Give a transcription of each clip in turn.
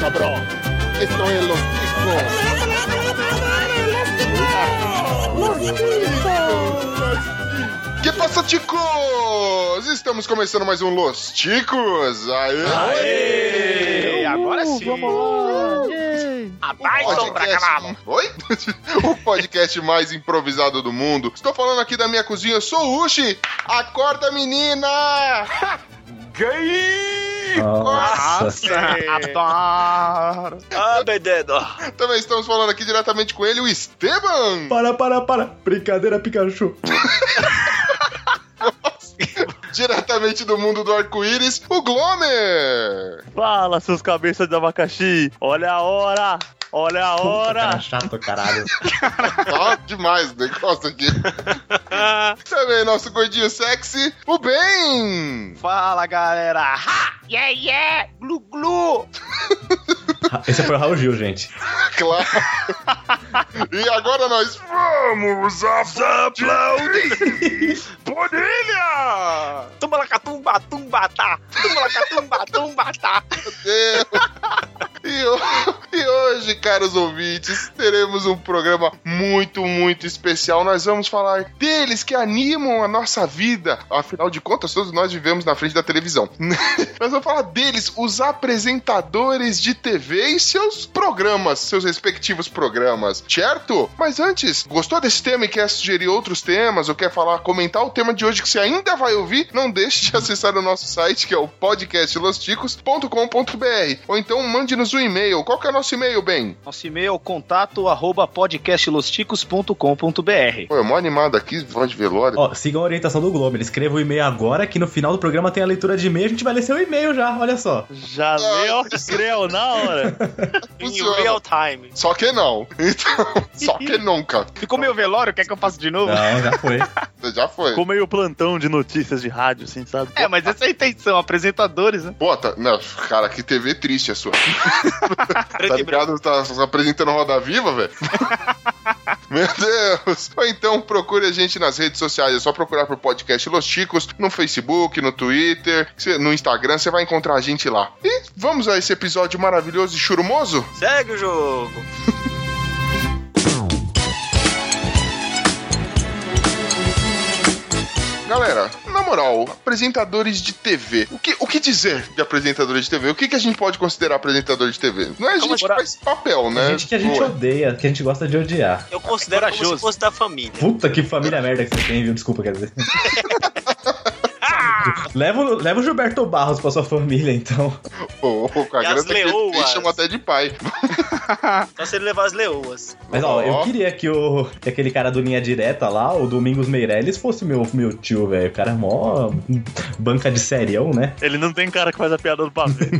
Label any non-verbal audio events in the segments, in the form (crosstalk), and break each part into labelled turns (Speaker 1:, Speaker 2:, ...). Speaker 1: cabrón. Esto es Los Ticos.
Speaker 2: Que passa, ticos? Estamos começando mais um Los Ticos. Aê!
Speaker 3: Aê! Agora
Speaker 4: Uh,
Speaker 3: sim.
Speaker 4: Vamos lá! Yay.
Speaker 3: Abaixam pra cavalo.
Speaker 2: Oi? (laughs) o podcast mais improvisado do mundo. Estou falando aqui da minha cozinha, eu sou o Uchi. Acorda, menina!
Speaker 3: Ganhei!
Speaker 5: Nossa.
Speaker 3: É. Adoro. Obedendo.
Speaker 2: Também estamos falando aqui diretamente com ele, o Esteban.
Speaker 5: Para, para, para. Brincadeira, Pikachu.
Speaker 2: Diretamente do mundo do arco-íris, o Glomer.
Speaker 4: Fala, seus cabeças de abacaxi! Olha a hora! Olha a hora!
Speaker 5: chato, caralho.
Speaker 2: Tá demais o negócio aqui. Também nosso gordinho sexy, o Ben.
Speaker 3: Fala, galera. Ha! Yeah, yeah! Glu, glu!
Speaker 5: Esse foi o Raul Gil, gente.
Speaker 2: Claro. e agora nós
Speaker 3: (laughs)
Speaker 2: vamos aplaudir.
Speaker 3: Bonilha! Tumbalacatumba, tumbatá! Tumbalacatumba, tumbatá!
Speaker 2: Deus. (laughs) E, ho- e hoje, caros ouvintes, teremos um programa muito, muito especial. Nós vamos falar deles que animam a nossa vida. Afinal de contas, todos nós vivemos na frente da televisão. nós vamos falar deles, os apresentadores de TV e seus programas, seus respectivos programas, certo? Mas antes, gostou desse tema e quer sugerir outros temas ou quer falar, comentar o tema de hoje que você ainda vai ouvir? Não deixe de (laughs) acessar o nosso site, que é o podcastlosticos.com.br. Ou então mande-nos um e-mail. Qual que é o nosso e-mail, Ben?
Speaker 6: Nosso e-mail é contato arroba podcastlosticos.com.br
Speaker 2: Pô, eu mó animado aqui, voz de velório.
Speaker 5: Ó, sigam a orientação do Globo. Ele escreva o e-mail agora, que no final do programa tem a leitura de e-mail. A gente vai ler seu e-mail já, olha só.
Speaker 4: Já leu creu na hora!
Speaker 3: Em
Speaker 2: Funciona.
Speaker 3: real time.
Speaker 2: Só que não. (laughs) Então, só que nunca.
Speaker 3: Ficou meio velório, quer que eu faça de novo?
Speaker 5: Não, já foi.
Speaker 3: (laughs)
Speaker 2: Já foi.
Speaker 4: Ficou meio plantão de notícias de rádio, assim, sabe?
Speaker 3: É, mas essa é a intenção, apresentadores, né?
Speaker 2: Bota. Não, cara, que TV triste a sua. tá ligado? Tá apresentando Roda Viva,
Speaker 7: (laughs)
Speaker 2: velho? Meu Deus! Ou então procure a gente nas redes sociais. É só procurar pro podcast Los Chicos no Facebook, no Twitter, cê- no Instagram. Você vai encontrar a gente lá. E vamos a esse episódio maravilhoso e churumoso?
Speaker 3: Segue o jogo.
Speaker 2: Galera, na moral, apresentadores de TV. O que, o que dizer de apresentadores de TV? O que, que a gente pode considerar apresentador de TV? Não é a
Speaker 7: Como
Speaker 2: gente que faz papel, né?
Speaker 5: gente que a gente é
Speaker 2: Boa.
Speaker 5: odeia, que a gente gosta de odiar.
Speaker 7: Eu considero como
Speaker 6: Corajoso.
Speaker 7: se fosse da família.
Speaker 5: Puta que família merda que você tem, viu? Desculpa, quer dizer. leva, o- leva o Gilberto Barros pra sua família, então.
Speaker 2: Pô, com a
Speaker 7: E as
Speaker 2: grana que ele tem,
Speaker 7: leoas?
Speaker 2: chama até de pai. (laughs)
Speaker 7: Só se ele levar as leoas. É
Speaker 5: Mas ó,
Speaker 2: Ó.
Speaker 5: eu queria que, o, que aquele cara do Linha Direta lá, o Domingos Meirelles, fosse meu, meu tio, velho. O cara é mó banca de serião, né?
Speaker 4: Ele não tem cara que faz a piada do pavê.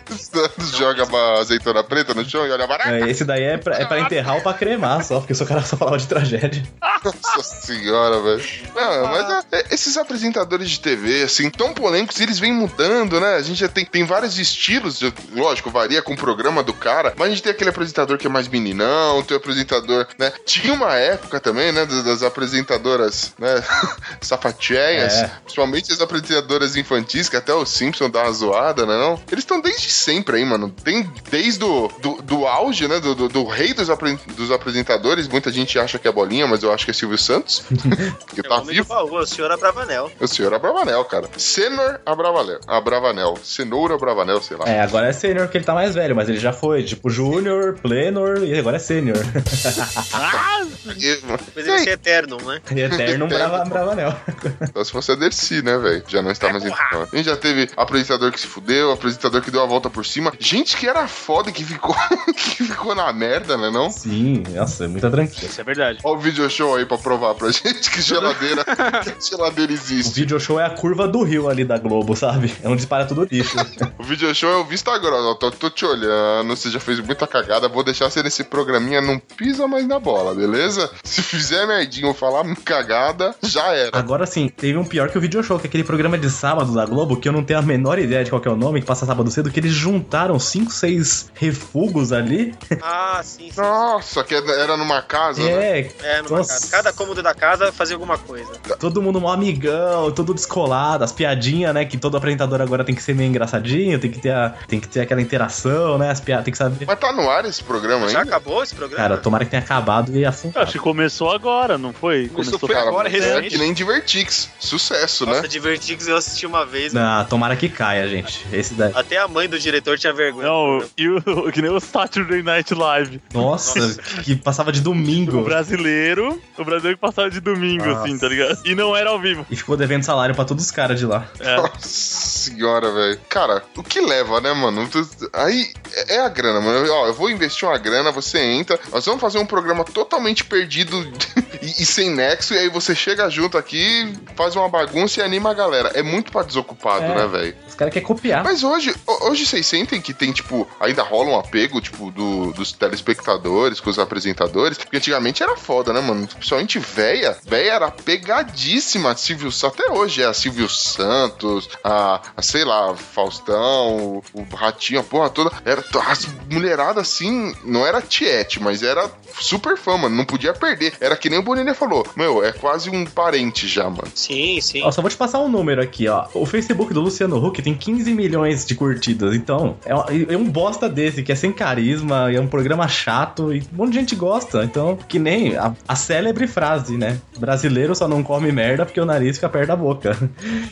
Speaker 5: (laughs)
Speaker 2: Joga uma azeitona preta no chão e olha barato.
Speaker 5: É, Esse daí é pra, é pra enterrar ou pra cremar só, porque o seu cara só falava de tragédia.
Speaker 2: (laughs) Nossa senhora, velho. Não, mas é, esses apresentadores de TV, assim, tão polêmicos, eles vêm mudando, né? A gente já tem, tem vários estilos, eu- lógico, varia com o programa do cara, mas a gente tem aquele apresentador que é mais meninão, tem o apresentador, né? Tinha uma época também, né, das, das apresentadoras, né, (laughs) sapatinhas,
Speaker 5: É.
Speaker 2: principalmente as apresentadoras infantis, que até o Simpson dá uma zoada, né, não? Eles estão desde sempre aí, mano. Tem desde o do, do auge, né, do, do, do rei dos, apre- dos apresentadores, muita gente acha que é Bolinha, mas eu acho que é Silvio
Speaker 7: (laughs)
Speaker 2: Santos, que
Speaker 7: É
Speaker 2: tá
Speaker 7: o homem do
Speaker 2: vivo.
Speaker 7: baú, é o senhor Abravanel.
Speaker 2: O senhor Abravanel, cara. Senor Abravanel. Abravanel. Cenoura Abravanel, sei lá.
Speaker 5: É, agora é sênior porque ele tá mais velho, mas ele já foi, tipo, júnior, plenor e agora é sênior. (laughs)
Speaker 2: E-
Speaker 7: Depois ele
Speaker 2: Ei.
Speaker 7: ser eterno, né?
Speaker 5: E eterno um brava, bravanel.
Speaker 2: Só se fosse a Dercy, né, velho? Já não
Speaker 7: É
Speaker 2: está mais entre nós. A gente já teve apresentador que se fudeu, apresentador que deu a volta por cima. Gente que era foda e que ficou, (laughs) que ficou na merda, né, não?
Speaker 5: (laughs) Sim, nossa, é muita tranquila.
Speaker 6: Isso é verdade.
Speaker 2: Olha o video show aí pra provar pra gente que
Speaker 7: (laughs)
Speaker 2: geladeira, que geladeira
Speaker 5: O
Speaker 2: existe.
Speaker 5: video show é a curva do rio ali da Globo, sabe? É onde dispara tudo lixo.
Speaker 2: O video show é o Vista Grossa. ó, Tô, tô te olhando, você já fez muita cagada, vou deixar você nesse programinha, não pisa mais na bola, beleza? certeza, se fizer merdinha ou falar cagada, já era.
Speaker 5: Agora sim, teve um pior que o Video Show, que é aquele programa de sábado da Globo, que eu não tenho a menor ideia de qual que é o nome, que passa sábado cedo, que eles juntaram 5, 6 refugos ali.
Speaker 7: Ah, sim, sim.
Speaker 2: Nossa, que era numa casa, né?
Speaker 5: É,
Speaker 7: É, numa
Speaker 5: Nossa.
Speaker 7: casa. Cada cômodo da casa fazia alguma coisa.
Speaker 5: todo mundo mó amigão, todo descolado, as piadinhas, né? Que todo apresentador agora tem que ser meio engraçadinho, tem que ter, a, tem que ter aquela interação, né? As piadas, tem que saber.
Speaker 2: Mas tá no ar esse programa
Speaker 7: Já
Speaker 2: ainda?
Speaker 7: acabou esse programa?
Speaker 5: Cara, tomara que tenha acabado e assim
Speaker 4: Eu
Speaker 5: afundado.
Speaker 4: acho que começou agora, não foi?
Speaker 7: Começou
Speaker 4: Começou
Speaker 7: foi
Speaker 4: cara,
Speaker 7: agora,
Speaker 4: muito
Speaker 2: É,
Speaker 7: recente.
Speaker 2: que nem Divertix. Sucesso,
Speaker 7: Nossa,
Speaker 2: né?
Speaker 7: Divertix eu assisti uma vez. né?
Speaker 5: Ah, tomara que caia, gente. Esse daí.
Speaker 7: Até a mãe do diretor tinha vergonha.
Speaker 4: Não, e o, (laughs) que nem o Saturday Night Live.
Speaker 5: Nossa, que passava de
Speaker 4: O
Speaker 5: domingo.
Speaker 4: brasileiro, o brasileiro que passava de domingo,
Speaker 5: Nossa.
Speaker 4: assim, tá ligado? E não era ao vivo.
Speaker 5: E ficou devendo salário pra todos os caras de lá.
Speaker 4: É.
Speaker 2: Nossa senhora, velho. Cara, o que leva, né, mano? Aí é a grana, mano. Ó, eu vou investir uma grana, você entra, nós vamos fazer um programa totalmente perdido (laughs) e, e sem nexo, e aí você chega junto aqui, faz uma bagunça e anima a galera. É muito pra desocupado,
Speaker 5: É.
Speaker 2: né, velho?
Speaker 5: Os caras querem copiar.
Speaker 2: Mas hoje, ho- hoje vocês sentem que tem, tipo, ainda rola um apego, tipo, do- dos telespectadores com os apresentadores? Porque antigamente era foda, né, mano? Principalmente véia. Véia era pegadíssima. Silvio Santos, até hoje é a Silvio Santos, a, a, sei lá, Faustão, o, o Ratinho, a porra toda. Era to- as mulherada assim, não era tiete, mas era super fã, mano. Não podia perder. Era que nem o Bonilha falou. Meu, é quase um parente já, mano.
Speaker 7: Sim, sim.
Speaker 5: Ó, só vou te passar um número aqui, ó. O Facebook do Luciano Huck tem 15 milhões de curtidas. Então, é um, é um bosta desse, que é sem carisma, é um programa chato, e um monte de gente gosta. Então, que nem a, a célebre frase, né? Brasileiro só não come merda porque o nariz fica perto da boca.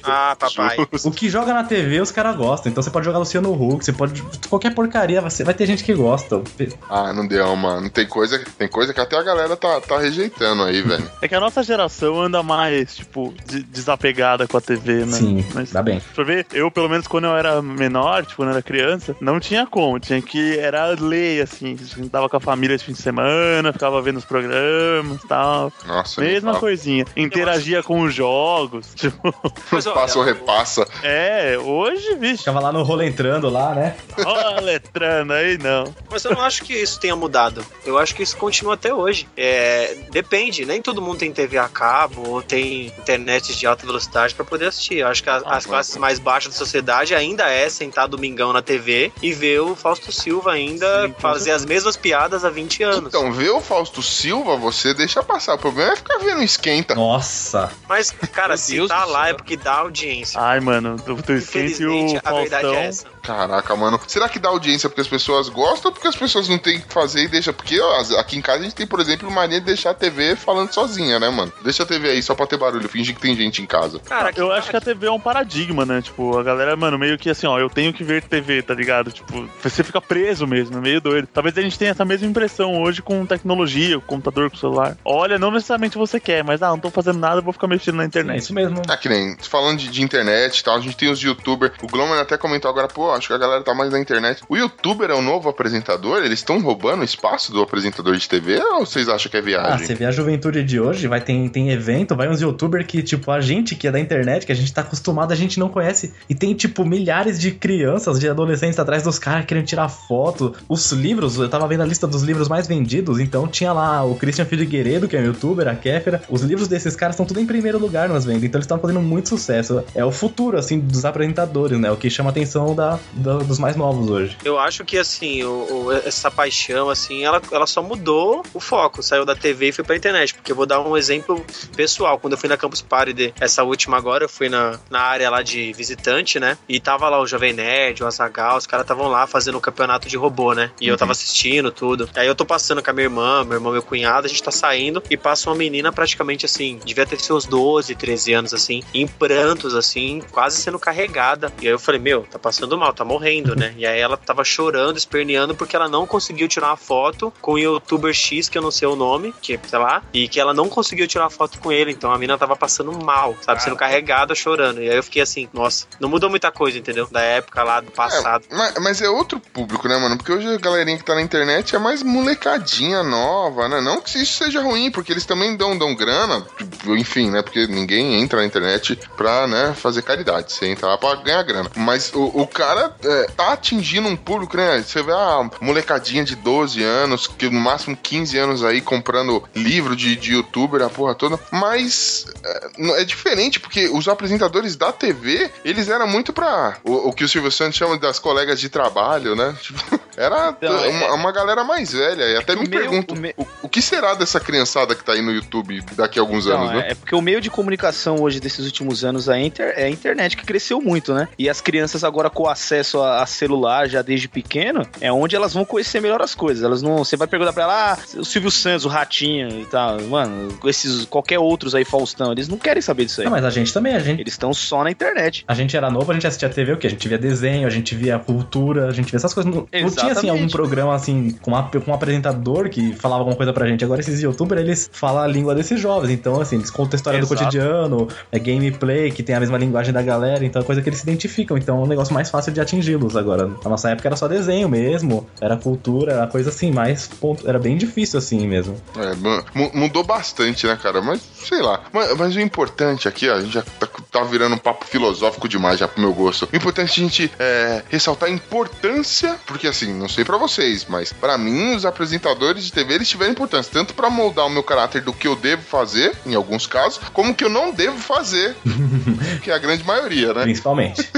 Speaker 5: (laughs)
Speaker 7: Ah, papai.
Speaker 5: O que joga na TV, os caras gostam. Então, você pode jogar Luciano Huck, você pode. Qualquer porcaria, você vai ter gente que gosta.
Speaker 2: Ah, não deu, mano. Tem coisa, tem coisa que até a galera tá, tá rejeitando aí, velho.
Speaker 4: É que a nossa geração anda mais, tipo, de- desapegada com a TV, né?
Speaker 5: Sim,
Speaker 4: Mas
Speaker 5: dá bem.
Speaker 4: Pra ver, eu, pelo menos, quando eu era menor, tipo, quando eu era criança, não tinha como. Tinha que. Era lei, assim. A gente tava com a família de fim de semana, ficava vendo os programas e tal.
Speaker 2: Nossa,
Speaker 4: Mesma
Speaker 2: não
Speaker 4: coisinha. Interagia com os jogos. (laughs) Tipo,
Speaker 7: Mas, olha,
Speaker 2: (laughs) Passa ou repassa.
Speaker 4: é, hoje, vixe,
Speaker 5: Ficava lá no rolo entrando lá, né?
Speaker 7: Então-
Speaker 4: ó, a letrando aí não.
Speaker 7: Mas eu não acho que isso tenha mudado. Eu acho que isso continua até hoje. É, depende, nem todo mundo tem TV a cabo ou tem internet de alta velocidade pra poder assistir. Eu acho
Speaker 4: Ah,
Speaker 7: que as, as
Speaker 4: é.
Speaker 7: classes mais baixas da sociedade ainda é sentar domingão na TV e ver o Fausto Silva ainda fazer as mesmas piadas há 20 anos.
Speaker 2: Então, vê o Fausto Silva, você deixa passar. O problema é ficar vendo esquenta.
Speaker 5: Nossa.
Speaker 7: Mas, cara, se
Speaker 6: Deus
Speaker 7: tá
Speaker 6: do
Speaker 7: lá
Speaker 6: céu.
Speaker 7: é porque dá audiência.
Speaker 4: Ai, mano, tu, tu esquenta Ah, e o
Speaker 7: Infelizmente, a verdade
Speaker 4: Faustão.
Speaker 7: é essa.
Speaker 2: Caraca, mano. Será que dá audiência porque as pessoas gostam ou porque as pessoas não têm o que fazer e deixa? Porque ó, as- aqui em casa a gente tem, por exemplo, mania de deixar a TV falando sozinha, né, mano? Deixa a TV aí só pra ter barulho, fingir que tem gente em casa.
Speaker 7: Cara,
Speaker 4: Eu acho que a TV é um paradigma, né? Tipo, a galera, mano, meio que assim, ó, eu tenho que ver TV, tá ligado? Tipo, você fica preso mesmo, é meio doido. Talvez a gente tenha essa mesma impressão hoje com tecnologia, com computador, com celular. Olha, não necessariamente você quer, mas ah, não tô fazendo nada, eu vou ficar mexendo na
Speaker 5: É
Speaker 4: internet.
Speaker 5: isso mesmo.
Speaker 2: Ah, que nem, falando de, de internet e tal, a gente tem os youtubers. O Glomer até comentou agora, pô, acho que a galera tá mais na internet. O youtuber é o novo apresentador? Eles estão roubando o espaço do apresentador de TV? Ou vocês acham que é
Speaker 5: Ah,
Speaker 2: viagem?
Speaker 5: você vê a juventude de hoje, vai tem, tem evento, vai uns youtuber que, tipo, a gente que é da internet, que a gente tá acostumado, a gente não conhece. E tem, tipo, milhares de crianças, de adolescentes atrás dos caras querendo tirar foto. Os livros, eu tava vendo a lista dos livros mais vendidos, então tinha lá o Christian Figueiredo, que é um youtuber, a Kéfera. Os livros desses caras estão tudo em primeiro lugar nas vendas, então eles estão fazendo muito sucesso. É o futuro, assim, dos apresentadores, né? O que chama a atenção da, da- dos mais novos hoje.
Speaker 7: Eu acho que assim, o- o- essa paixão, assim, ela, ela só mudou o foco, saiu da TV e foi pra internet. Porque eu vou dar um exemplo pessoal. Quando eu fui na Campus Party, de- essa última agora, eu fui na, na área lá de visitante, né? E tava lá o Jovem Nerd, o Azagal, os caras estavam lá fazendo o campeonato de robô, né? E eu tava assistindo tudo. Aí eu tô passando com a minha irmã, meu irmão, meu cunhado, a gente tá saindo e passa uma menina praticamente assim, devia ter seus 12, 13 anos, assim, em prantos, assim, quase sendo carregada. E aí eu falei, meu, tá passando mal, tá morrendo, né? E aí ela tava chorando, esperneando, porque ela não conseguiu tirar uma foto com o youtuber X, que eu não sei o nome, que, sei lá, e que ela não conseguiu tirar foto com ele. Então a mina tava passando mal, sabe? Sendo carregada, chorando. E aí eu fiquei assim, nossa, não mudou muita coisa, entendeu? Da época lá, do passado.
Speaker 2: Mas, mas é outro público, né, mano? Porque hoje a galerinha que tá na internet é mais molecadinha nova, né? Não que isso seja ruim, porque eles também dão, dão grana, enfim, né? Porque ninguém entra na internet pra, né, fazer caridade. Você entra lá pra ganhar grana. Mas o, o cara cara é, tá atingindo um público, né? Você vê a molecadinha de 12 anos, que no máximo 15 anos aí comprando livro de, de youtuber, a porra toda. Mas é, não- é diferente, porque os apresentadores da TV, eles eram muito pra o, o que o Silvio Santos chama das colegas de trabalho, né? (laughs) Tipo, era
Speaker 6: Então, é-
Speaker 2: uma, uma galera mais velha. E até
Speaker 6: que
Speaker 2: me
Speaker 6: o meu-
Speaker 2: pergunto,
Speaker 6: o meu-
Speaker 2: o, o que será dessa criançada que tá aí no YouTube daqui a alguns
Speaker 6: Então,
Speaker 2: anos, né?
Speaker 6: é, é porque o meio de comunicação hoje desses últimos anos a inter- é a internet que cresceu muito, né? E as crianças agora com acesso a, a celular já desde pequeno é onde elas vão conhecer melhor as coisas. Elas não, você vai perguntar pra ela, ah, o Silvio Santos, o Ratinho e tal, mano, esses qualquer outros aí Faustão, eles não querem saber disso aí.
Speaker 5: Não, Ah, mas a gente também, a gente.
Speaker 6: Eles estão só na internet.
Speaker 5: A gente era novo, a gente assistia TV, o quê? A gente via desenho, a gente via cultura, a gente via essas coisas. Não, não tinha, assim,
Speaker 6: Exatamente.
Speaker 5: algum programa, assim, com, uma- com um apresentador que falava alguma coisa pra gente. Agora esses youtubers, eles falam a língua desses jovens. Então, assim, eles contam a história do
Speaker 6: Exato.
Speaker 5: cotidiano, é gameplay, que tem a mesma linguagem da galera. Então, é coisa que eles se identificam. Então, é um negócio mais fácil de atingi-los agora. Na nossa época era só desenho mesmo, era cultura, era coisa assim, mais... Ponto, era bem difícil, assim, mesmo.
Speaker 2: É, mu- mu- mudou bastante, né, cara? Mas sei lá. Mas, mas o importante aqui, ó, a gente já tá, tá virando um papo filosófico demais já pro meu gosto. O importante é a gente é, ressaltar a importância, porque assim, não sei pra vocês, mas pra mim os apresentadores de TV eles tiveram importância, tanto pra moldar o meu caráter do que eu devo fazer, em alguns casos, como que eu não devo fazer, (laughs) que é a grande maioria, né?
Speaker 6: (laughs)
Speaker 5: Principalmente.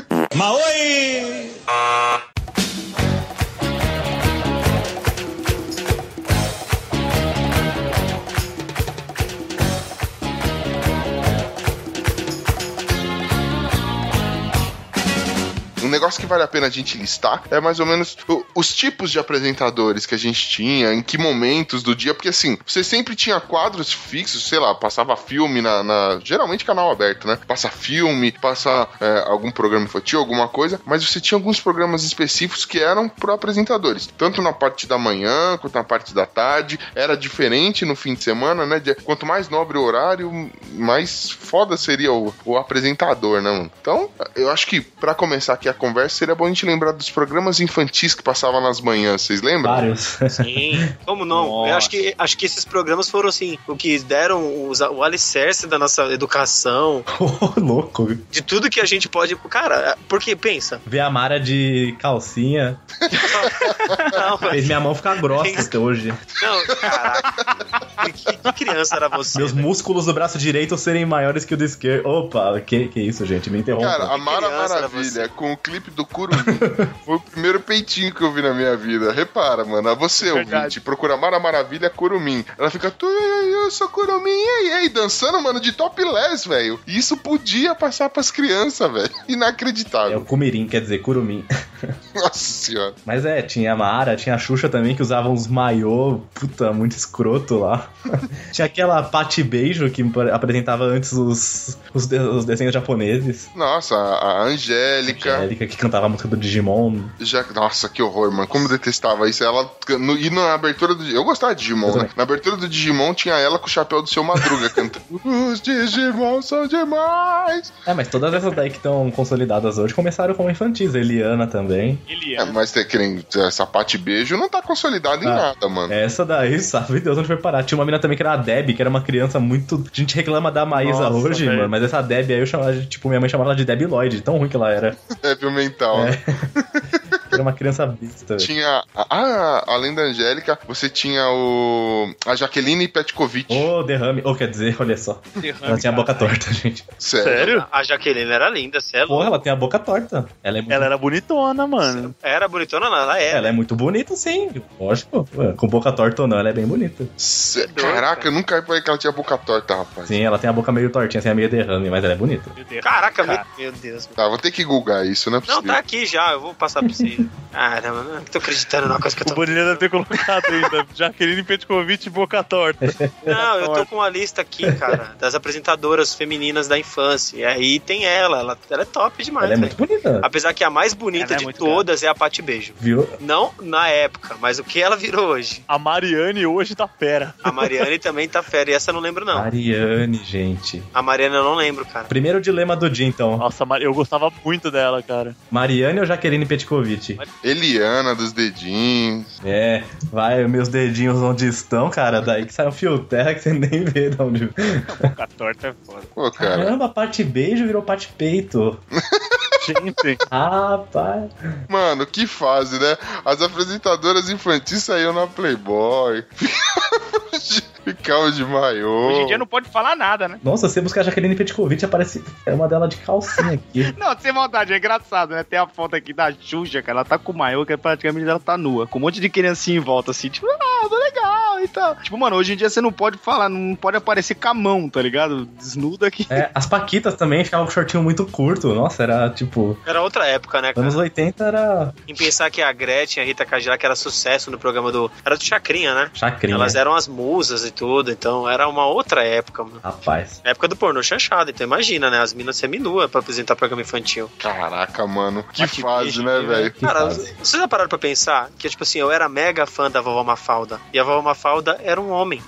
Speaker 2: Um negócio que vale a pena a gente listar é mais ou menos o- os tipos de apresentadores que a gente tinha, em que momentos do dia, porque assim, você sempre tinha quadros fixos, sei lá, passava filme na. na- geralmente canal aberto, né? Passa filme, passa é, algum programa infantil, alguma coisa, mas você tinha alguns programas específicos que eram pro apresentadores, tanto na parte da manhã quanto na parte da tarde, era diferente no fim de semana, né? De- Quanto mais nobre o horário, mais foda seria o, o apresentador, né, mano? Então, eu acho que pra começar aqui a conversa, seria bom a gente lembrar dos programas infantis que passavam nas manhãs, vocês lembram?
Speaker 5: Vários. (laughs)
Speaker 7: Sim, assim." como não?
Speaker 6: Nossa.
Speaker 7: Eu acho que, acho que esses programas foram assim, o que deram os- o alicerce da nossa educação,
Speaker 5: Ô, louco. viu?
Speaker 7: de tudo que a gente pode. Cara, porque
Speaker 5: (laughs)
Speaker 7: pensa.
Speaker 5: Ver a Mara de calcinha...
Speaker 7: Não,
Speaker 5: Fez minha mão ficar grossa até hoje.
Speaker 7: não caraca. Que, que criança era você?
Speaker 5: Meus
Speaker 7: né?
Speaker 5: músculos do braço direito serem maiores que o do esquerdo. Opa, que, que isso, gente? Me interrompa.
Speaker 2: Cara, a Mara
Speaker 7: criança era
Speaker 2: Maravilha, com o clipe do Curumim, (laughs) foi o primeiro peitinho que eu vi na minha vida. Repara, mano, a
Speaker 7: É
Speaker 2: você, ouvinte, procura Mara Maravilha Curumim. Ela fica, tu, eu sou Curumim, ei, ei, dançando, mano, de topless, velho. E Isso podia passar pras crianças, velho. (laughs)
Speaker 5: É
Speaker 2: Inacreditável.
Speaker 5: o Kumirim, quer dizer, Curumim. (laughs)
Speaker 2: Nossa senhora.
Speaker 5: Mas é, tinha a Mara, tinha a Xuxa também, que usava uns maiô, puta, muito escroto lá. (laughs) tinha aquela Pati Beijo, que apresentava antes os, os, de- os desenhos japoneses.
Speaker 2: Nossa, a a Angélica.
Speaker 5: Angélica, que cantava a música do Digimon.
Speaker 2: Já, nossa, que horror, mano. Como eu detestava isso. Ela. no- e na abertura do. Eu gostava de Digimon,
Speaker 5: Eu
Speaker 2: né?
Speaker 5: também.
Speaker 2: Na abertura do Digimon tinha ela com o chapéu do seu Madruga cantando. Os Digimon são demais!
Speaker 5: É, mas todas essas daí que estão consolidadas hoje começaram como infantis. Eliana também.
Speaker 2: É, mas tem que nem- essa parte beijo não tá consolidada em
Speaker 5: Ah,
Speaker 2: nada, mano.
Speaker 5: Essa daí, (laughs) sabe Deus onde foi parar. Tinha uma mina também que era a Deb, que era uma criança muito. A gente reclama da Maísa
Speaker 4: Nossa,
Speaker 5: hoje,
Speaker 4: velho.
Speaker 5: mano, mas essa Deb aí eu chamava, de- tipo, minha mãe chamava ela de Deb Lloyd, tão ruim que ela era.
Speaker 2: É, viu, mental.
Speaker 5: É. (laughs) Era uma criança besta. velho.
Speaker 2: Tinha. Ah, além da Angélica, você tinha o. A Jaqueline Petkovic.
Speaker 5: Ô, derrame. Ô, quer dizer, olha só. Ela tinha a boca torta, (laughs) gente.
Speaker 2: Sério.
Speaker 4: Sério?
Speaker 7: A Jaqueline era linda, você é louco.
Speaker 5: Porra, ela tem a boca torta. Ela é muito,
Speaker 4: Ela
Speaker 5: ela
Speaker 4: era bonitona, mano.
Speaker 7: Era bonitona, não, ela
Speaker 5: é...
Speaker 7: era.
Speaker 5: muito bonita, sim. Lógico. Ué, Com boca torta ou não, ela é bem bonita.
Speaker 2: Cê- Caraca, eu nunca falei que ela tinha boca torta, rapaz.
Speaker 5: Sim, ela tem a boca meio tortinha, assim, é meio derrame, mas ela é bonita.
Speaker 7: Caraca, meu, meu Deus. mano.
Speaker 2: Tá, vou ter que googar isso, não é
Speaker 7: Não,
Speaker 2: possível.
Speaker 7: tá aqui já, eu vou passar pra você. Caramba, não tô acreditando na coisa que eu
Speaker 4: O
Speaker 7: tô
Speaker 4: Bonilha deve ter colocado ainda
Speaker 6: (laughs)
Speaker 4: Jaqueline Petkovic e Boca Torta.
Speaker 7: Não, eu tô com uma lista aqui, cara, das apresentadoras femininas da infância. E aí tem ela, ela, ela é top demais,
Speaker 5: ela é
Speaker 7: velho.
Speaker 5: muito bonita.
Speaker 7: Apesar que a mais bonita
Speaker 6: Ela é
Speaker 7: de
Speaker 6: muito
Speaker 7: todas é a Pati Beijo.
Speaker 5: Viu?
Speaker 7: Não na época, mas o que ela virou hoje.
Speaker 4: A Mariane hoje tá fera.
Speaker 7: A Mariane também tá fera, e essa eu não lembro, não.
Speaker 5: Ariane, gente.
Speaker 7: A Mariana eu não lembro, cara.
Speaker 5: Primeiro dilema do dia, então.
Speaker 4: Nossa, Mar- eu gostava muito dela, cara.
Speaker 5: Mariane ou Jaqueline Petkovic?
Speaker 2: Eliana dos dedinhos.
Speaker 5: É, vai, meus dedinhos onde estão, cara. Daí que sai um fio terra que você nem vê de onde.
Speaker 6: Boca torta é foda.
Speaker 2: Pô, cara.
Speaker 5: Caramba, parte beijo virou parte peito.
Speaker 4: Gente,
Speaker 5: Rapaz.
Speaker 2: Mano, que fase, né? As apresentadoras infantis saíam na Playboy. (laughs) Ficavam de maiô.
Speaker 3: Hoje em dia não pode falar nada, né?
Speaker 5: Nossa, você buscar a Jaqueline Petkovic, aparece é uma dela de calcinha aqui.
Speaker 3: Não, sem vontade, é engraçado, né? Tem a foto aqui da Xuxa, cara. Ela tá com o maiô, que praticamente ela tá nua. Com um monte de criancinha em volta, assim, tipo, ah, tô legal e tal. Tipo, mano, hoje em dia você não pode falar, não pode aparecer com a mão, tá ligado? Desnuda aqui.
Speaker 5: É, as Paquitas também ficavam com shortinho muito curto. Nossa, era tipo.
Speaker 7: Era outra época, né, cara?
Speaker 5: Anos 80 era
Speaker 7: Em pensar que a Gretchen, a Rita Cadillac, era sucesso no programa do. Era do Chacrinha, né?
Speaker 5: chacrinha.
Speaker 7: Elas
Speaker 2: é-
Speaker 7: eram as musas e tudo, então era uma outra época, mano.
Speaker 5: Rapaz.
Speaker 7: Época do pornô chanchado, então imagina, né? As minas seminuas pra apresentar programa infantil.
Speaker 2: Caraca, mano. Que
Speaker 7: Bate
Speaker 2: fase,
Speaker 7: beijo,
Speaker 2: né,
Speaker 7: né?
Speaker 2: velho?
Speaker 5: Que
Speaker 7: Cara,
Speaker 5: fase.
Speaker 7: vocês já pararam pra pensar que, tipo assim, eu era mega fã da vovó Mafalda. E a vovó Mafalda era um homem.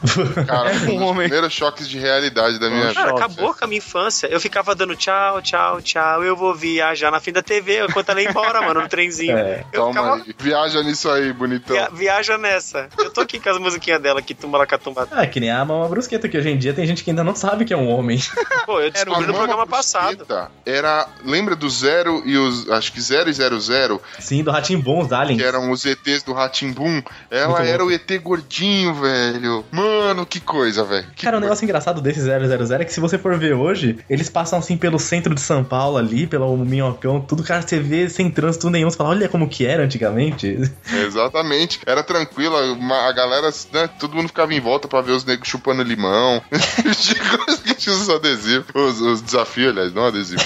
Speaker 2: Cara, um dos
Speaker 3: homem.
Speaker 2: primeiros choques de realidade da minha vida.
Speaker 7: Cara, acabou com a minha infância. Eu ficava dando tchau, tchau, tchau. Eu vou viajar na fim da TV enquanto ela ia embora, mano, no trenzinho.
Speaker 5: É.
Speaker 7: Eu
Speaker 2: Toma né?
Speaker 7: ficava.
Speaker 2: aí. Viaja nisso aí, bonitão.
Speaker 7: via- viaja nessa. Eu tô aqui com as musiquinhas dela, que tumba lacatumba.
Speaker 5: Ah, que nem a Mama Brusqueta, que hoje em dia tem gente que ainda não sabe que é um homem.
Speaker 7: Pô, eu
Speaker 2: A
Speaker 7: descobri no
Speaker 2: Mama
Speaker 7: programa
Speaker 2: Brusqueta
Speaker 7: passado.
Speaker 2: Era, lembra do Zero e os, acho que Zero e Zero Zero,
Speaker 5: Sim, do Ratim Bom, os aliens.
Speaker 2: que um eram os ETs do Ratimbum? Ela
Speaker 5: Muito
Speaker 2: era o ET gordinho, velho. Mano, que coisa, velho. Que
Speaker 5: Cara, um
Speaker 2: coisa.
Speaker 5: negócio engraçado desse 000 é que se você for ver hoje, eles passam assim pelo centro de São Paulo ali, pelo Minhocão, tudo, cara, você vê sem trânsito nenhum, você fala, olha como que era antigamente. (laughs)
Speaker 2: Exatamente. Era tranquila, uma- a galera, né, todo mundo ficava em volta pra ver os negros chupando limão. (laughs) De coisa que tinha os adesivos. Os, os desafios, aliás, não adesivo.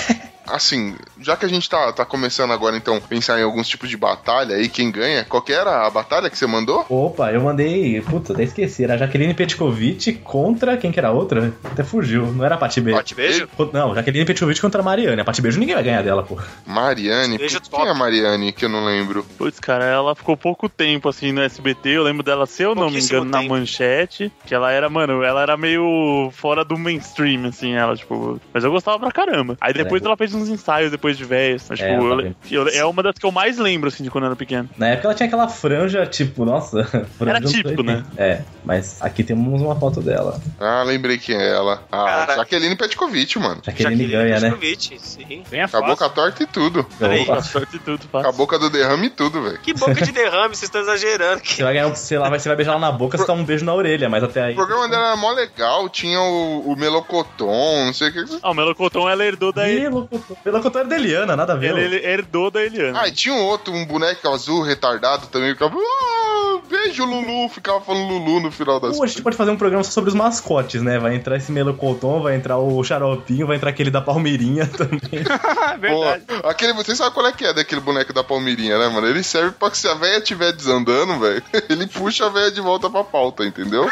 Speaker 2: Assim, já que a gente tá, tá começando agora, então, pensar em alguns tipos de batalha aí, quem ganha, qual que era a batalha que você mandou?
Speaker 5: Opa, eu mandei, puta, até esqueci, era a Jaqueline Petkovic contra quem que era a outra? Até fugiu, não era a Pati Beijo.
Speaker 7: Pote beijo?
Speaker 5: Não, Jaqueline Petkovic contra a Mariane. A Pati Beijo ninguém vai ganhar dela, pô.
Speaker 2: Mariane.
Speaker 7: Beijo
Speaker 2: Putz,
Speaker 7: top.
Speaker 2: Quem é a Mariane que eu não lembro?
Speaker 4: putz, cara, ela ficou pouco tempo assim no SBT. Eu lembro dela, se eu não me
Speaker 7: Pouquíssimo
Speaker 4: engano, na
Speaker 7: tempo.
Speaker 4: manchete. Que ela era, mano, ela era meio fora do mainstream, assim, ela, tipo. Mas eu gostava pra caramba. Aí depois
Speaker 5: É.
Speaker 4: ela fez uns ensaios depois de véias. Mas,
Speaker 5: É,
Speaker 4: tipo,
Speaker 5: ela
Speaker 4: eu-
Speaker 5: também.
Speaker 4: eu- é uma das que eu mais lembro, assim, de quando eu era pequeno.
Speaker 5: Na época ela tinha aquela franja, tipo, nossa, (laughs) franja.
Speaker 4: Era típico, né?
Speaker 5: É, mas aqui temos uma foto dela.
Speaker 2: Ah, lembrei quem é ela. Ah,
Speaker 7: Cara.
Speaker 2: Jaqueline Petkovic, mano.
Speaker 5: Jaqueline, ganha, né?
Speaker 7: Petkovic, sim.
Speaker 3: Vem a
Speaker 2: Acabou com
Speaker 3: foto.
Speaker 2: a torta e tudo.
Speaker 7: Peraí.
Speaker 5: Opa,
Speaker 4: Sorte e tudo, fácil.
Speaker 2: Acabou com a do derrame e tudo, velho.
Speaker 7: Que boca de derrame, vocês estão exagerando.
Speaker 5: Você vai ganhar, um- sei lá, vai- você vai beijar ela na boca, você dá um beijo na orelha, mas até aí.
Speaker 2: O programa dela era mó legal, tinha o, o Melocoton, não sei o que.
Speaker 4: Ah, o Melocotão ela herdou da
Speaker 5: Ih, locutor- Locutor da Eliana, nada a ver.
Speaker 4: Ele, ele herdou da Eliana.
Speaker 2: Ah, e tinha um outro, um boneco azul retardado também, ficava. "Ah, beijo, Lulu! Ficava falando Lulu no final das.
Speaker 5: Ou a gente pode fazer um programa só sobre os mascotes, né? Vai entrar esse Melocotão, vai entrar o Xaropinho, vai entrar aquele da Palmeirinha (laughs) também.
Speaker 3: Ah, verdade.
Speaker 2: Pô, aquele, você sabe qual é que é daquele boneco da Palmeirinha, né, mano? Ele serve pra que se a véia estiver desandando, velho, (laughs) ele puxa a véia de volta pra
Speaker 3: (laughs)
Speaker 2: pauta, entendeu?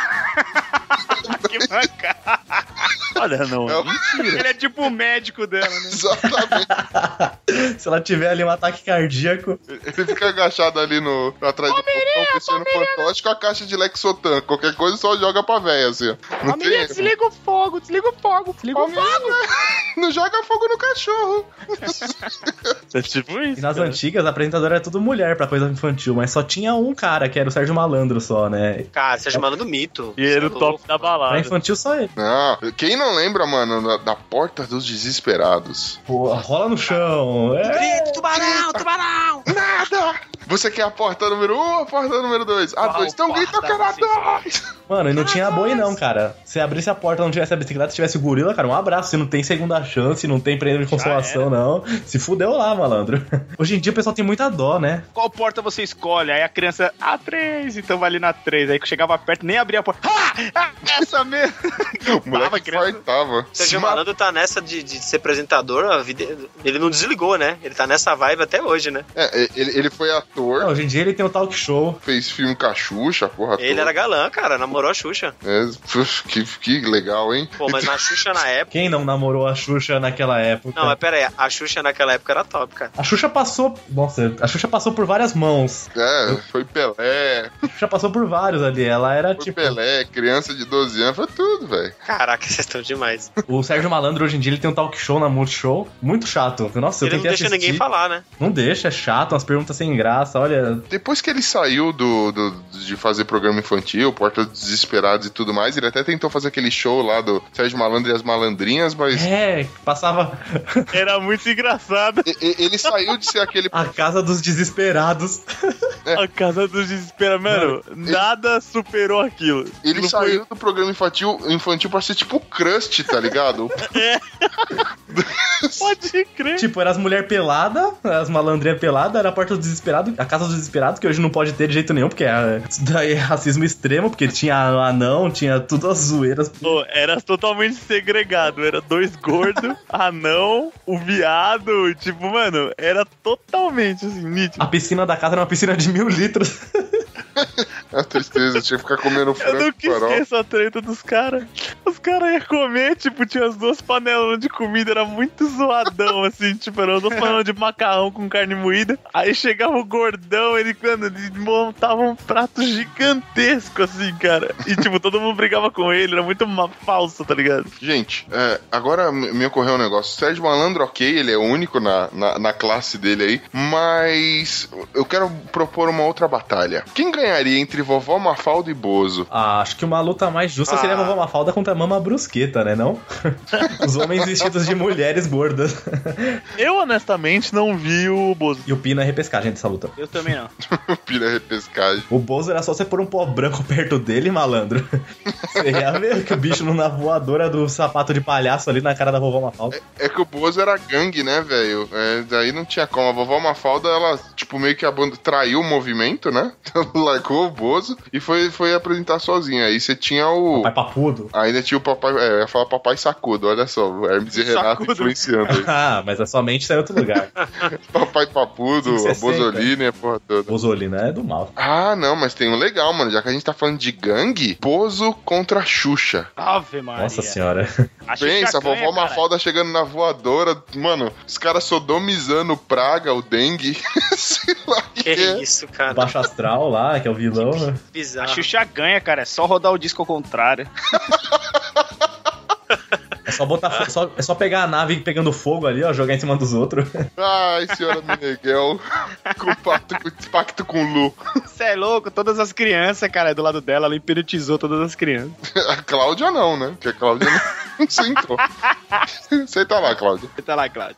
Speaker 3: Que bacana.
Speaker 4: Olha, não.
Speaker 2: É o-
Speaker 3: Ele é tipo o médico dela, né?
Speaker 2: Exatamente.
Speaker 5: Se ela tiver ali um ataque cardíaco.
Speaker 2: Ele fica agachado ali no, atrás do portão, pensando fantoche com a caixa de Lexotan. Qualquer coisa só joga pra véia, assim. ó. Não, tem
Speaker 3: Palmeirinha,
Speaker 2: erro.
Speaker 3: desliga o fogo, desliga o fogo. Desliga o fogo.
Speaker 2: (laughs) não joga fogo no cachorro.
Speaker 4: É tipo
Speaker 5: E
Speaker 4: isso.
Speaker 5: nas
Speaker 4: cara.
Speaker 5: antigas, a apresentadora era tudo mulher pra coisa infantil, mas só tinha um cara, que era o Sérgio Malandro só, né?
Speaker 7: Cara, você é tá chamando do mito.
Speaker 4: E era o top da
Speaker 5: Pra
Speaker 4: balada.
Speaker 5: infantil só ele.
Speaker 2: Não, Ah, quem não lembra, mano, da, da Porta dos Desesperados?
Speaker 5: Pô, rola no chão. É.
Speaker 7: Grito, tubarão, tubarão!
Speaker 2: Nada! Você quer a porta número 1 um, ou a porta número 2? A
Speaker 3: Qual
Speaker 2: 2, então grita
Speaker 3: porta
Speaker 2: que era
Speaker 3: vocês-
Speaker 2: 2!
Speaker 5: Mano, e não tinha boi não, cara. Se abrisse a porta, não tivesse a bicicleta, se tivesse o gorila, cara, um abraço. Se não tem segunda chance, não tem prêmio de consolação, não. Se fudeu lá, malandro. (laughs) Hoje em dia o pessoal tem muita dó, né?
Speaker 3: Qual porta você escolhe? Aí a criança, a 3, então vai ali na 3. Aí que chegava perto, nem abria a porta. Ah! Ah, Essa mesmo!
Speaker 2: O moleque
Speaker 3: criança.
Speaker 2: fartava.
Speaker 7: Sérgio
Speaker 2: Ma-
Speaker 7: Malandro tá nessa de, de ser apresentador, a vida, ele não desligou, né? Ele tá nessa vibe até hoje, né?
Speaker 2: É, ele, ele foi ator,
Speaker 5: Não, hoje em dia ele tem o talk show.
Speaker 2: fez filme com a Xuxa, porra
Speaker 7: Ele
Speaker 2: toda.
Speaker 7: era galã, cara, namorou a Xuxa.
Speaker 2: É, puf, que, que legal, hein?
Speaker 7: Pô, mas na Xuxa na época.
Speaker 5: Quem não namorou a Xuxa naquela época?
Speaker 7: Não, é mas pera aí, a Xuxa naquela época era top, cara.
Speaker 5: A Xuxa passou. Nossa, a Xuxa passou
Speaker 7: (laughs)
Speaker 5: por várias mãos.
Speaker 2: É, foi Pelé,
Speaker 5: A Xuxa passou por vários ali. Ela era
Speaker 2: foi
Speaker 5: tipo.
Speaker 2: Pelé, criança de 12 anos, foi tudo, velho.
Speaker 7: Caraca, (laughs) vocês estão demais.
Speaker 5: O Sérgio Malandro hoje em dia ele tem um talk show na Multishow, muito chato. Nossa, eu
Speaker 7: Ele não
Speaker 5: tentei
Speaker 7: deixa
Speaker 5: assistir.
Speaker 7: ninguém falar, né?
Speaker 5: Não deixa, é chato, umas perguntas sem graça, olha.
Speaker 2: Depois que ele saiu do, do- de fazer programa infantil, Porta dos Desesperados e tudo mais, ele até tentou fazer aquele show lá do Sérgio Malandro e as Malandrinhas, mas
Speaker 5: É, passava
Speaker 4: Era muito engraçado.
Speaker 2: e- e- ele saiu de ser aquele
Speaker 5: a casa dos desesperados. (laughs)
Speaker 4: A casa dos desesperados. Mano, nada superou aquilo.
Speaker 2: Ele
Speaker 4: Não foi-
Speaker 2: saiu do programa infantil, infantil pra ser tipo o Crust, tá ligado? (laughs)
Speaker 4: É. Pode crer.
Speaker 5: Tipo, era as mulher pelada, as malandrinhas pelada, era a porta do desesperado, a casa dos desesperados, que hoje não pode ter de jeito nenhum, porque é, isso daí é racismo extremo, porque tinha anão, tinha tudo as zoeiras.
Speaker 4: Pô, era totalmente segregado. Era dois gordos, (laughs) anão, o viado. e, Tipo, mano, era totalmente assim, nítido.
Speaker 5: A piscina da casa era uma piscina de mil litros. (laughs)
Speaker 2: a tristeza, tinha é que ficar comendo
Speaker 4: Eu
Speaker 2: frango
Speaker 4: nunca
Speaker 2: com farol.
Speaker 4: esqueço a treta dos caras. Os caras iam comer, tipo, tinha as duas panelas de comida, era muito zoadão, (laughs) assim, tipo, era as duas panelas de macarrão com carne moída. Aí chegava o gordão, ele, mano, ele montava um prato gigantesco, assim, cara. E, tipo, todo mundo brigava com ele, era muito uma falsa, tá ligado?
Speaker 2: Gente, é, agora me me ocorreu um negócio. O Sérgio Malandro, ok, ele é único na, na, na classe dele aí, mas eu quero propor uma outra batalha. Quem ganharia entre vovó Mafalda e Bozo? (laughs)
Speaker 5: Ah, acho que uma luta mais justa seria
Speaker 7: Ah.
Speaker 5: a vovó Mafalda contra a mama brusqueta, né, não? (laughs) Os homens vestidos de mulheres gordas. (laughs)
Speaker 4: Eu, honestamente, não vi o Bozo.
Speaker 5: E o Pino é repescagem dessa luta.
Speaker 6: Eu também não.
Speaker 2: Pira repescagem.
Speaker 5: O Bozo era só você pôr um pó branco (laughs) perto dele, malandro. Você ia ver que o bicho não na voadora do sapato de palhaço ali na cara da vovó Mafalda.
Speaker 2: É que o Bozo era gangue, né, velho? É, daí não tinha como. A vovó Mafalda, ela, tipo, meio que aband- traiu o movimento, né? (laughs) Então, largou o Bozo e foi, foi apresentar sozinha. Aí você tinha o.
Speaker 5: Vai papudo.
Speaker 2: Ainda tinha o papai. É, eu ia falar papai sacudo, olha só. o Hermes e Renato
Speaker 4: Sacudo.
Speaker 2: influenciando
Speaker 5: (laughs)
Speaker 2: aí.
Speaker 5: (laughs) Ah, mas a sua mente tá em outro lugar.
Speaker 2: Papai papudo,
Speaker 5: 560.
Speaker 2: a Bozolini, a porra toda.
Speaker 5: Bozolina é do mal.
Speaker 2: Ah, não, mas tem um legal, mano. Já que a gente tá falando de gangue, Bozo contra Xuxa.
Speaker 6: Ave Maria.
Speaker 5: Nossa senhora.
Speaker 2: Pensa, a vovó Mafalda chegando na voadora. Mano, os caras sodomizando o Praga, o dengue. (laughs) Sei lá o que
Speaker 7: Que
Speaker 2: é.
Speaker 7: isso,
Speaker 5: O
Speaker 7: cara.
Speaker 5: Baixo Astral lá, que é o vilão. né?
Speaker 6: A
Speaker 7: Bizarro.
Speaker 6: Xuxa ganha, cara. É só rodar o disco ao contrário.
Speaker 5: É só, botar, fo- só- é só pegar a nave pegando fogo ali, ó, jogar em cima dos outros. (laughs)
Speaker 2: Ai, senhora Meneghel. com pacto, com- pacto com o Lu.
Speaker 6: Você é louco? Todas as crianças, cara, é do lado dela. Ela hipnotizou todas as crianças.
Speaker 2: A Cláudia não, né? Porque a Cláudia não (laughs) sentou. Senta lá, Cláudia.
Speaker 6: Tá lá, Cláudio.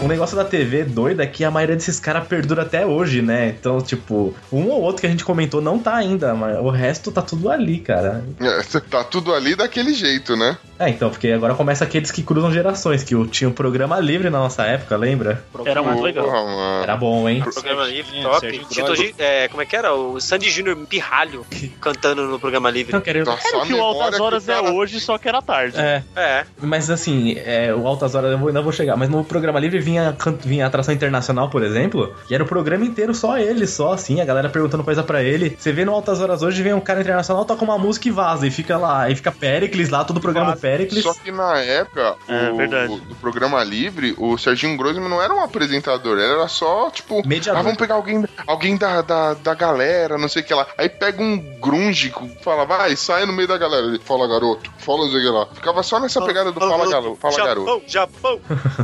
Speaker 5: Um negócio da TV doido é que a maioria desses caras perdura até hoje, né? Então, tipo, um ou outro que a gente comentou não tá ainda, mas o resto tá tudo ali, cara.
Speaker 2: É, tá tudo ali daquele jeito, né?
Speaker 5: É, então, porque agora começa aqueles que cruzam gerações, que eu tinha um programa livre na nossa época, lembra?
Speaker 4: Era muito
Speaker 2: Porra,
Speaker 4: legal.
Speaker 2: mano.
Speaker 5: Era bom, hein?
Speaker 7: Programa Livre,
Speaker 6: Serginho,
Speaker 7: top.
Speaker 6: Serginho
Speaker 7: Tito,
Speaker 6: Grogo.
Speaker 7: Gi- é, como é que era? O Sandy Júnior (laughs) Pirralho cantando no Programa Livre.
Speaker 5: Não, quero...
Speaker 2: Nossa,
Speaker 4: Era
Speaker 2: a
Speaker 4: o que o
Speaker 2: Tá memória que
Speaker 4: Altas
Speaker 2: tá o
Speaker 4: Horas é
Speaker 2: cara-
Speaker 4: hoje, só que era tarde.
Speaker 5: É,
Speaker 7: É.
Speaker 5: mas assim, é, o Altas Horas eu vou- ainda vou chegar, mas no programa livre vinha, can- vinha atração internacional, por exemplo, e era o programa inteiro só ele, só assim, a galera perguntando coisa pra ele. Você vê no Altas Horas hoje, vem um cara internacional, toca uma música e vaza, e fica lá, e fica Pericles lá, todo o programa
Speaker 6: Vaza.
Speaker 5: Pericles.
Speaker 2: Só que na época
Speaker 4: É,
Speaker 2: o-
Speaker 4: verdade.
Speaker 2: o- do programa livre, o Serginho Grossman não era um apresentador, ele era só, tipo,
Speaker 5: Mediador.
Speaker 2: ah, vamos pegar alguém, alguém da, da, da galera, não sei o que lá. Aí pega um grunge, co- fala, vai, sai no meio da galera. Ele fala garoto, fala não sei o que lá. Ficava só nessa pegada do fala, galo, fala garoto.
Speaker 7: Japão, (laughs)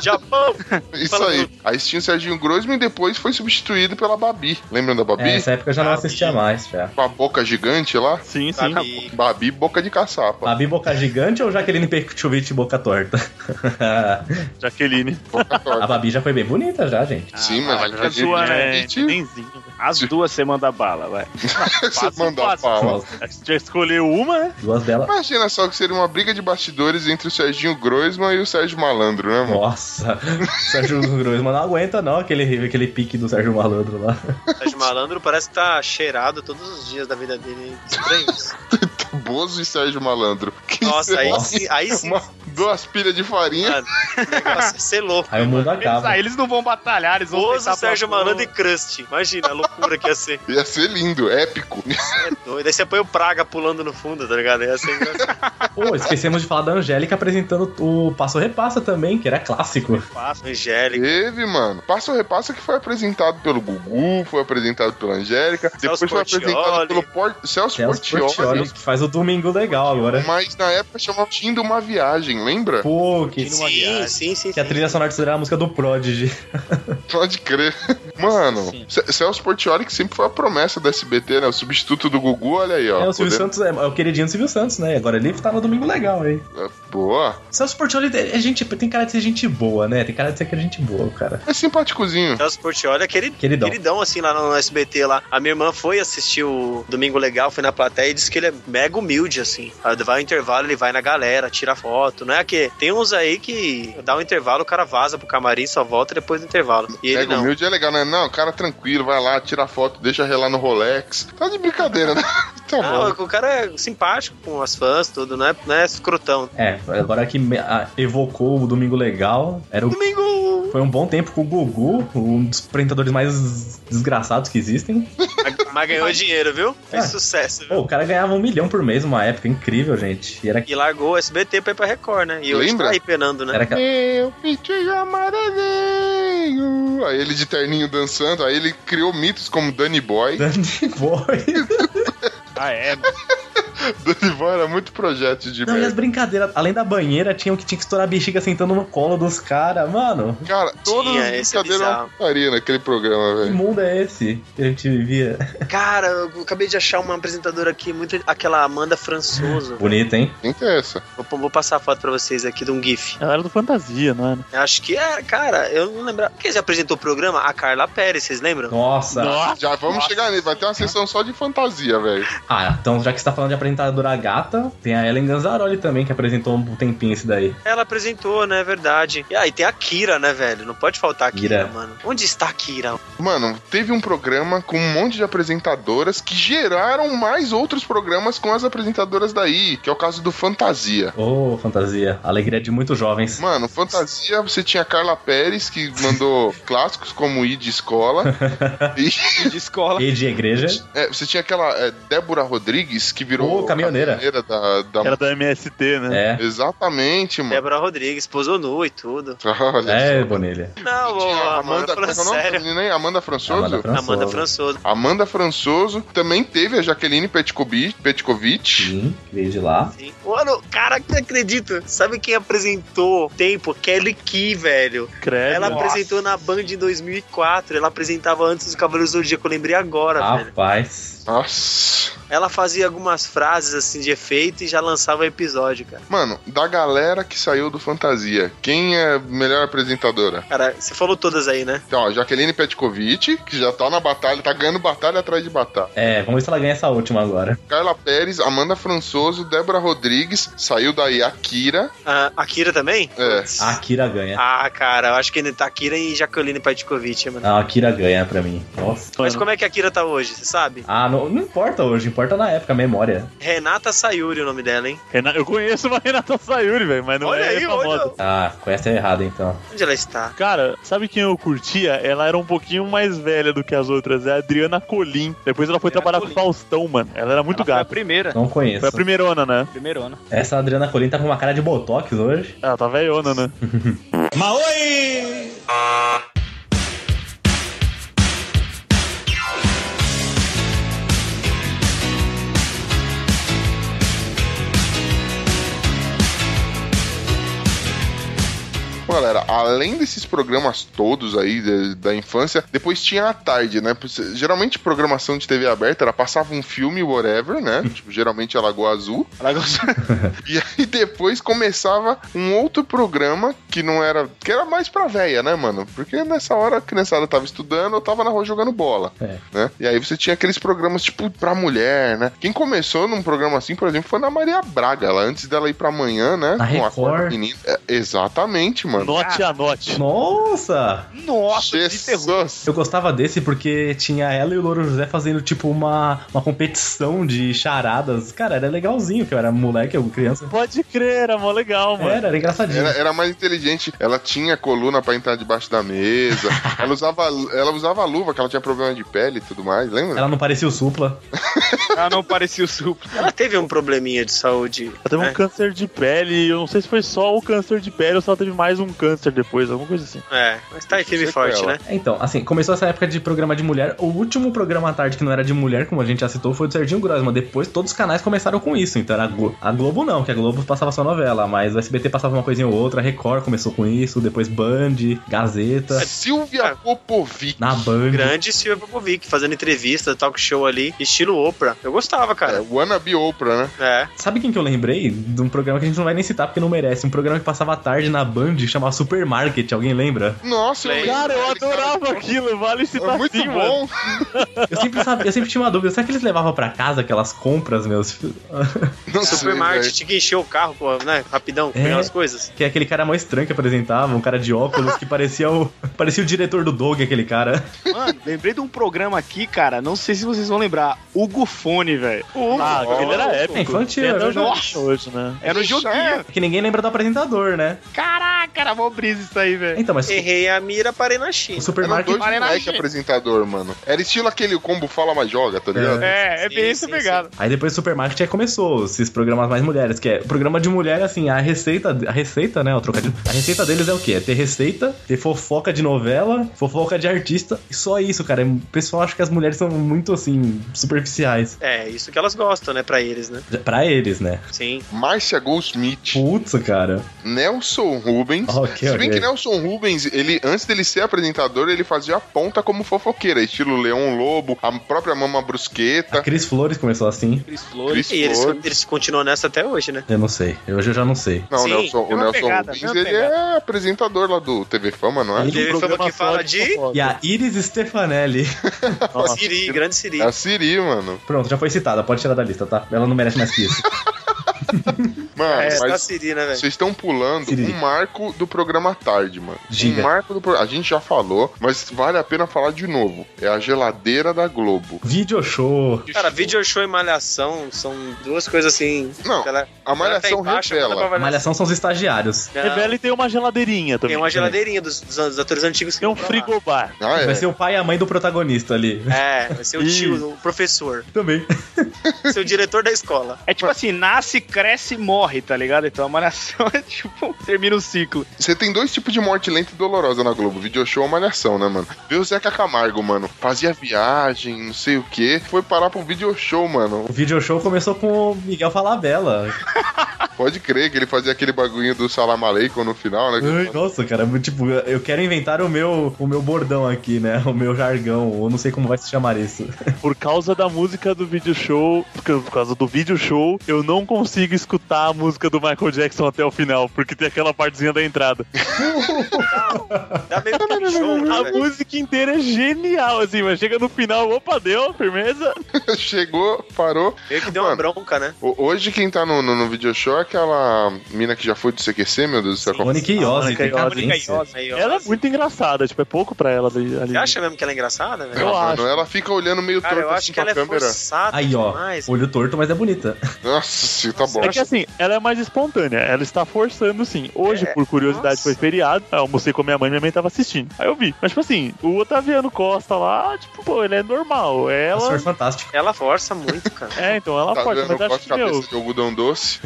Speaker 7: Japão. Japão.
Speaker 2: Isso
Speaker 7: fala
Speaker 2: aí.
Speaker 7: garoto.
Speaker 2: Aí tinha o Serginho Grossman e depois foi substituído pela Babi. Lembram da Babi?
Speaker 5: É, essa época eu já não assistia mais, já.
Speaker 2: Com a boca gigante lá.
Speaker 4: Sim,
Speaker 3: Tá,
Speaker 4: sim.
Speaker 7: Sabe?
Speaker 2: Babi, boca de
Speaker 5: (laughs)
Speaker 2: caçapa.
Speaker 5: Babi Boca Gigante ou Jaqueline Petkovic Boca Torta? (laughs)
Speaker 4: Jaqueline.
Speaker 2: Boca
Speaker 5: a
Speaker 2: torta.
Speaker 5: Babi já foi bem bonita já, gente.
Speaker 2: Sim,
Speaker 6: Ah,
Speaker 2: mas
Speaker 4: A sua é,
Speaker 2: (laughs)
Speaker 4: nenzinho.
Speaker 6: As duas você manda bala, vai.
Speaker 2: Você manda fala.
Speaker 4: fácil. Já escolheu uma, né?
Speaker 5: Duas delas...
Speaker 2: Imagina só que seria uma briga de bastidores entre o Serginho Groisman e o Sérgio Malandro, né, mano?
Speaker 5: Nossa, o Sérgio Grosman não aguenta não aquele, aquele pique do Sérgio Malandro lá.
Speaker 7: (laughs) Sérgio Malandro parece que tá cheirado todos os dias da vida dele. Estranho isso.
Speaker 2: (laughs) Bozo e Sérgio Malandro. Que
Speaker 7: Nossa, aí
Speaker 5: Nossa.
Speaker 7: sim, aí sim,
Speaker 2: uma- duas pilhas de farinha.
Speaker 7: mano, o negócio selou.
Speaker 5: Aí o mundo
Speaker 3: Eles,
Speaker 5: acaba.
Speaker 3: ah, eles não vão batalhar, eles vão
Speaker 7: Bozo,
Speaker 3: tentar
Speaker 7: Sérgio
Speaker 3: propor-
Speaker 7: Malandro e Krusty. Imagina a loucura que ia ser.
Speaker 2: Ia ser lindo, épico.
Speaker 7: É doido. Aí você põe o Praga pulando no fundo, tá ligado? Ia ser engraçado.
Speaker 5: Pô, esquecemos de falar da Angélica apresentando o Passo Repassa também, que era clássico.
Speaker 7: Angélica.
Speaker 2: Teve, mano. Passa o repassa que foi apresentado pelo Gugu, foi apresentado pela Angélica,
Speaker 7: Celso
Speaker 2: depois foi
Speaker 7: Portiolli.
Speaker 2: apresentado pelo Por... Celso,
Speaker 5: Celso
Speaker 2: Portiolli.
Speaker 5: Portioli, né? que faz o Domingo Legal agora.
Speaker 2: Mas na época chamava Indo uma Viagem, lembra?
Speaker 5: Pô, que,
Speaker 7: Sim, sim, sim, sim.
Speaker 5: que a trilha sonora disso era a música do Prodigy.
Speaker 2: Pode crer. (laughs) Mano,
Speaker 6: Sim.
Speaker 2: Ce- Celso Portiolli que sempre foi a promessa da SBT, né? O substituto do Gugu, olha aí, ó.
Speaker 5: é, o Silvio
Speaker 2: Podendo-
Speaker 5: Santos é, é o queridinho do Silvio Santos, né? Agora ele tá no Domingo Legal aí.
Speaker 2: É, Boa.
Speaker 5: Celso Portioli é gente, tem cara de ser gente boa, né? Tem cara de ser que é gente boa, cara.
Speaker 2: É simpáticozinho.
Speaker 7: Celso Portiolli é queridão.
Speaker 5: Queridão.
Speaker 7: queridão, assim, lá no SBT, lá. A minha irmã foi assistir o Domingo Legal, foi na plateia e disse que ele é mega humilde, assim. Vai ao intervalo, ele vai na galera, tira foto, não é que tem uns aí que dá um intervalo, o cara vaza pro camarim, só volta depois do intervalo. E ele
Speaker 2: Pega
Speaker 7: não.
Speaker 2: humilde é legal, né? Não, cara tranquilo, vai lá, tira foto, deixa relar no Rolex. Tá de brincadeira, né? (laughs) Tá
Speaker 7: Ah,
Speaker 2: bom.
Speaker 7: o cara é simpático com as fãs, tudo, não é, não é escrotão.
Speaker 5: É, agora que me- ah, evocou o Domingo Legal, era o-
Speaker 7: Domingo!
Speaker 5: foi um bom tempo com o Gugu, um dos apresentadores mais desgraçados que existem.
Speaker 7: Mas- Mas ganhou dinheiro, viu? Fez
Speaker 5: É.
Speaker 7: sucesso, viu?
Speaker 5: Pô, o cara ganhava um milhão por mês numa época, incrível, gente. E era,
Speaker 7: E largou o SBT pra ir pra Record, né? E hoje
Speaker 2: Lembra?
Speaker 7: tá aí penando, né?
Speaker 5: era aquela-
Speaker 2: Meu pintinho amarelinho. Aí ele de terninho dançando, aí ele criou mitos como Danny
Speaker 5: (laughs)
Speaker 2: Boy.
Speaker 5: Danny Boy.
Speaker 3: Ah, é,
Speaker 2: Danny Boy era muito projeto de
Speaker 5: Não, e as
Speaker 2: merda.
Speaker 5: brincadeiras, além da banheira, tinha o que tinha que estourar a bexiga sentando no colo dos caras, mano.
Speaker 2: Cara, todas
Speaker 7: Tinha,
Speaker 2: as
Speaker 7: esse é
Speaker 2: brincadeiras eram uma
Speaker 7: bizarro.
Speaker 2: putaria naquele programa,
Speaker 5: Que
Speaker 2: velho.
Speaker 5: mundo é esse que a gente vivia?
Speaker 7: Cara, eu acabei de achar uma apresentadora aqui, muito aquela Amanda Françoso.
Speaker 5: Bonito, hein?
Speaker 2: Quem que é essa?
Speaker 7: Vou, vou passar a foto pra vocês aqui de um GIF.
Speaker 4: Ela era do Fantasia, não né? era?
Speaker 7: Eu acho que é, cara, eu não lembro. Quem já apresentou o programa? A Carla Pérez, vocês lembram?
Speaker 5: Nossa.
Speaker 2: Já vamos chegar nele, vai ter uma sessão só de fantasia, velho.
Speaker 5: Ah, então já que você tá falando de apresentadora gata, tem a Ellen Ganzaroli também, que apresentou um tempinho esse daí.
Speaker 7: Ela apresentou, né? É verdade. E aí tem a Kira, né, velho? Não pode faltar a Kira,
Speaker 5: Kira.
Speaker 7: mano. Onde está a Kira?
Speaker 2: Mano, teve um programa com um monte de apresentadoras que geraram mais outros programas com as apresentadoras daí, que é o caso do Fantasia.
Speaker 5: Ô, fantasia. Alegria é de muitos jovens.
Speaker 2: Mano, Fantasia, você tinha a Carla Pérez, que
Speaker 5: (laughs)
Speaker 2: mandou clássicos como Ir de Escola.
Speaker 6: De escola.
Speaker 5: E de igreja.
Speaker 2: É, você tinha aquela é, Débora Rodrigues, que virou.
Speaker 5: Ô, caminhoneira.
Speaker 2: caminhoneira da, da-
Speaker 4: Era da MST, né?
Speaker 5: É.
Speaker 2: Exatamente, mano.
Speaker 7: Débora Rodrigues, posou nu e tudo.
Speaker 2: (laughs) Olha.
Speaker 5: É, Bonilha.
Speaker 7: Não,
Speaker 2: Tinha
Speaker 7: mano,
Speaker 2: a
Speaker 7: Amanda,
Speaker 2: Amanda, como é que é o nome da
Speaker 7: sério.
Speaker 2: menina aí? Amanda Françoso?
Speaker 5: Amanda
Speaker 2: Amanda,
Speaker 5: Fran- Françoso.
Speaker 7: Amanda Françoso.
Speaker 2: Françoso. Também teve a Jaqueline Petkovic. Petkovic.
Speaker 5: Sim, veio de lá.
Speaker 7: Sim. Mano, cara, não acredito. Sabe quem apresentou tempo? Kelly Key, velho.
Speaker 4: Credo.
Speaker 7: Ela
Speaker 4: Nossa.
Speaker 7: apresentou na Band em 2004. Ela apresentava antes dos Cavaleiros do Zodíaco, eu lembrei agora,
Speaker 5: Ah,
Speaker 7: velho.
Speaker 5: Rapaz.
Speaker 2: Nossa.
Speaker 7: Ela fazia algumas frases assim de efeito e já lançava o episódio, cara.
Speaker 2: Mano, da galera que saiu do Fantasia, quem é a melhor apresentadora?
Speaker 7: Cara, você falou todas aí, né?
Speaker 2: Então, ó, Jaqueline Petkovic, que já tá na batalha, tá ganhando batalha atrás de batalha.
Speaker 5: É, vamos ver se ela ganha essa última agora.
Speaker 2: Carla Pérez, Amanda Françoso, Débora Rodrigues, saiu daí a Kira.
Speaker 7: Ah, a Akira também?
Speaker 2: É.
Speaker 5: A Akira ganha.
Speaker 7: Ah, cara, eu acho que ainda tá Akira e Jaqueline Petkovic, mano.
Speaker 5: Não, a Akira ganha pra mim. Nossa.
Speaker 7: Mas como é que a Akira tá hoje, você sabe?
Speaker 5: Ah, não, não importa hoje, importa na época, a memória.
Speaker 7: Renata Sayuri é o nome dela, hein?
Speaker 4: Rena- Eu conheço uma (laughs) Renata Sayuri, velho, mas não
Speaker 7: Olha
Speaker 4: é
Speaker 7: aí,
Speaker 4: essa
Speaker 7: olha.
Speaker 4: moda.
Speaker 5: Ah, com essa é errada então.
Speaker 7: Onde ela está?
Speaker 4: Cara, sabe quem eu curtia? Ela era um pouquinho mais velha do que as outras. É a Adriana Colim. Depois ela foi
Speaker 6: Adriana
Speaker 4: trabalhar
Speaker 6: Colim.
Speaker 4: com o Faustão, mano. Ela era muito
Speaker 6: Ela foi a
Speaker 4: gata.
Speaker 6: primeira.
Speaker 5: Não conheço.
Speaker 4: Foi a primeirona, né?
Speaker 6: Primeirona.
Speaker 5: Essa Adriana Colim tá com uma cara de botox hoje.
Speaker 4: Ela tá velhona, né?
Speaker 2: Bom, Galera, além desses programas todos aí de- da infância, depois tinha a tarde, né? Pois, Geralmente programação de TV aberta era passava um filme, whatever, (laughs) né? tipo, geralmente a Lagoa Azul. (laughs) E aí depois começava um outro programa que não era. que era mais pra véia, né, mano? Porque nessa hora a criançada tava estudando ou tava na rua jogando bola.
Speaker 5: É.
Speaker 2: Né? E aí você tinha aqueles programas, tipo, pra mulher, né? Quem começou num programa assim, por exemplo, foi na Maria Braga, lá antes dela ir pra manhã, né?
Speaker 5: Na
Speaker 2: Com a
Speaker 5: Record.
Speaker 2: Menina. É, exatamente, mano.
Speaker 4: Note a note.
Speaker 5: Nossa!
Speaker 3: Nossa, que terror.
Speaker 2: Jesus.
Speaker 5: Eu gostava desse porque tinha ela e o Louro José fazendo tipo uma, uma competição de charadas. Cara, era legalzinho, que eu era moleque, eu criança.
Speaker 4: Pode crer, era mó legal, mano.
Speaker 5: Era, era engraçadinho.
Speaker 2: Era, era mais inteligente. Ela tinha coluna pra entrar debaixo da mesa. ela, usava, ela usava luva, que ela tinha problema de pele e tudo mais, lembra?
Speaker 5: Ela não parecia o Supla.
Speaker 3: Ah, não parecia o Supla.
Speaker 7: Ela teve um probleminha de saúde.
Speaker 4: Ela teve um
Speaker 7: né?
Speaker 4: câncer de pele, eu não sei se foi só o câncer de pele ou se ela teve mais um câncer depois, alguma coisa assim.
Speaker 7: É, mas tá aí firme e forte,
Speaker 2: Sequela.
Speaker 7: né?
Speaker 5: É, Então, assim, começou essa época de programa de mulher. O último programa à tarde que não era de mulher, como a gente já citou, foi o do Serginho Grossman. Depois todos os canais começaram com isso. Então era a Glo- a Globo não, que a Globo passava só novela, mas o SBT passava uma coisinha ou outra, a Record começou com isso, depois Band, Gazeta,
Speaker 2: Silvia Popovic.
Speaker 5: na Band.
Speaker 7: Grande Silvia Popovic, fazendo entrevista, talk show ali, estilo Oprah. Eu gostava,
Speaker 2: É,
Speaker 7: cara.
Speaker 2: wannabe Oprah, né?
Speaker 7: É.
Speaker 5: Sabe quem que eu lembrei? De um programa que a gente não vai nem citar porque não merece. Um programa que passava à tarde na Band que chamava Supermarket, alguém lembra?
Speaker 2: Nossa,
Speaker 7: Lembro.
Speaker 2: lembro
Speaker 4: Cara, eu
Speaker 2: dele,
Speaker 4: adorava aquilo, vale
Speaker 2: É
Speaker 4: citar
Speaker 2: muito
Speaker 4: sim, mano.
Speaker 2: bom.
Speaker 5: Eu sempre, sabia, eu sempre tinha uma dúvida. Será que eles levavam pra casa aquelas compras, meus?
Speaker 2: Não sei,
Speaker 7: Supermarket
Speaker 2: velho.
Speaker 7: tinha que encher o carro, pô, né? Rapidão,
Speaker 5: É.
Speaker 7: pegar as coisas.
Speaker 5: Que é aquele cara mais estranho que apresentava, um cara de óculos que parecia o (laughs) parecia o diretor do Dog, aquele cara.
Speaker 3: Mano, lembrei de um programa aqui, cara. Não sei se vocês vão lembrar. O Gufone, velho.
Speaker 4: Ah, aquele era
Speaker 5: É
Speaker 4: épico.
Speaker 5: infantil,
Speaker 4: Tem até
Speaker 5: é
Speaker 4: um joguinho
Speaker 3: verdade.
Speaker 4: hoje, né?
Speaker 3: Era um joguinho.
Speaker 5: Que ninguém lembra do apresentador, né?
Speaker 3: é. Caraca, era mó brisa isso aí, velho.
Speaker 5: Então, mas
Speaker 7: Errei a mira, parei na China.
Speaker 5: o
Speaker 2: Eram
Speaker 5: supermarket.
Speaker 2: dois
Speaker 3: Parei na
Speaker 2: moleque
Speaker 3: gente.
Speaker 2: apresentador, mano. Era estilo aquele combo fala, mas joga, tá ligado?
Speaker 3: É, é
Speaker 7: Sim,
Speaker 3: bem
Speaker 7: sim,
Speaker 3: essa pegada.
Speaker 5: Aí depois o supermarket aí começou esses programas mais mulheres, que é programa de mulher, assim, a receita, a receita, né, o trocadilho. A receita deles é o quê? É ter receita, ter fofoca de novela, fofoca de artista, e só isso, cara. O pessoal acha que as mulheres são muito, assim, superficiais.
Speaker 7: É, isso que elas gostam, né, pra eles, né?
Speaker 5: Já- Pra eles, né?
Speaker 7: Sim.
Speaker 2: Márcia Goldsmith,
Speaker 5: Putz, cara.
Speaker 2: Nelson Rubens.
Speaker 5: Ok,
Speaker 2: Se bem que
Speaker 5: ok.
Speaker 2: Nelson Rubens, ele, antes dele ser apresentador, ele fazia a ponta como fofoqueira, estilo Leão Lobo, a própria Mama Brusqueta.
Speaker 5: A Cris Flores começou assim.
Speaker 6: Cris Flores.
Speaker 2: Chris
Speaker 7: E eles,
Speaker 2: Flores.
Speaker 7: eles continuam nessa até hoje, né?
Speaker 5: Eu não sei. Hoje eu já não sei.
Speaker 2: Não,
Speaker 7: Sim,
Speaker 2: o Nelson, o
Speaker 3: mesma
Speaker 2: Nelson
Speaker 3: pegada,
Speaker 2: Rubens,
Speaker 3: mesma
Speaker 2: ele é apresentador lá do TV Fama, não é?
Speaker 5: Ele-
Speaker 7: Teve
Speaker 4: um
Speaker 7: fama que fala de
Speaker 5: E a Iris Stefanelli.
Speaker 7: (laughs) Siri, grande Siri.
Speaker 2: É a Siri, mano.
Speaker 5: Pronto, já foi citada, pode tirar da lista, tá? Ela não merece mais que isso.
Speaker 2: Mano,
Speaker 7: É, só a
Speaker 2: mas
Speaker 7: Siri, né, velho?
Speaker 2: vocês estão pulando
Speaker 5: Siri.
Speaker 2: um marco do programa à tarde, mano.
Speaker 5: Diga.
Speaker 2: Um marco do programa. A gente já falou, mas vale a pena falar de novo. É a geladeira da Globo.
Speaker 5: Video show.
Speaker 7: Cara, video show e malhação são duas coisas assim.
Speaker 2: Não,
Speaker 7: ela,
Speaker 2: A
Speaker 7: tá
Speaker 2: Malhação revela.
Speaker 5: Malhação são os estagiários.
Speaker 7: Não,
Speaker 4: Rebelo e tem uma geladeirinha também.
Speaker 7: tem
Speaker 5: né?
Speaker 7: uma geladeirinha dos, dos, dos atores antigos que
Speaker 4: Tem um
Speaker 7: vão pra lá.
Speaker 4: frigobar.
Speaker 2: Ah,
Speaker 5: Vai
Speaker 2: é.
Speaker 5: ser o pai e a mãe do protagonista ali.
Speaker 7: É, vai ser o
Speaker 4: Isso.
Speaker 7: tio, o professor,
Speaker 5: Ah, Também. (laughs)
Speaker 7: vai ser o diretor da escola.
Speaker 3: É tipo assim, nasce, cresce e morre, tá ligado? Então a malhação (laughs) é tipo, termina o ciclo.
Speaker 2: Você tem dois tipos de morte lenta e dolorosa na Globo. Video show ou malhação, né, mano? Vê o Zeca Camargo, mano. Fazia viagem, não sei o quê. Foi parar pro video show, mano.
Speaker 5: O video show começou com o Miguel Falabella.
Speaker 2: Pode crer que ele fazia aquele bagulho do Salam Aleikum no final, né?
Speaker 5: Ai, Nossa, cara, tipo, eu quero inventar o meu, o meu bordão aqui, né? O meu jargão, ou não sei como vai se chamar isso.
Speaker 4: Por causa da música do vídeo show, por causa- por causa do vídeo show, eu não consigo escutar a música do Michael Jackson até o final, porque tem aquela partezinha da entrada.
Speaker 7: Dá meio que show, né,
Speaker 4: A (laughs)
Speaker 7: velho?
Speaker 4: música inteira é genial, assim, mas chega no final, opa, deu, firmeza.
Speaker 2: (laughs) Chegou, parou.
Speaker 7: Meio que deu uma
Speaker 2: Mano.
Speaker 7: bronca, né?
Speaker 2: O- hoje quem tá no, no, no video show é aquela mina que já foi do CQC, meu Deus do céu. é qual-
Speaker 5: Mônica Iose,
Speaker 4: Mônica
Speaker 5: tem
Speaker 4: Iose.
Speaker 5: cadência.
Speaker 7: Aí, ó,
Speaker 4: Ela é muito engraçada, tipo, é pouco pra ela ali. ali.
Speaker 7: Então, assim- Você acha mesmo que ela é engraçada, velho?
Speaker 4: Eu
Speaker 2: Ah,
Speaker 4: acho.
Speaker 2: Ela fica olhando meio
Speaker 7: Cara,
Speaker 2: torto
Speaker 7: eu
Speaker 2: assim
Speaker 7: acho que ela
Speaker 2: pra
Speaker 7: é
Speaker 2: câmera.
Speaker 7: forçada
Speaker 5: Aí, ó,
Speaker 7: demais.
Speaker 5: olho torto, mas é bonita.
Speaker 2: Nossa, sim, tá bom.
Speaker 4: É que assim, ela é mais espontânea, ela está forçando sim. Hoje, por curiosidade,
Speaker 7: É, nossa.
Speaker 4: foi feriado, eu almocei com a minha mãe, minha mãe tava assistindo. Aí eu vi. Mas tipo assim, o Otaviano Costa lá, tipo, pô, ele é normal.
Speaker 5: O senhor
Speaker 4: Ela.
Speaker 5: fantástico.
Speaker 7: Ela força muito, cara. (laughs)
Speaker 4: É, então ela
Speaker 2: Tá
Speaker 4: forte,
Speaker 2: vendo
Speaker 4: mas
Speaker 2: com a
Speaker 4: acho que
Speaker 2: cabeça
Speaker 4: meu.
Speaker 2: de algodão doce,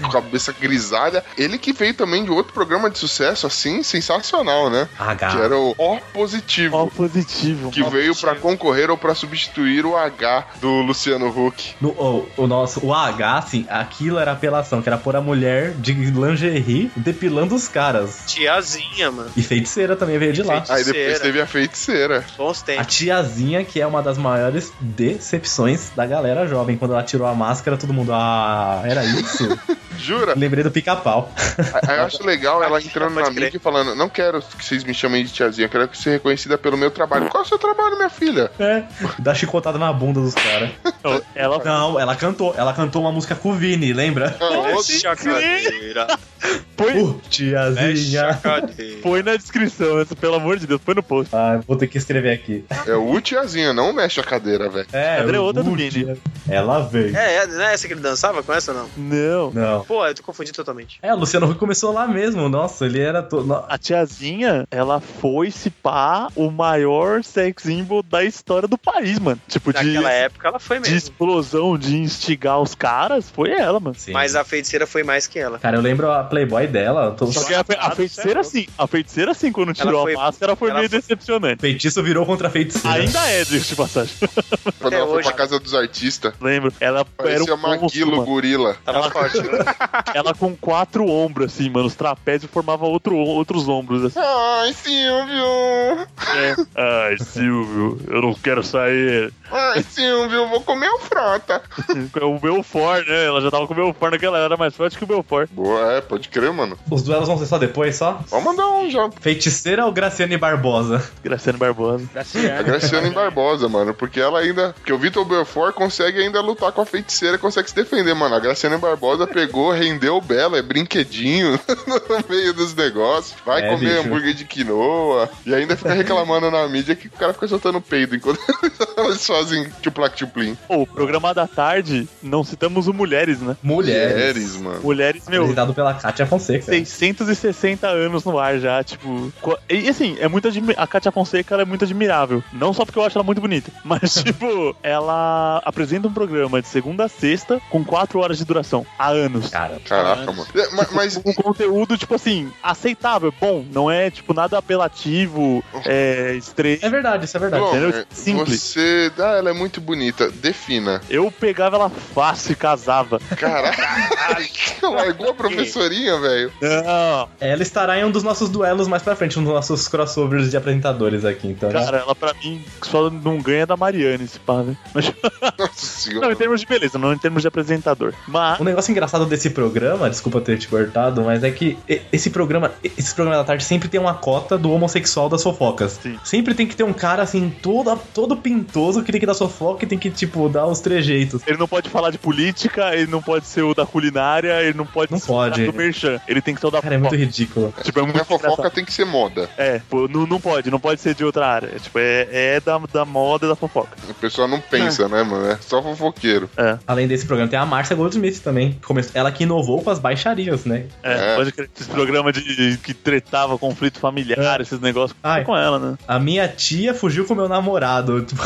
Speaker 2: com a cabeça grisalha. Ele que veio também de outro programa de sucesso, assim, sensacional, né? Que
Speaker 5: H.
Speaker 2: era o O positivo.
Speaker 4: Ó, positivo.
Speaker 2: que
Speaker 4: mano.
Speaker 2: veio pra concorrer ou pra substituir o H do Luciano Huck.
Speaker 5: No, o- o nosso, o H, assim, aquilo era apelação, que era pôr a mulher de lingerie depilando os caras.
Speaker 7: Tiazinha, mano.
Speaker 5: E feiticeira também veio de lá.
Speaker 2: Aí depois
Speaker 7: Feiticeira.
Speaker 2: teve a feiticeira.
Speaker 7: Bons
Speaker 5: A
Speaker 7: tempos.
Speaker 5: tiazinha, que é uma das maiores
Speaker 4: (laughs)
Speaker 5: decepções da galera jovem. Quando ela tirou a máscara, todo mundo, ah, era isso? (laughs)
Speaker 2: Jura?
Speaker 5: Lembrei do pica-pau.
Speaker 2: Aí Eu acho legal ela entrando
Speaker 7: Pode
Speaker 2: na
Speaker 7: crer.
Speaker 2: mídia e falando: Não quero que vocês me chamem de tiazinha, eu quero que ser reconhecida pelo meu trabalho. Qual é o seu trabalho, minha
Speaker 4: (laughs)
Speaker 2: filha?
Speaker 5: É, dá chicotada na bunda dos caras.
Speaker 4: Então, ela
Speaker 5: Não, ela cantou. Ela cantou uma música com o Vini, lembra?
Speaker 2: Nossa,
Speaker 7: (laughs) Chacadeira,
Speaker 4: põe,
Speaker 5: Uh, tiazinha.
Speaker 7: chacadeira.
Speaker 4: põe na descrição, essa, pelo amor de Deus, põe no post.
Speaker 5: Ah, vou ter que escrever aqui.
Speaker 2: é o tiazinha, não mexe a cadeira, velho.
Speaker 5: É,
Speaker 4: Cadê outra do
Speaker 5: uh,
Speaker 4: Vini?
Speaker 5: tia- Ela veio.
Speaker 7: É, é, não é essa que ele dançava com essa, não?
Speaker 4: Não.
Speaker 5: Não.
Speaker 7: Pô, eu tô confundindo totalmente.
Speaker 5: É, o Luciano Huck começou lá mesmo. Nossa, ele era. To... no-
Speaker 4: A tiazinha, ela foi se pá o maior sex symbol da história do país, mano. Tipo, de,
Speaker 7: Naquela época ela foi
Speaker 4: de
Speaker 7: mesmo.
Speaker 4: explosão, de instigar os caras, foi ela, mano.
Speaker 5: Sim.
Speaker 7: Mas a feiticeira foi mais que ela.
Speaker 5: Cara, eu lembro a Playboy dela. Todo...
Speaker 4: Só que a, fe- a
Speaker 7: Claro,
Speaker 4: feiticeira,
Speaker 7: certo.
Speaker 4: sim, a feiticeira, sim, quando tirou
Speaker 7: foi-
Speaker 4: a máscara, foi
Speaker 7: ela
Speaker 4: meio
Speaker 7: foi-
Speaker 4: decepcionante.
Speaker 5: Feitiço virou contra feiticeiro.
Speaker 4: Ainda é, diga de passagem.
Speaker 2: Quando
Speaker 7: Até
Speaker 2: ela foi
Speaker 7: hoje.
Speaker 2: pra casa dos artistas,
Speaker 4: (laughs) Lembro. Ela era
Speaker 2: parecia
Speaker 4: um monstro,
Speaker 2: Maguilo
Speaker 4: mano.
Speaker 2: Gorila.
Speaker 7: Tava
Speaker 4: Ela-
Speaker 7: forte, né?
Speaker 4: Ela com quatro ombros, assim, mano. Os trapézios formavam outro, outros
Speaker 7: (laughs)
Speaker 4: ombros, assim.
Speaker 2: Ai, Silvio!
Speaker 4: É. Ai, Silvio, eu não quero sair. (laughs) É
Speaker 2: Ai, Silvio, vou comer o frota.
Speaker 4: O Belfort, né? Ela já tava com o Belfort naquela era mais forte que o Belfort.
Speaker 2: Boa, é, pode crer, mano.
Speaker 5: Os duelos vão ser só depois, só?
Speaker 2: Vamos mandar um já.
Speaker 5: Feiticeira ou Graciane Barbosa?
Speaker 4: Graciano Barbosa.
Speaker 2: A Graciana em Barbosa, mano. Porque ela ainda. Porque o Vitor Belfort consegue ainda lutar com a feiticeira, consegue se defender, mano. A Graciana em Barbosa pegou, rendeu Bela, é brinquedinho (laughs) no meio dos negócios. Vai
Speaker 5: É,
Speaker 2: comer
Speaker 5: bicho.
Speaker 2: hambúrguer de quinoa. E ainda fica reclamando na mídia que o cara fica soltando peido enquanto (laughs) eles fazem tchuplac tchuplim.
Speaker 4: Ô, o programa da tarde, não citamos o Mulheres, né?
Speaker 5: Mulheres.
Speaker 2: Mulheres, mano.
Speaker 4: Mulheres, meu,
Speaker 5: Apresentado pela Kátia Fonseca.
Speaker 4: 660 anos no ar já, tipo. co- E assim, é muito admi- a Katia Fonseca ela é muito admirável. Não só porque eu acho ela muito bonita, (laughs) mas tipo, ela apresenta um programa de segunda a sexta com 4 horas de duração, há anos.
Speaker 5: Cara,
Speaker 2: Caraca, mano. É, ma- (laughs) Mas,
Speaker 4: Um conteúdo, tipo assim, aceitável, bom, não é, tipo, nada apelativo, é, estranho.
Speaker 5: é verdade, isso é verdade.
Speaker 2: Bom,
Speaker 4: entendeu?
Speaker 2: é,
Speaker 4: Tá Simples.
Speaker 2: você. Ah, ela é muito bonita. Defina.
Speaker 4: Eu pegava ela fácil e casava.
Speaker 2: Caralho. Largou é a professorinha, velho.
Speaker 4: Não,
Speaker 5: Ela estará em um dos nossos duelos mais pra frente, um dos nossos crossovers de apresentadores aqui, então. né?
Speaker 4: cara, ela pra mim só não ganha da Mariane, esse pá, né? Mas, (laughs)
Speaker 2: Nossa
Speaker 4: não,
Speaker 2: senhora.
Speaker 4: em termos de beleza, não em termos de apresentador. Mas.
Speaker 5: Um negócio engraçado desse programa, desculpa ter te cortado, mas é que e- esse programa, esse programa da tarde sempre tem uma cota do homossexual das fofocas.
Speaker 4: Sim.
Speaker 5: Sempre tem que ter um cara assim, todo, todo pintoso que tem que dar sofoca e tem que, tipo, dar os trejeitos.
Speaker 4: Ele não pode falar de política, ele não pode ser o da culinária, ele não pode
Speaker 5: Não
Speaker 4: ser o cara
Speaker 5: pode.
Speaker 4: do merchan. Ele tem que ser o da
Speaker 5: Cara, é muito ridículo.
Speaker 4: Tipo, é muito
Speaker 2: Minha fofoca
Speaker 4: engraçado.
Speaker 2: tem que ser moda.
Speaker 4: É, pô, não, não pode, não pode ser de outra área. Tipo, é, é da, da moda e da fofoca.
Speaker 2: O pessoal não pensa, né, mano? É só fofoqueiro.
Speaker 5: Além desse programa, tem a Márcia Goldsmith também. que começou- Ela que inovou com as baixarias, né?
Speaker 4: É,
Speaker 2: É.
Speaker 4: pode crer. Esses programas de, que tretava conflito familiar, esses negócios.
Speaker 5: É. Ai.
Speaker 4: Foi com ela, né?
Speaker 5: A minha tia fugiu com meu namorado. (laughs) Tipo,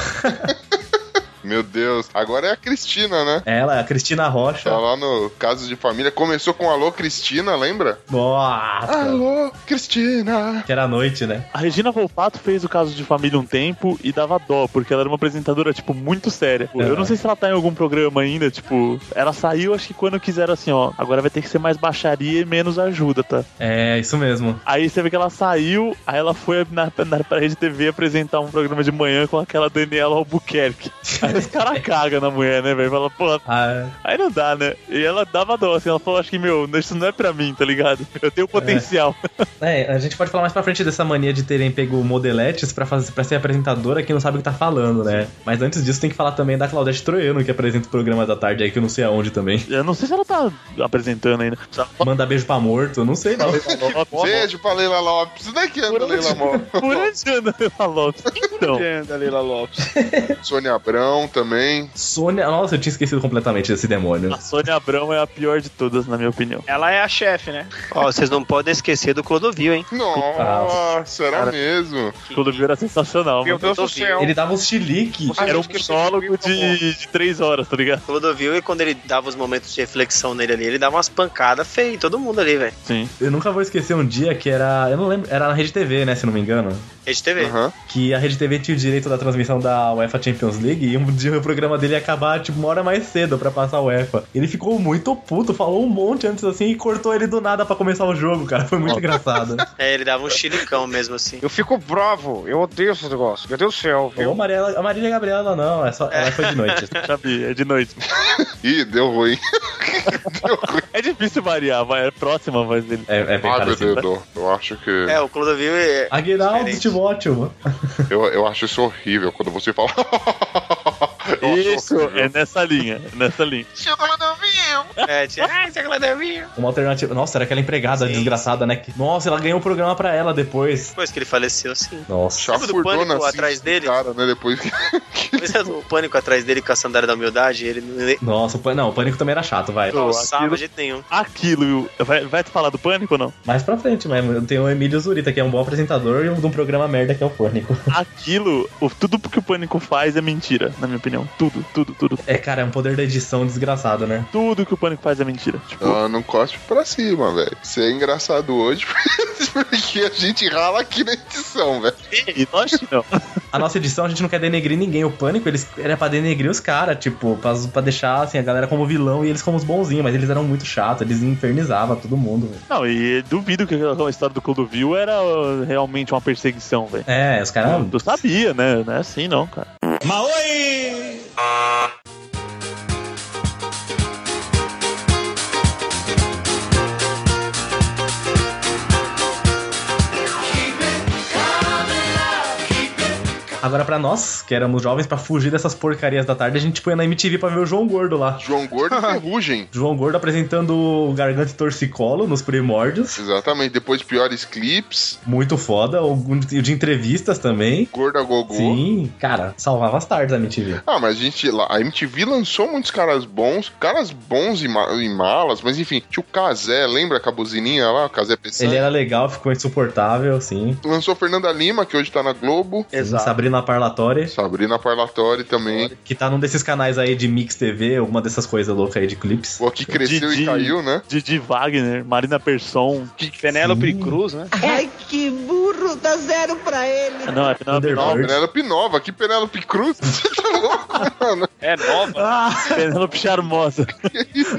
Speaker 2: Meu Deus. Agora é a Cristina, né?
Speaker 5: Ela, a Cristina
Speaker 2: Tá
Speaker 5: Rocha.
Speaker 2: lá no Caso de Família. Começou com Alô Cristina, lembra?
Speaker 4: Tá.
Speaker 2: Ah,
Speaker 5: Nossa!
Speaker 2: Alô Cristina.
Speaker 5: Que era à noite, né?
Speaker 4: A Regina Volpato fez o caso de família um tempo e dava dó, porque ela era uma apresentadora, tipo, muito séria. Eu
Speaker 5: É.
Speaker 4: não sei se ela tá em algum programa ainda, tipo, ela saiu, acho que quando quiseram assim, ó, agora vai ter que ser mais baixaria e menos ajuda, tá?
Speaker 5: É, isso mesmo.
Speaker 4: Aí você vê que ela saiu, aí ela foi na, na pra Rede TV apresentar um programa de manhã com aquela Daniela Albuquerque. Aí os caras cagam na mulher, né, velho? Fala, pô,
Speaker 5: Ah,
Speaker 4: aí não dá, né? E ela dava dó, assim, ela falou, acho que, meu, isso não é pra mim, tá ligado? Eu tenho potencial.
Speaker 5: é, a gente pode falar mais pra frente dessa mania de terem pego modeletes pra, fazer, pra ser apresentadora que não sabe o que tá falando, né? Mas antes disso, tem que falar também da Claudete Troiano, que apresenta o programa da tarde aí, que eu não sei aonde também.
Speaker 4: Eu não sei se ela tá apresentando ainda. Se ela
Speaker 5: Manda beijo pra morto, não sei não.
Speaker 4: fala, ó,
Speaker 2: Beijo pra Leila Lopes. Onde é que anda
Speaker 4: Por onde?
Speaker 2: Leila Lopes?
Speaker 4: Por onde anda Leila Lopes? Então,
Speaker 6: Entenda, Leila Lopes.
Speaker 2: Sônia Abrão também.
Speaker 5: Sônia. Nossa, eu tinha esquecido completamente desse demônio.
Speaker 4: a Sônia Abrão é a pior de todas, na minha opinião.
Speaker 8: Ela é a chefe, né?
Speaker 7: (laughs) Ó, vocês não podem esquecer do Clodovil,
Speaker 8: Ah.
Speaker 7: hein?
Speaker 2: Nossa, será
Speaker 4: Cara.
Speaker 2: mesmo?
Speaker 4: Quando viu era sensacional.
Speaker 8: Meu
Speaker 4: Mano.
Speaker 8: Deus do
Speaker 7: Clodovil.
Speaker 8: céu.
Speaker 5: Ele dava uns chilique.
Speaker 8: Ah,
Speaker 4: Era um
Speaker 8: gente, que
Speaker 4: monólogo
Speaker 8: isso é muito
Speaker 4: de, de três horas, tá ligado?
Speaker 7: Clodovil, e quando ele dava os momentos de reflexão nele ali, ele dava umas pancadas feias em todo mundo ali, velho.
Speaker 4: Sim.
Speaker 5: Eu nunca vou esquecer um dia que era. Eu não lembro. Era na Rede TV, né? Se eu não me engano.
Speaker 7: Rede TV.
Speaker 2: Aham.
Speaker 5: Que a Rede TV tinha o direito da transmissão da UEFA Champions League e um dia o programa dele ia acabar, tipo, uma hora mais cedo pra passar a UEFA. Ele ficou muito puto, falou um monte antes assim e cortou ele do nada pra começar o jogo, cara. Foi muito engraçado.
Speaker 7: É, ele dava um chilicão mesmo, assim.
Speaker 8: Eu fico bravo. Eu odeio esse negócio. Meu Deus do céu,
Speaker 5: Ô,
Speaker 8: viu?
Speaker 5: Mariela, a Marília Gabriela não, é só, ela foi de noite.
Speaker 4: Sabe, é de noite.
Speaker 2: Ih, deu ruim.
Speaker 4: É É difícil variar, vai. É próxima a voz dele.
Speaker 5: É, é bem
Speaker 2: Ah,
Speaker 5: parecido.
Speaker 2: Dedo, eu acho que.
Speaker 7: É, o Clodovil é.
Speaker 5: Aguinaldo
Speaker 7: Diferente.
Speaker 5: Timóteo, mano.
Speaker 2: Eu, eu acho isso horrível quando você fala. (laughs) Eu acho
Speaker 4: Isso,
Speaker 2: horrível.
Speaker 4: é nessa linha. É nessa linha.
Speaker 7: Seu Clodovil! É, tinha. Ah, seu Clodovil!
Speaker 5: Uma alternativa. Nossa, era aquela empregada
Speaker 7: Sim.
Speaker 5: desgraçada, né? que- Nossa, ela ganhou o programa pra ela depois.
Speaker 7: Depois que ele faleceu, sim.
Speaker 5: Nossa.
Speaker 7: Sabe do
Speaker 2: Chafurdou
Speaker 7: pânico
Speaker 2: na
Speaker 7: atrás
Speaker 2: cinta do
Speaker 7: dele?
Speaker 2: assim, Cara, né? Depois
Speaker 5: (laughs)
Speaker 2: que.
Speaker 7: Mas é o pânico atrás dele com a sandália da humildade, ele não
Speaker 5: Nossa, o pan- não, o pânico também era chato, vai.
Speaker 7: calçava
Speaker 4: aquilo-
Speaker 7: de jeito nenhum.
Speaker 4: Aquilo, vai, vai te falar do pânico ou não?
Speaker 5: Mais pra frente, mas eu tenho o Emílio Zurita, que é um bom apresentador, e um de um programa merda que é o Pânico.
Speaker 4: Aquilo, o- tudo que o pânico faz é mentira, na minha opinião. Tudo, tudo, tudo.
Speaker 5: É, cara, é um poder da edição desgraçado, né?
Speaker 4: Tudo que o pânico faz é mentira. Tipo,
Speaker 8: Ah.
Speaker 2: Ah, Não, não cospe pra cima, velho. Você é engraçado hoje (laughs) porque a gente rala aqui na edição, velho.
Speaker 4: e nós não.
Speaker 5: A nossa edição, a gente não quer denegrir ninguém. O Pânico, eles era pra denegrir os caras, tipo, pra, pra deixar, assim, a galera como vilão e eles como os bonzinhos, mas eles eram muito chatos, eles infernizavam todo mundo, velho.
Speaker 4: Não, e duvido que aquela história do Clodovil era uh, realmente uma perseguição, velho.
Speaker 5: É, os caras...
Speaker 4: Tu sabia, né? Não é assim não, cara.
Speaker 5: Agora, pra nós, que éramos jovens, pra fugir dessas porcarias da tarde, a gente põe na MTV pra ver o João Gordo lá.
Speaker 2: João Gordo
Speaker 7: (laughs)
Speaker 2: e Ferrugem.
Speaker 5: João Gordo apresentando o Garganta e Torcicolo nos primórdios.
Speaker 2: Exatamente. Depois de piores clipes,
Speaker 5: Muito foda. O o de entrevistas também.
Speaker 2: Gorda Gogô.
Speaker 5: Sim, cara, salvava as tardes a MTV.
Speaker 2: Ah, mas a gente lá, a MTV lançou muitos caras bons, caras bons e, ma- e malas, mas enfim, tinha o Kazé, lembra a buzininha lá, o Kazé
Speaker 5: Ele
Speaker 2: Pessanha?
Speaker 5: era legal, ficou insuportável, sim.
Speaker 2: Lançou Fernanda Lima, que hoje tá na Globo,
Speaker 5: Sabrina Parlatori,
Speaker 2: Sabrina Parlatori também,
Speaker 5: que tá num desses canais aí de Mix TV, alguma dessas coisas loucas aí de clipes.
Speaker 2: o que cresceu
Speaker 4: Didi.
Speaker 2: e caiu, né?
Speaker 4: Didi Wagner, Marina Persson.
Speaker 6: Penélope
Speaker 5: Sim.
Speaker 6: Cruz, né?
Speaker 9: Ai, que burro, dá zero pra ele.
Speaker 4: Ah, Não, é Penélope
Speaker 5: Thunderbird.
Speaker 4: Nova.
Speaker 2: Penélope Nova, que Penélope Cruz, (laughs) você tá louco, mano?
Speaker 6: É nova.
Speaker 4: Ah, Penélope Charmosa.
Speaker 2: Que isso,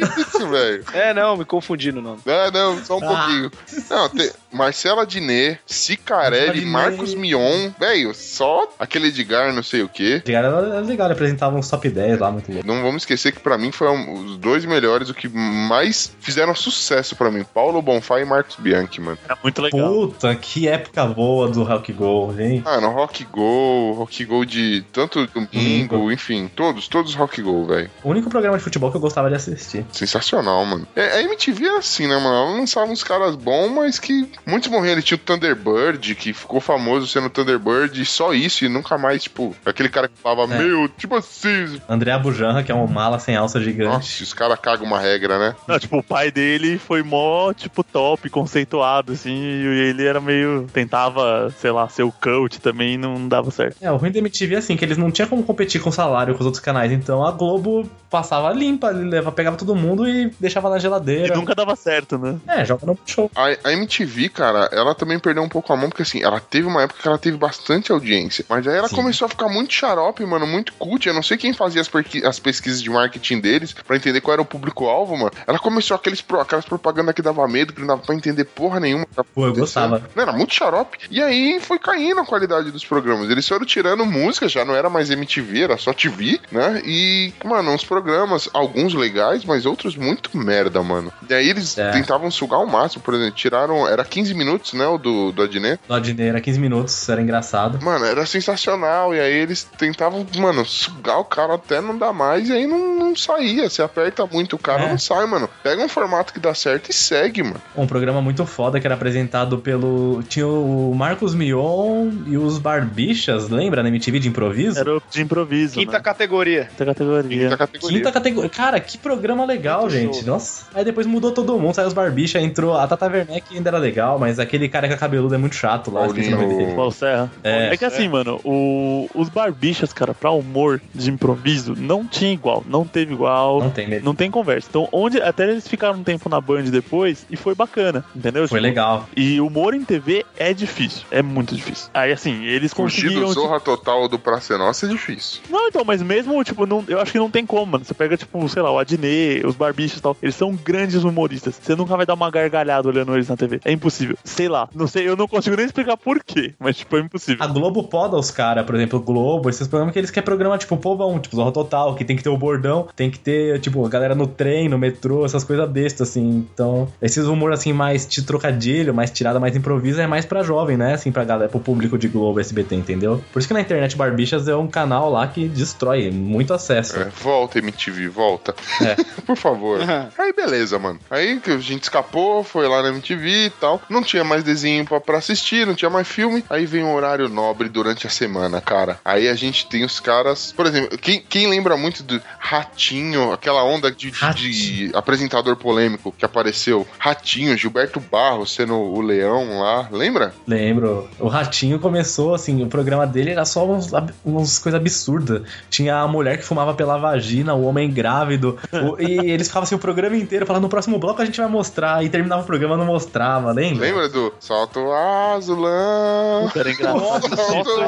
Speaker 2: velho?
Speaker 6: É, não, me confundi no nome.
Speaker 2: Não, não,
Speaker 5: Ah.
Speaker 2: só um pouquinho. Não, tem Marcela Diné,
Speaker 5: Marcela
Speaker 2: Cicarelli,
Speaker 5: Diné.
Speaker 2: Marcos Mion, velho, só aquele Edgar, não sei o quê.
Speaker 5: Era- Era é legal, ele apresentava uns top 10 lá, muito louco.
Speaker 2: Não vamos esquecer que pra mim foram os dois melhores, o que mais fizeram sucesso pra mim, Paulo Bonfá e Marcos Bianchi, mano.
Speaker 4: É muito legal.
Speaker 5: Puta, que época boa do Rock Gold, hein?
Speaker 2: Ah, no Rock Go, Rock Go de tanto domingo,
Speaker 5: Domingo.
Speaker 2: enfim, todos, todos Rock Go, velho.
Speaker 5: O único programa de futebol que eu gostava de assistir.
Speaker 2: Sensacional, mano. É, a MTV era assim, né, mano? Ela lançava uns caras bons, mas que muitos morriam. Ele tinha o Thunderbird, que ficou famoso sendo Thunderbird, e só isso, e nunca mais, tipo, aquele cara que falava,
Speaker 5: É.
Speaker 2: meu, tipo assim.
Speaker 5: André Abujanra,
Speaker 4: Uhum.
Speaker 5: que é um mala sem alça gigante.
Speaker 2: Nossa, os caras cagam uma regra, né?
Speaker 4: Não, tipo, o pai dele foi mó, tipo, top, conceituado, assim, e ele era meio. tentava, sei lá, ser o coach também e não dava certo.
Speaker 5: É, o ruim da MTV é assim, que eles não tinham como competir com o salário com os outros canais, então a Globo passava limpa, leva, pegava todo mundo e deixava na
Speaker 4: E
Speaker 5: geladeira.
Speaker 4: nunca dava certo, né?
Speaker 5: É, joga no show.
Speaker 2: A, a MTV, cara, ela também perdeu um pouco a mão, porque assim, ela teve uma época que ela teve bastante audiência. Mas aí ela
Speaker 5: Sim.
Speaker 2: começou a ficar muito xarope, mano, muito cult. Eu não sei quem fazia as, perqui- as pesquisas de marketing deles pra entender qual era o público-alvo, mano. Ela começou aqueles, pro- aquelas propagandas que dava medo, que não dava pra entender porra nenhuma.
Speaker 5: Pô, eu gostava.
Speaker 2: Não, era muito xarope. E aí foi caindo a qualidade dos programas. Eles foram tirando música, já não era mais MTV, era só TV, né? E, mano, uns programas, alguns legais, mas outros muito merda, mano. E aí eles
Speaker 5: É.
Speaker 2: tentavam sugar o máximo, por exemplo, tiraram. Era 15 minutos, né? O do, do Adnet.
Speaker 5: No Adnet era 15 minutos, era engraçado.
Speaker 2: Mano, era sensacional. E aí eles tentavam, mano, sugar o cara até não dar mais. E aí não, não saía. Você aperta muito o cara,
Speaker 5: É.
Speaker 2: não sai, mano. Pega um formato que dá certo e segue, mano.
Speaker 5: Um programa muito foda que era apresentado pelo. Tinha o Marcos Mion e os Barbixas, lembra? Na MTV de improviso?
Speaker 4: Era o de improviso.
Speaker 6: Quinta
Speaker 3: (laughs)
Speaker 4: né?
Speaker 6: categoria.
Speaker 4: Quinta categoria.
Speaker 2: Da categoria.
Speaker 5: Quinta categoria. Cara, que programa legal,
Speaker 6: Muito
Speaker 5: gente. Nossa. Aí depois mudou todo mundo, saiu os Barbixas, entrou a Tata Werneck ainda era legal, mas aquele careca cabeludo é muito chato lá. eu esqueci o nome dele.
Speaker 2: Paulinho.
Speaker 4: Paulo Serra.
Speaker 5: É.
Speaker 4: É, que assim, mano, o- os barbichas, cara, pra humor de improviso, não tinha igual. Não teve igual.
Speaker 5: Não tem medo.
Speaker 4: Não tem conversa. Então, onde até eles ficaram um tempo na Band depois e foi bacana, entendeu?
Speaker 5: Foi
Speaker 4: Tipo,
Speaker 5: legal.
Speaker 4: E humor em TV é difícil, é muito difícil. Aí assim, eles
Speaker 2: Fugir do
Speaker 4: conseguiram. tipo,
Speaker 2: Zorra Total ou do Praça é Nossa é difícil.
Speaker 4: Não, então, mas mesmo, tipo, não, eu acho que não tem como, mano. Você pega, tipo, sei lá, o Adnet, os barbichos e tal. Eles são grandes humoristas. Você nunca vai dar uma gargalhada olhando eles na TV. É impossível. Sei lá. Não sei, eu não consigo nem explicar por quê, mas, tipo, é impossível.
Speaker 5: A um Globo poda os caras, por exemplo, o Globo, esses programas que eles querem programa tipo povão, tipo Zorra Total, que tem que ter o bordão. tem que ter, tipo, a galera no trem, no metrô, essas coisas bestas, assim. Então, esses humor, assim, mais de trocadilho, mais tirada, mais improviso, é mais pra jovem, né? Assim, pra galera, pro público de Globo, SBT, entendeu? Por isso que na internet Barbichas é um canal lá que destrói muito acesso. né?
Speaker 2: É, volta, MTV, volta. (laughs) Por favor. Aí beleza, mano. Aí que a gente escapou, foi lá na MTV e tal. Não tinha mais desenho pra, pra assistir, não tinha mais filme. Aí vem um horário nobre durante a semana, cara. Aí a gente tem os caras. Por exemplo, quem, quem lembra muito do Ratinho, aquela onda de, de- de apresentador polêmico que apareceu? Ratinho, Gilberto Barros sendo o leão lá. Lembra?
Speaker 5: Lembro. O Ratinho começou, assim, o programa dele era só uns, ab- uns coisas absurdas. Tinha a mulher que fumava pela vagina, o homem grávido. o- e eles ficavam assim o programa inteiro, falando, no próximo bloco a gente vai mostrar. E terminava o programa não mostrava, lembra?
Speaker 2: Lembra do Solta o Azulão?
Speaker 4: Era engraçado.
Speaker 2: Solta o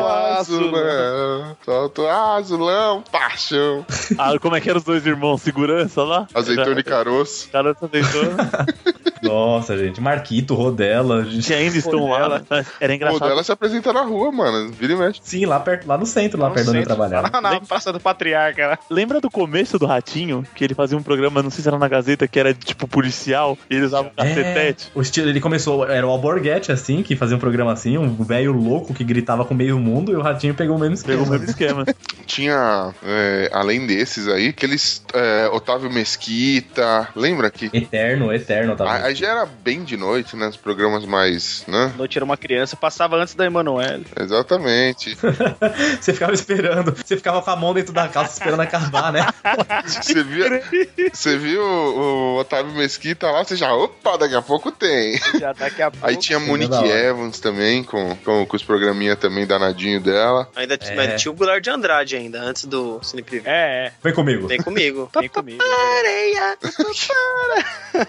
Speaker 2: né? Azulão, solta o Azulão, paixão.
Speaker 4: Ah, como é que eram os dois irmãos? Segurança lá?
Speaker 2: Azeitona e caroço.
Speaker 4: Cara, azeitona.
Speaker 5: Nossa, gente. Marquito, Rodela. gente.
Speaker 4: Que ainda estão lá. Era
Speaker 2: Pô,
Speaker 4: engraçado.
Speaker 2: dela se apresenta na rua, mano. Vira e mexe.
Speaker 5: Sim, lá, perto, lá no centro, lá
Speaker 8: No
Speaker 5: perto onde eu
Speaker 8: centro.
Speaker 5: trabalhava.
Speaker 8: Lá na Praça do Patriarca, né?
Speaker 4: Lembra do começo do Ratinho? Que ele fazia um programa, não sei se era na Gazeta, que era tipo policial, e ele usava um cacetete.
Speaker 5: É, o estilo, ele começou, era o Alborguete, assim, que fazia um programa assim, um velho louco que gritava com meio mundo, e o Ratinho pegou o mesmo esquema.
Speaker 4: Pegou o mesmo esquema.
Speaker 2: tinha, é, além desses aí, aqueles é, Otávio Mesquita, lembra que?
Speaker 5: Eterno, eterno, tá
Speaker 2: Aí já era bem de noite, né? Os programas mais, né?
Speaker 6: Noite era uma criança, passava antes da Emanuele.
Speaker 2: (laughs) Exatamente.
Speaker 5: Você ficava esperando, você ficava com a mão dentro da calça esperando acabar, né?
Speaker 2: Você viu, você viu o, o Otávio Mesquita lá, você já, opa, daqui a pouco tem.
Speaker 8: (laughs)
Speaker 6: Já daqui a pouco.
Speaker 2: Aí tinha a Monique
Speaker 5: é da hora.
Speaker 2: Evans também, com, com, com os programinha também danadinho dela.
Speaker 7: Ainda
Speaker 5: É.
Speaker 7: mas tinha o Goulart de Andrade ainda, antes do Cine Privé.
Speaker 8: É, é.
Speaker 5: Vem comigo.
Speaker 7: Vem comigo.
Speaker 2: Tá,
Speaker 6: Vem comigo.
Speaker 7: Areia!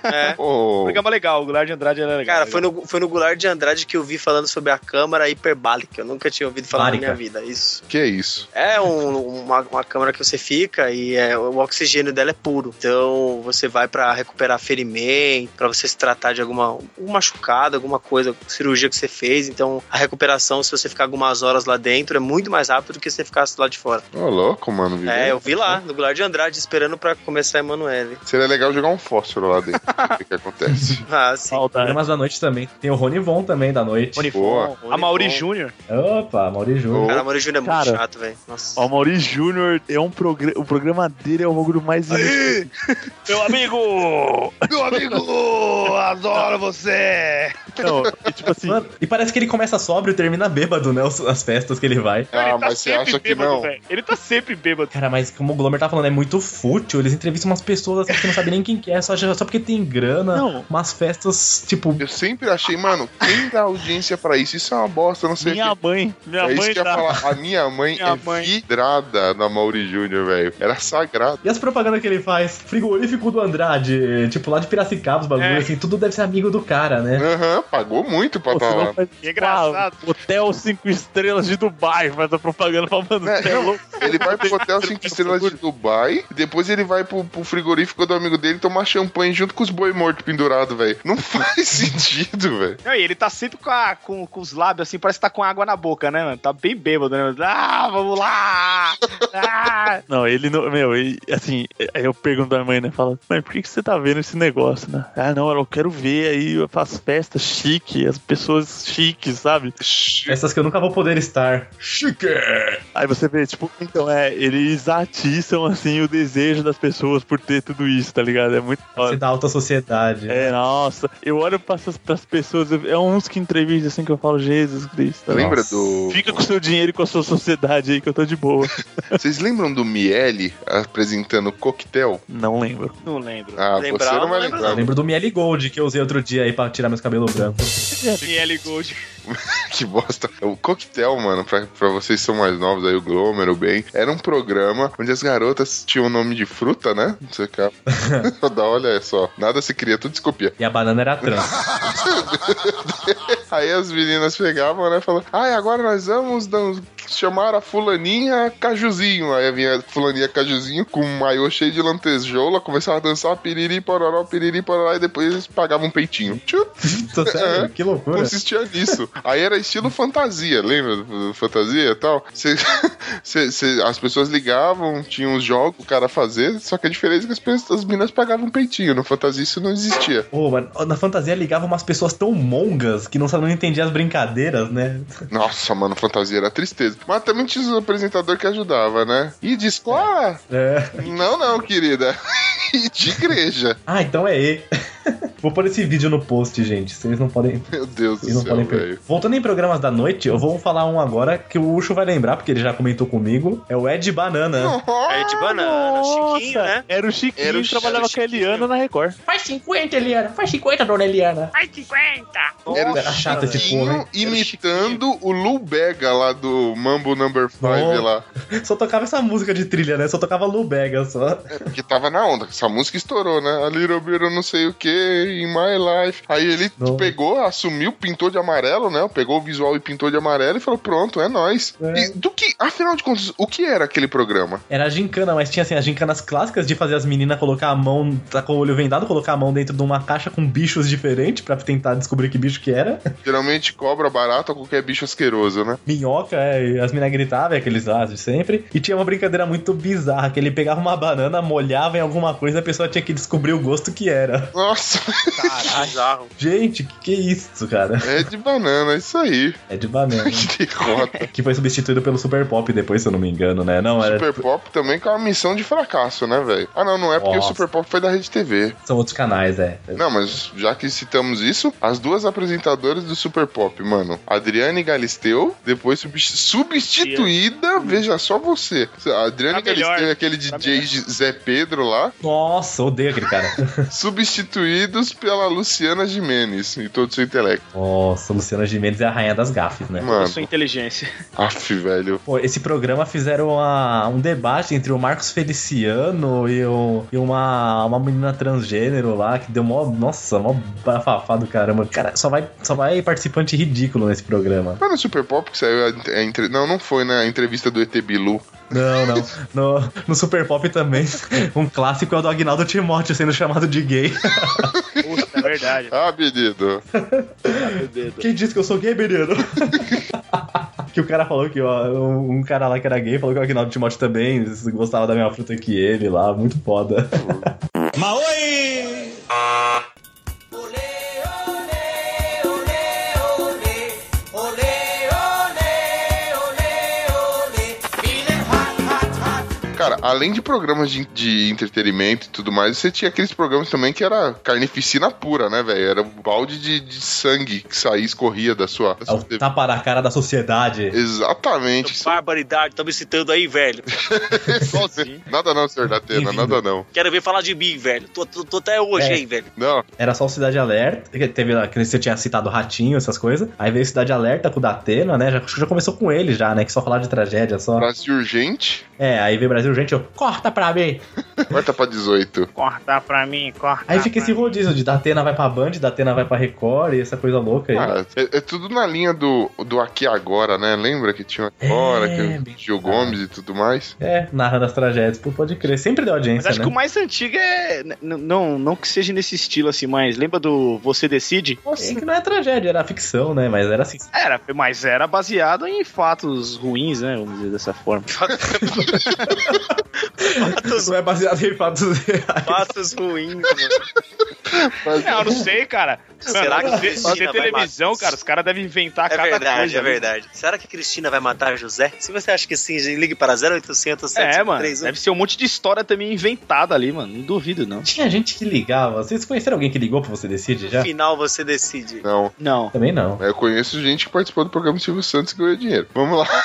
Speaker 7: é.
Speaker 2: Pô,
Speaker 8: Programa legal, o Gular de Andrade era legal.
Speaker 7: Cara, foi no, foi no Goulart de Andrade que eu vi falando sobre a câmara hiperbálica. Eu nunca tinha ouvido falar
Speaker 5: Bárica.
Speaker 7: na minha vida. Isso.
Speaker 2: que é isso?
Speaker 7: É um- uma, uma câmara que você fica e é, o oxigênio dela é puro. Então você vai pra recuperar ferimento, pra você se tratar de alguma um machucado, alguma coisa, cirurgia que você fez. Então a recuperação, se você ficar algumas horas lá dentro, é muito mais rápido do que se você ficasse lá de fora.
Speaker 2: Ô, louco, mano. viveu.
Speaker 7: É, eu vi lá, no Goulart de Andrade, esperando pra começar a Emanuele. (laughs)
Speaker 2: Seria legal jogar um fósforo lá dentro. (laughs) O que, que acontece?
Speaker 7: Ah, sim.
Speaker 4: Saudade.
Speaker 5: Programas da noite também. Tem o Rony Von também da noite.
Speaker 2: Tipo, Boa.
Speaker 8: Tipo, A Mauri Júnior.
Speaker 5: Opa, Mauri Júnior.
Speaker 7: Cara, a Mauri Júnior é muito
Speaker 4: Cara.
Speaker 7: chato, velho. Nossa.
Speaker 4: Ó, O Mauri Júnior é um programa. O programa dele é o bagulho mais. inútil. Meu amigo!
Speaker 2: Meu amigo!
Speaker 8: Adoro você!
Speaker 4: Não, e tipo assim.
Speaker 5: Mano, e parece que ele começa sóbrio e termina bêbado, né? os- As festas que ele vai.
Speaker 2: Ah, mas você acha que
Speaker 8: tá bêbado,
Speaker 2: não?
Speaker 8: velho. Ele tá sempre bêbado.
Speaker 5: Cara, mas como o Glomer tá falando, é muito fútil. Eles entrevistam umas pessoas assim que não sabem nem quem que é, só, só porque tem grana.
Speaker 4: Não.
Speaker 5: Umas festas, tipo,
Speaker 2: Eu sempre achei, mano, quem dá audiência pra isso? Isso é uma bosta, eu não sei
Speaker 4: Minha
Speaker 2: o que.
Speaker 4: mãe, minha
Speaker 2: é isso
Speaker 4: mãe
Speaker 2: que eu ia
Speaker 4: tá.
Speaker 2: falar. A minha mãe
Speaker 8: Minha
Speaker 2: é
Speaker 8: mãe.
Speaker 2: vidrada na Mauri Júnior, velho. Era sagrado.
Speaker 5: E as propagandas que ele faz? Frigorífico do Andrade, tipo, lá de Piracicaba, os bagulho,
Speaker 8: É.
Speaker 5: assim, tudo deve ser amigo do cara, né?
Speaker 2: Aham, pagou muito pra
Speaker 4: Pô,
Speaker 2: estar
Speaker 4: você
Speaker 2: lá.
Speaker 4: não faz-
Speaker 8: Que engraçado.
Speaker 4: Ah, Hotel 5 estrelas de Dubai, faz a propaganda pra mano.
Speaker 2: Né,
Speaker 4: você é
Speaker 2: não,
Speaker 4: louco.
Speaker 2: Ele vai pro hotel 5 estrelas de Dubai, e depois ele vai pro, pro frigorífico do amigo dele tomar champanhe junto com os boi morto pendurado, velho. Não (laughs) faz sentido, velho.
Speaker 8: Não, e ele tá sempre com, a- com, com os lábios assim, parece que tá com água na boca, né, mano? Tá bem bêbado, né? mano? Ah, vamos lá! Ah!
Speaker 4: Não, ele não. Meu, ele, assim, aí eu pergunto à mãe, né? Fala, mãe, por que, que você tá vendo esse negócio, né? Ah, não, eu quero ver aí as festas chique, as pessoas chiques, sabe?
Speaker 5: Essas que eu nunca vou poder estar.
Speaker 4: Aí você vê, tipo, então é, eles atiçam assim o desejo das pessoas por ter tudo isso, tá ligado? É muito
Speaker 5: Você
Speaker 4: foda.
Speaker 5: da alta sociedade.
Speaker 4: É, nossa, eu olho pra essas pras pessoas, eu- é uns que entrevistam assim que eu falo, Jesus Cristo. tá
Speaker 2: Lembra do.
Speaker 4: Fica com o seu dinheiro e com a sua sociedade aí que eu tô de boa.
Speaker 2: Vocês lembram do Miele apresentando coquetel?
Speaker 4: Não lembro.
Speaker 8: Não lembro.
Speaker 2: Ah,
Speaker 7: Lembrar,
Speaker 2: você não
Speaker 7: não
Speaker 2: vai
Speaker 7: lembro,
Speaker 2: lembrar.
Speaker 5: Eu lembro do Miele Gold que eu usei outro dia aí pra tirar meus cabelos brancos.
Speaker 8: Miele Gold.
Speaker 2: Que bosta. O Coquetel, mano, pra, pra vocês que são mais novos aí, o Glomer, o Ben, era um programa onde as garotas tinham o nome de fruta, né? Não sei o que. Dá, olha só. Nada se cria, tudo se copia.
Speaker 5: E a banana
Speaker 2: (laughs)
Speaker 5: era trans.
Speaker 2: Aí as meninas pegavam, né? Falavam, ai, agora nós vamos dan- chamar a fulaninha Cajuzinho. Aí vinha a fulaninha Cajuzinho com um maiô cheio de lantejoula, começava a dançar piriri, pororó, piriri, pororó, e depois eles pagavam um peitinho. Tchup,
Speaker 5: Tô sério, que loucura.
Speaker 2: consistia nisso. Aí era estilo fantasia, lembra? do Fantasia e tal. Cê- (laughs) cê- cê- as pessoas ligavam, tinha uns jogos o cara fazer, só que a diferença é que as, pessoas, as meninas pagavam um peitinho. No fantasia isso não existia.
Speaker 5: Pô, mano, na fantasia ligava umas pessoas tão mongas que não, sa- não entendiam as brincadeiras, né?
Speaker 2: Nossa, mano, fantasia era tristeza. Mas também tinha os apresentadores que ajudava, né? E de escola?
Speaker 5: É.
Speaker 2: Não, não, querida. (laughs) E de igreja.
Speaker 5: Ah, então é E. (laughs) Vou pôr esse vídeo no post, gente. Vocês não podem
Speaker 2: Meu Deus
Speaker 5: E não
Speaker 2: do céu,
Speaker 5: podem perder.
Speaker 2: velho.
Speaker 5: Voltando em programas da noite, eu vou falar um agora que o Ucho vai lembrar, porque ele já comentou comigo. É o Ed Banana.
Speaker 7: É de banana,
Speaker 4: Nossa,
Speaker 7: chiquinho, né?
Speaker 4: Era o Chiquinho
Speaker 2: Era o
Speaker 4: que trabalhava
Speaker 7: Chiquinho.
Speaker 4: com a Eliana na Record.
Speaker 5: Faz 50, Eliana. Faz 50, dona Eliana.
Speaker 2: (laughs) Era
Speaker 5: Era
Speaker 2: o
Speaker 5: chato esse povo, hein?
Speaker 2: Chiquinho imitando o Lu Bega lá do Mambo Number 5
Speaker 5: Nossa.
Speaker 2: lá.
Speaker 5: Só tocava essa música de trilha, né? Só tocava Lubega só.
Speaker 2: Porque tava na onda, essa música estourou, né? A Little Bit of não sei o que, in my life. Aí ele
Speaker 5: Nossa.
Speaker 2: pegou, assumiu, pintou de amarelo, né? Pegou o visual e pintou de amarelo e falou: pronto, é nóis.
Speaker 5: É.
Speaker 2: E do que, afinal de contas, o que era aquele programa?
Speaker 5: Era a gincana, mas tinha assim, as gincanas clássicas de fazer as meninas colocar a mão, tá com o olho vendado, colocar a mão dentro de uma caixa com bichos diferentes pra tentar descobrir que bicho que era. (laughs)
Speaker 2: Geralmente cobra barata ou qualquer bicho asqueroso, né?
Speaker 5: Minhoca, é, e as meninas gritavam, é aqueles lá de sempre. E tinha uma brincadeira muito bizarra, que ele pegava uma banana, molhava em alguma coisa e a pessoa tinha que descobrir o gosto que era.
Speaker 2: Nossa, (laughs)
Speaker 7: Caralho. Bizarro.
Speaker 5: Gente, que, que isso, cara?
Speaker 2: é de banana, isso aí. (laughs)
Speaker 5: É de banana.
Speaker 2: Que derrota.
Speaker 5: que foi substituído pelo Super Pop depois, se eu não me engano, né? Não, era,
Speaker 2: Super Pop também com uma missão de fracasso, né, velho? Ah, não, não é porque
Speaker 5: Nossa.
Speaker 2: o Super Pop foi da Rede TV.
Speaker 5: são outros canais, é.
Speaker 2: Não, mas já que citamos isso, as duas apresentadoras do Super Pop, mano, Adriane Galisteu, depois subst- substituída, veja só você. A Adriane
Speaker 8: Tá
Speaker 2: Galisteu
Speaker 8: melhor.
Speaker 2: e aquele DJ Zé Pedro
Speaker 8: (laughs)
Speaker 2: lá,
Speaker 5: Nossa, odeio aquele cara.
Speaker 2: substituídos pela Luciana Jimenez em todo seu intelecto.
Speaker 5: Nossa, Luciana Gimenez é a rainha das gafes, né?
Speaker 8: Com
Speaker 2: Mano,
Speaker 8: sua inteligência.
Speaker 2: af, velho.
Speaker 5: Pô, esse programa fizeram uma- um debate entre o Marcos Feliciano e, o- e uma, uma menina transgênero lá, que deu mó. Nossa, mó bafafá do caramba. Cara, só vai, só vai participante ridículo nesse programa.
Speaker 2: Foi no Super Pop que saiu a, a entre- Não, não foi na entrevista do ET Bilu.
Speaker 5: Não, não. No, no Super Pop também, um clássico é o do Agnaldo Timóteo sendo chamado de gay.
Speaker 8: Puta, é (laughs) verdade.
Speaker 2: Ah, menino.
Speaker 5: Quem disse que eu sou gay, menino? (laughs) que o cara falou que, ó, um um cara lá que era gay falou que o Agnaldo Timóteo também gostava da mesma fruta que ele lá, muito foda. Maoi!
Speaker 2: Cara, além de programas de, de entretenimento e tudo mais, você tinha aqueles programas também que era carnificina pura, né, velho? Era um balde de, de sangue que saía, escorria da sua. da
Speaker 5: É
Speaker 2: sua
Speaker 5: o
Speaker 2: TV.
Speaker 5: tapa na cara da sociedade.
Speaker 2: Exatamente. (laughs) Isso-
Speaker 7: Barbaridade, tá me citando aí, velho.
Speaker 2: nada não, senhor da Atena,
Speaker 5: Bem-vindo.
Speaker 2: nada não.
Speaker 7: Quero ver falar de mim, velho. Tô, tô, tô até hoje,
Speaker 5: É.
Speaker 7: hein, velho.
Speaker 2: Não,
Speaker 5: Era só o Cidade Alerta, que teve lá, que você tinha citado Ratinho, essas coisas. Aí veio Cidade Alerta com o Datena, né? Já, acho que já começou com ele já, né? Que só falava de tragédia, só.
Speaker 2: Brasil urgente, (laughs)
Speaker 5: É, aí veio Brasil, gente, eu, corta pra mim!
Speaker 2: corta pra 18.
Speaker 8: Cortar pra mim, cortar.
Speaker 5: Aí fica
Speaker 8: pra
Speaker 5: esse
Speaker 8: mim.
Speaker 5: rodízio de Datena vai pra Band, Datena vai pra Record e essa coisa louca aí.
Speaker 2: Ah, é, é tudo na linha do, do aqui e agora, né? Lembra que tinha agora,
Speaker 5: É,
Speaker 2: que o Gil Gomes e tudo mais?
Speaker 5: É, narrando as tragédias, pô, pode crer. Sempre deu
Speaker 8: Mas
Speaker 5: audiência,
Speaker 8: acho
Speaker 5: né?
Speaker 8: que o mais antigo é. n- n- Não, não que seja nesse estilo assim, mas lembra do Você Decide?
Speaker 5: É que não é tragédia, era ficção, né? Mas era assim.
Speaker 8: Era, mas era baseado em fatos ruins, né? Vamos dizer dessa forma.
Speaker 5: (laughs)
Speaker 7: (laughs)
Speaker 5: Isso é baseado em fatos reais.
Speaker 7: Fatos ruins, mano.
Speaker 2: Mas,
Speaker 8: Não, eu não sei, cara.
Speaker 7: Será
Speaker 8: Mano,
Speaker 7: que
Speaker 8: se- se
Speaker 7: Cristina
Speaker 8: tem
Speaker 7: vai
Speaker 8: televisão,
Speaker 7: matar?
Speaker 8: cara, os caras devem inventar
Speaker 7: É
Speaker 8: cada
Speaker 7: verdade,
Speaker 8: coisa. né?
Speaker 7: é verdade. Será que Cristina vai matar José? Se você acha que sim, ligue para 0800
Speaker 8: É, mano.
Speaker 7: 753.
Speaker 8: Deve ser um monte de história também inventada ali, mano. Não duvido, não.
Speaker 5: Tinha gente que ligava. Vocês conheceram alguém que ligou pra você decide
Speaker 7: No
Speaker 5: já?
Speaker 7: final você decide.
Speaker 2: Não,
Speaker 8: Não.
Speaker 5: Também não.
Speaker 2: eu conheço gente que participou do programa do Silvio Santos e ganhou dinheiro. Vamos lá.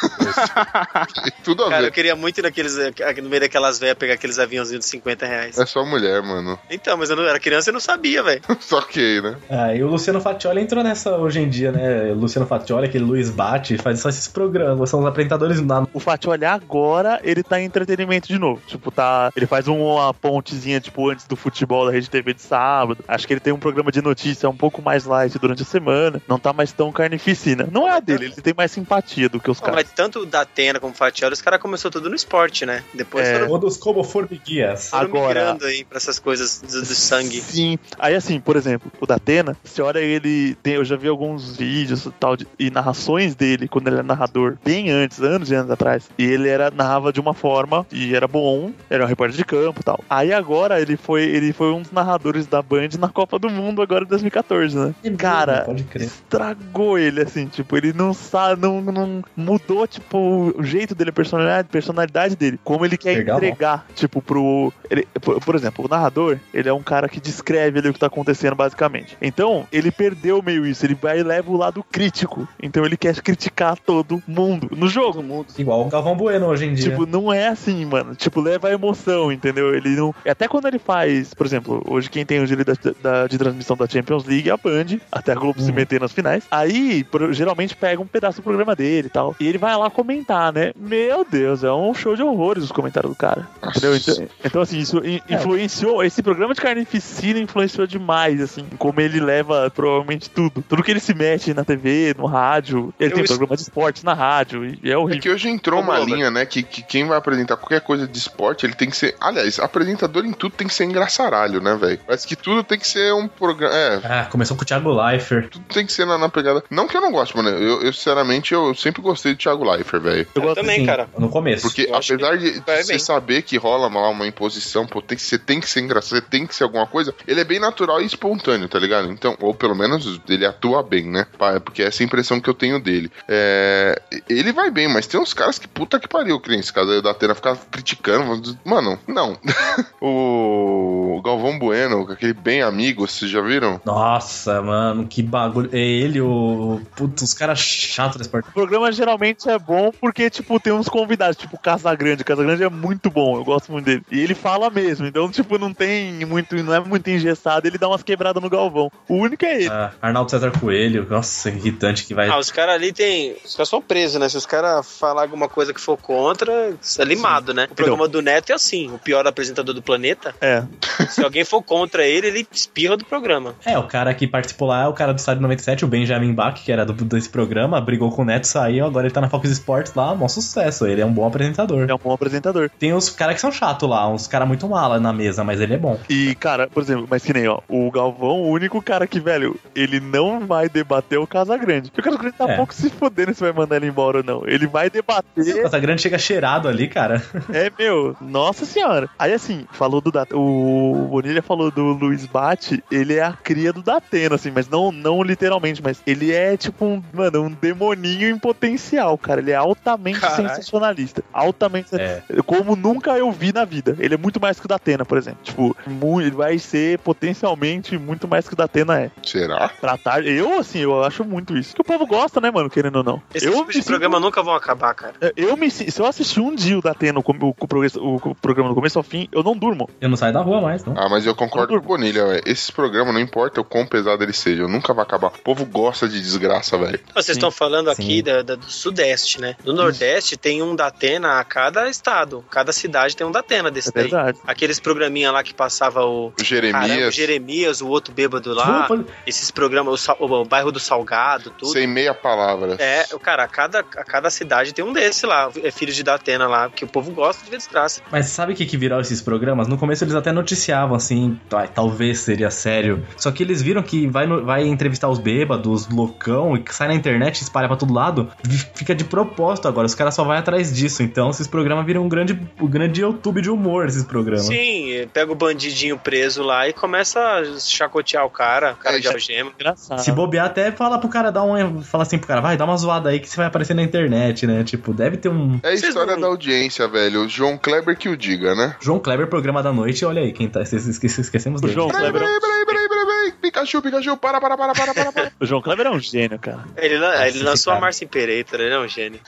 Speaker 2: (laughs) tudo a
Speaker 7: Cara, eu
Speaker 2: ver.
Speaker 7: queria muito ir naqueles, no meio daquelas velhas pegar aqueles aviãozinhos de 50 reais.
Speaker 2: É só mulher, mano.
Speaker 7: Então, mas eu não era criança e não sabia, velho.
Speaker 2: Só que, né?
Speaker 5: Ah, e o Luciano Fatioli entrou nessa hoje em dia, né? O Luciano Fatioli, aquele Luiz Bate, faz só esses programas. São os apresentadores na
Speaker 4: O Fatih, olha, agora ele tá em entretenimento de novo. Tipo, tá. Ele faz uma pontezinha, tipo, antes do futebol da Rede TV de sábado. Acho que ele tem um programa de notícia um pouco mais light durante a semana. Não tá mais tão carnificina. Não é a dele, ele tem mais simpatia do que os
Speaker 7: Não,
Speaker 4: caras.
Speaker 7: mas tanto o Datena como o Fatioli, os caras começou tudo no esporte, né? Depois
Speaker 4: É.
Speaker 7: foram,
Speaker 5: Todos como formiguias.
Speaker 7: foram
Speaker 4: Agora-
Speaker 7: migrando aí pra essas coisas do, do sangue.
Speaker 4: Sim. Aí, assim, por exemplo, o da Atena, Você olha ele. tem- eu já vi alguns vídeos e tal, de- e narrações dele quando ele era narrador, bem antes, anos e anos atrás. E ele era, narrava de uma forma e era bom, era um repórter de campo e tal. Aí agora ele foi, ele foi um dos narradores da Band na Copa do Mundo agora de 2014, né? Cara,
Speaker 5: Pode crer.
Speaker 4: estragou ele, assim, tipo, ele não sabe, não, não mudou, tipo, o jeito dele, a personalidade, personalidade dele, como ele quer
Speaker 5: Legal.
Speaker 4: entregar, tipo, pro. ele- por, por exemplo, o narrador, ele é um cara que descreve ali o que tá acontecendo, basicamente. Então, ele perdeu meio isso, ele vai e leva o lado crítico. Então, ele quer criticar todo mundo no jogo.
Speaker 5: Igual o Galvão Bueno hoje em dia.
Speaker 4: Tipo, não é assim, mano. Tipo, leva a emoção, entendeu? Ele não. Até quando ele faz, por exemplo, hoje quem tem o direito da- da- de transmissão da Champions League é a Band, até a Globo
Speaker 2: Uhum.
Speaker 4: se meter nas finais. Aí, pro- geralmente pega um pedaço do programa dele e tal. E ele vai lá comentar, né? Meu Deus, é um show de horrores os comentários do cara. Entendeu? Então, então, assim, isso in-
Speaker 5: É.
Speaker 4: influenciou. Esse programa de carnificina influenciou demais, assim, como ele leva provavelmente tudo. Tudo que ele se mete na TV, no rádio. Ele
Speaker 2: Eu
Speaker 4: tem
Speaker 2: es-
Speaker 4: programa de esportes na rádio. E é
Speaker 2: É
Speaker 4: horrível.
Speaker 2: que hoje entrou
Speaker 7: Como
Speaker 2: uma
Speaker 7: Robert.
Speaker 2: linha, né? Que, que quem vai apresentar qualquer coisa de esporte, ele tem que ser. Aliás, apresentador em tudo tem que ser engraçaralho, né, velho? Parece que tudo tem que ser um programa. É,
Speaker 5: Ah, começou com o Thiago Leifert.
Speaker 2: tudo tem que ser na, na pegada. Não que eu não gosto, mano. Eu, eu, sinceramente, eu sempre gostei do Thiago Leifert, velho.
Speaker 7: Eu também,
Speaker 4: assim.
Speaker 5: Sim,
Speaker 7: cara.
Speaker 5: Assim, No começo.
Speaker 2: Porque
Speaker 7: Eu acho
Speaker 2: apesar de de
Speaker 7: vai
Speaker 2: você
Speaker 7: bem.
Speaker 2: saber que rola lá uma imposição, pô, tem que, você tem que ser engraçado, você tem que ser alguma coisa, ele é bem natural e espontâneo, tá ligado? Então, ou pelo menos ele atua bem, né? Pá, é Porque essa é a impressão que eu tenho dele. É, ele vai bem, mas tem uns caras que puta que pariu, que nem esse caso aí da Atena ficar criticando. Mano, não. (laughs) o Galvão Bueno, com aquele bem amigo, vocês já viram?
Speaker 5: Nossa, mano, que bagulho. É ele, o. Putz, os caras chatos desse partido.
Speaker 4: O programa geralmente é bom porque, tipo, tem uns convidados, tipo Casa Grande. Casa Grande é muito bom, eu gosto muito dele. E ele fala mesmo, então, tipo, não tem muito, não é muito engessado, ele dá umas quebradas no Galvão. O único é ele.
Speaker 5: Ah, Arnaldo César Coelho. Nossa, irritante que vai.
Speaker 7: Ah, os caras ali tem. Os caras são presos, né? Se os caras falar alguma coisa que for contra, isso é limado, né? O programa do Neto é assim, o pior apresentador do
Speaker 4: (laughs)
Speaker 7: planeta.
Speaker 4: É.
Speaker 7: Se alguém for contra ele, ele espirra do programa.
Speaker 5: É, o cara que participou lá é o cara do Estádio 97, o Benjamin Bach, que era do, desse programa, brigou com o Neto, saiu, agora ele tá na Fox Sports lá, mó sucesso. Ele é um bom apresentador.
Speaker 4: É um bom apresentador.
Speaker 5: Tem uns caras que são chatos lá, uns caras muito mala na mesa, mas ele é bom.
Speaker 4: E, cara, por exemplo, mas que nem, ó, o Galvão, o único cara que, velho, ele não vai debater é o Casa Grande. Porque o Casa Grande tá
Speaker 5: É.
Speaker 4: pouco se fodendo se vai mandar ele embora ou não. Ele vai
Speaker 5: O
Speaker 4: debater
Speaker 5: Casagrande chega cheirado ali, cara.
Speaker 4: É, meu, nossa senhora. Aí assim, falou do Datena. O Bonilha falou do Luiz Bate, ele é a cria do Datena, assim, mas não, não literalmente, mas ele é tipo um, mano, um demoninho em potencial, cara. Ele é altamente
Speaker 7: Caralho.
Speaker 4: sensacionalista. Altamente
Speaker 5: É.
Speaker 4: como nunca eu vi na vida. Ele é muito mais que o Datena, por exemplo. Tipo, mu- ele vai ser potencialmente muito mais que o Datena é.
Speaker 7: Ah.
Speaker 2: Será?
Speaker 4: Pra tarde. Eu, assim, eu acho muito isso. Que o povo gosta, né, mano, querendo ou não.
Speaker 7: Esse
Speaker 4: eu
Speaker 7: tipo
Speaker 4: me
Speaker 7: de
Speaker 4: sinto
Speaker 7: programa nunca vão acabar, cara.
Speaker 4: é, Eu me, sin- se eu assistir um dia o Datena, o, com- o, com- o com- o programa do começo ao fim, eu não durmo.
Speaker 5: Eu não saio da rua mais, não.
Speaker 2: Ah, mas eu concordo com o Bonilha, velho. Esses programas, não importa o quão pesado eles sejam, nunca vai acabar. O povo gosta de desgraça, velho.
Speaker 7: Então, Vocês estão falando aqui
Speaker 5: Sim.
Speaker 7: da, da- do Sudeste, né? No Nordeste tem um da Atena a cada estado. Cada cidade tem um da Atena desse
Speaker 4: É
Speaker 7: daí.
Speaker 4: verdade.
Speaker 7: Aqueles programinha lá que passava o.
Speaker 2: O Jeremias.
Speaker 7: Caramba, o Jeremias, o outro bêbado lá.
Speaker 5: Desculpa,
Speaker 7: Esses programas, o, Sal- o bairro do Salgado, tudo.
Speaker 2: Sem meia palavra.
Speaker 7: É, cara, a cada, a cada cidade tem um desse lá, é filho de Datena lá, que o povo gosta de ver desgraça.
Speaker 5: Mas sabe o que, que virou esses programas? No começo eles até noticiavam assim, "Ai, talvez seria sério. Só que eles viram que vai, no- vai entrevistar os bêbados, loucão, e que sai na internet, espalha pra todo lado. Vi- Fica de propósito agora, os caras só vão atrás disso. Então esses programas viram um grande, um grande YouTube de humor, esses programas.
Speaker 7: Sim, pega o bandidinho preso lá e começa a chacotear o cara, o cara
Speaker 2: É,
Speaker 7: de
Speaker 2: já-
Speaker 7: algema.
Speaker 4: Engraçado.
Speaker 5: Se bobear, até fala pro cara dar um. Fala assim pro cara, vai, dá uma zoada aí que você vai aparecer na internet, né? Tipo, deve ter um.
Speaker 2: É a
Speaker 7: Vocês
Speaker 2: história
Speaker 7: não-
Speaker 2: da audiência, velho. O João Kleber que o diga, né?
Speaker 5: João Kleber, programa da noite, olha aí, quem tá. Vocês esque- esquecemos
Speaker 4: o
Speaker 5: dele.
Speaker 4: João
Speaker 2: Peraí,
Speaker 4: Kleber, é
Speaker 2: peraí, peraí, peraí, peraí, peraí. Pikachu, Pikachu, para, para, para, para, para, para.
Speaker 4: um- o João Kleber é um gênio, cara.
Speaker 7: Ele, lan-
Speaker 5: Nossa,
Speaker 7: ele lançou
Speaker 5: cara.
Speaker 7: a Marcia Pereira, ele é um gênio.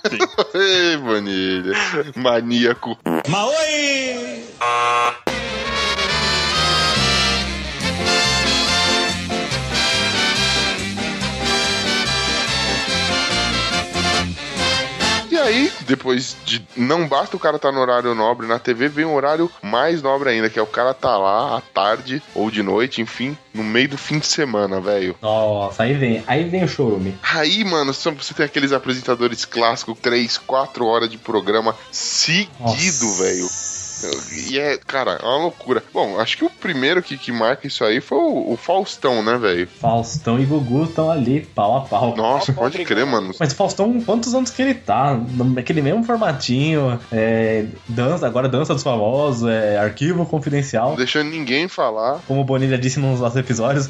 Speaker 2: Ei, Vanilha. Maníaco. E aí, depois de. Não basta o cara estar no horário nobre na TV, vem um horário mais nobre ainda, que é o cara tá lá à tarde ou de noite, enfim, no meio do fim de semana, velho.
Speaker 5: Nossa, aí vem, aí vem o chorume.
Speaker 2: Aí, mano, são- você tem aqueles apresentadores clássicos, 3, 4 horas de programa seguido, velho. E é, cara, é uma loucura. Bom, acho que o primeiro que, que marca isso aí foi o, o Faustão, né, velho?
Speaker 5: Faustão e Gugu estão ali, pau a pau.
Speaker 2: Nossa, pode crer, mano.
Speaker 5: Mas o Faustão, quantos anos que ele tá? Naquele mesmo formatinho, é, dança, agora dança dos famosos, é, arquivo confidencial.
Speaker 2: Não deixando ninguém falar.
Speaker 5: Como o Bonilha disse nos nossos episódios,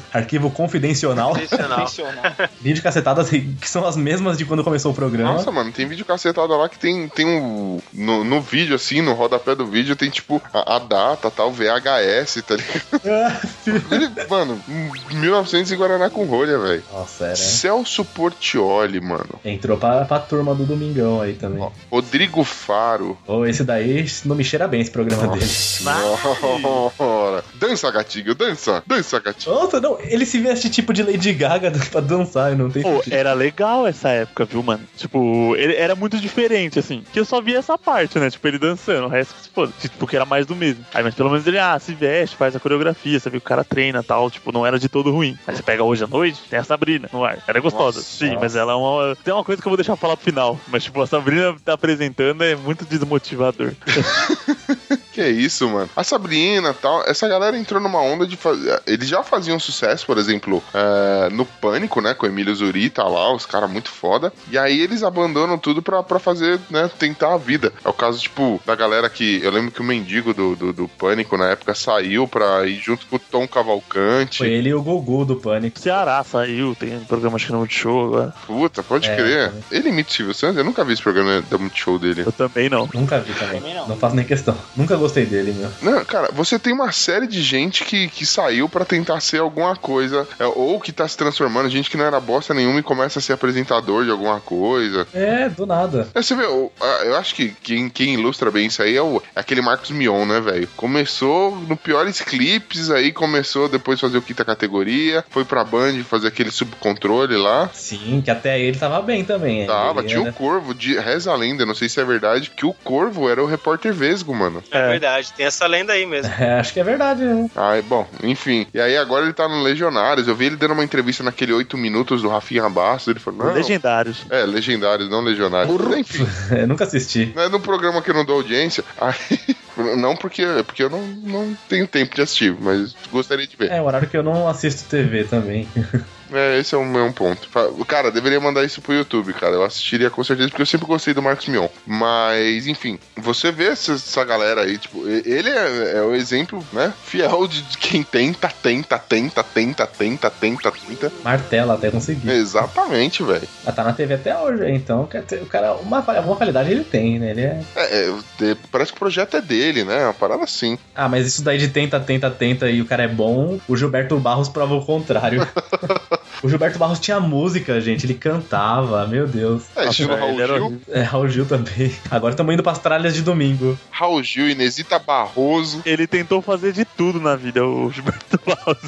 Speaker 2: (laughs)
Speaker 5: arquivo confidencional.
Speaker 7: Sensacional.
Speaker 5: Vídeo cacetadas que são as mesmas de quando começou o programa.
Speaker 2: Nossa, mano, tem vídeo cacetado lá que tem, tem um. No, no vídeo, assim, no rodapé do vídeo, tem tipo a, a data, tal, VHS, tá ligado? Ele, (laughs) mano, 1900 e Guaraná com rolha, velho.
Speaker 5: (laughs) Nossa, era. hein?
Speaker 2: Celso Portioli, mano.
Speaker 5: Entrou pra, pra turma do Domingão aí também.
Speaker 2: Ó, Rodrigo Faro.
Speaker 5: Ô, esse daí não me cheira bem esse programa dele.
Speaker 2: Ora. Dança, gatinho, dança. Dança, gatinho.
Speaker 5: Nossa, não, ele se veste tipo de Lady Gaga (laughs) pra dançar, não tem
Speaker 4: Pô,
Speaker 5: sentido.
Speaker 2: é
Speaker 4: era legal essa época, viu, mano? Tipo, ele era muito diferente, assim. Que eu só via essa parte, né? Tipo, ele dançando, o resto que se foda. Tipo, que era mais do mesmo. Aí, mas pelo menos ele, ah, se veste, faz a coreografia, você vê que o cara treina e tal. Tipo, não era de todo ruim. Aí você pega hoje à noite, tem a Sabrina no ar. Era gostosa,
Speaker 2: Nossa.
Speaker 4: sim, mas ela é uma. Tem uma coisa que eu vou deixar falar pro final. Mas, tipo, a Sabrina tá apresentando é muito desmotivador.
Speaker 2: Que é isso, mano. A Sabrina tal, essa galera entrou numa onda de fazer. Eles já faziam sucesso, por exemplo, é, no Pânico, né? Com o Emílio Zurita lá, os caras muito foda. E aí eles abandonam tudo pra, pra fazer, né? Tentar a vida. É o caso, tipo, da galera que. Eu lembro que o mendigo do, do, do Pânico na época saiu pra ir junto com o Tom Cavalcante.
Speaker 5: Foi ele e o Gugu do Pânico.
Speaker 4: Ceará saiu, tem um programa acho que no Multishow agora.
Speaker 2: Puta, pode
Speaker 5: É,
Speaker 2: crer.
Speaker 5: também.
Speaker 2: Ele imita o Silvio Santos? Eu nunca vi esse programa da Multishow dele.
Speaker 4: Eu também não.
Speaker 5: Nunca vi também. Não. faço nem questão. (laughs) Nunca gostei dele, meu.
Speaker 2: Não, cara, você tem uma série de gente que, que saiu pra tentar ser alguma coisa, é, ou que tá se transformando, gente que não era bosta nenhuma e começa a ser apresentador de alguma coisa.
Speaker 5: É, do nada.
Speaker 2: É, Você vê, o- a- eu acho que quem, quem ilustra bem isso aí é, o, é aquele Marcos Mion, né, velho? Começou no piores clipes, aí começou depois fazer o quinta categoria, foi pra Band fazer aquele subcontrole lá.
Speaker 5: Sim, que até ele tava bem também.
Speaker 2: Tava,
Speaker 5: Ele
Speaker 2: tinha o
Speaker 5: É, era-
Speaker 2: Corvo, de, reza a lenda, não sei se é verdade, que o Corvo era o repórter Vesgo, mano.
Speaker 7: É verdade, tem essa lenda aí mesmo.
Speaker 5: (laughs) É, acho que é verdade, né? (laughs)
Speaker 2: Ai, bom, enfim. E aí agora ele tá no Legionários. Eu vi ele dando uma entrevista naquele 8 minutos do Rafinha Bastos. Ele falou, não.
Speaker 4: Legendários.
Speaker 2: É, Legendários, não Legionários. Mas, Enfim,
Speaker 5: Eu nunca assisti.
Speaker 2: né, num programa que eu não dou audiência. Aí, (laughs) não porque, é porque eu não, não tenho tempo de assistir, mas gostaria de ver.
Speaker 5: É, um horário que eu não assisto TV também. (laughs)
Speaker 2: É, esse é o meu ponto. Fa- Cara, deveria mandar isso pro YouTube, cara. Eu assistiria com certeza, porque eu sempre gostei do Marcos Mion. Mas, enfim, você vê essa, essa galera aí, tipo, e- ele é, é o exemplo, né? Fiel de, de quem tenta, tenta, tenta, tenta, tenta, tenta, tenta.
Speaker 5: Martela até conseguir.
Speaker 2: Exatamente, velho.
Speaker 5: Mas tá na TV até hoje, então quer dizer, o cara, uma, fa- alguma qualidade ele tem, né? Ele é...
Speaker 2: É, é, de- parece que o projeto é dele, né? Uma parada assim.
Speaker 5: Ah, mas isso daí de tenta, tenta, tenta e o cara é bom, o Gilberto Barros prova o
Speaker 2: (laughs)
Speaker 5: contrário. o Gilberto Barros tinha música, gente, ele cantava, meu Deus.
Speaker 2: É, estilo
Speaker 4: velho,
Speaker 2: Raul
Speaker 4: ele era
Speaker 2: Gil.
Speaker 4: horrível.
Speaker 5: É, Raul Gil também. Agora estamos indo pras tralhas de domingo.
Speaker 2: Raul Gil, Inesita Barroso.
Speaker 4: Ele tentou fazer de tudo na vida, o Gilberto (laughs) Barros.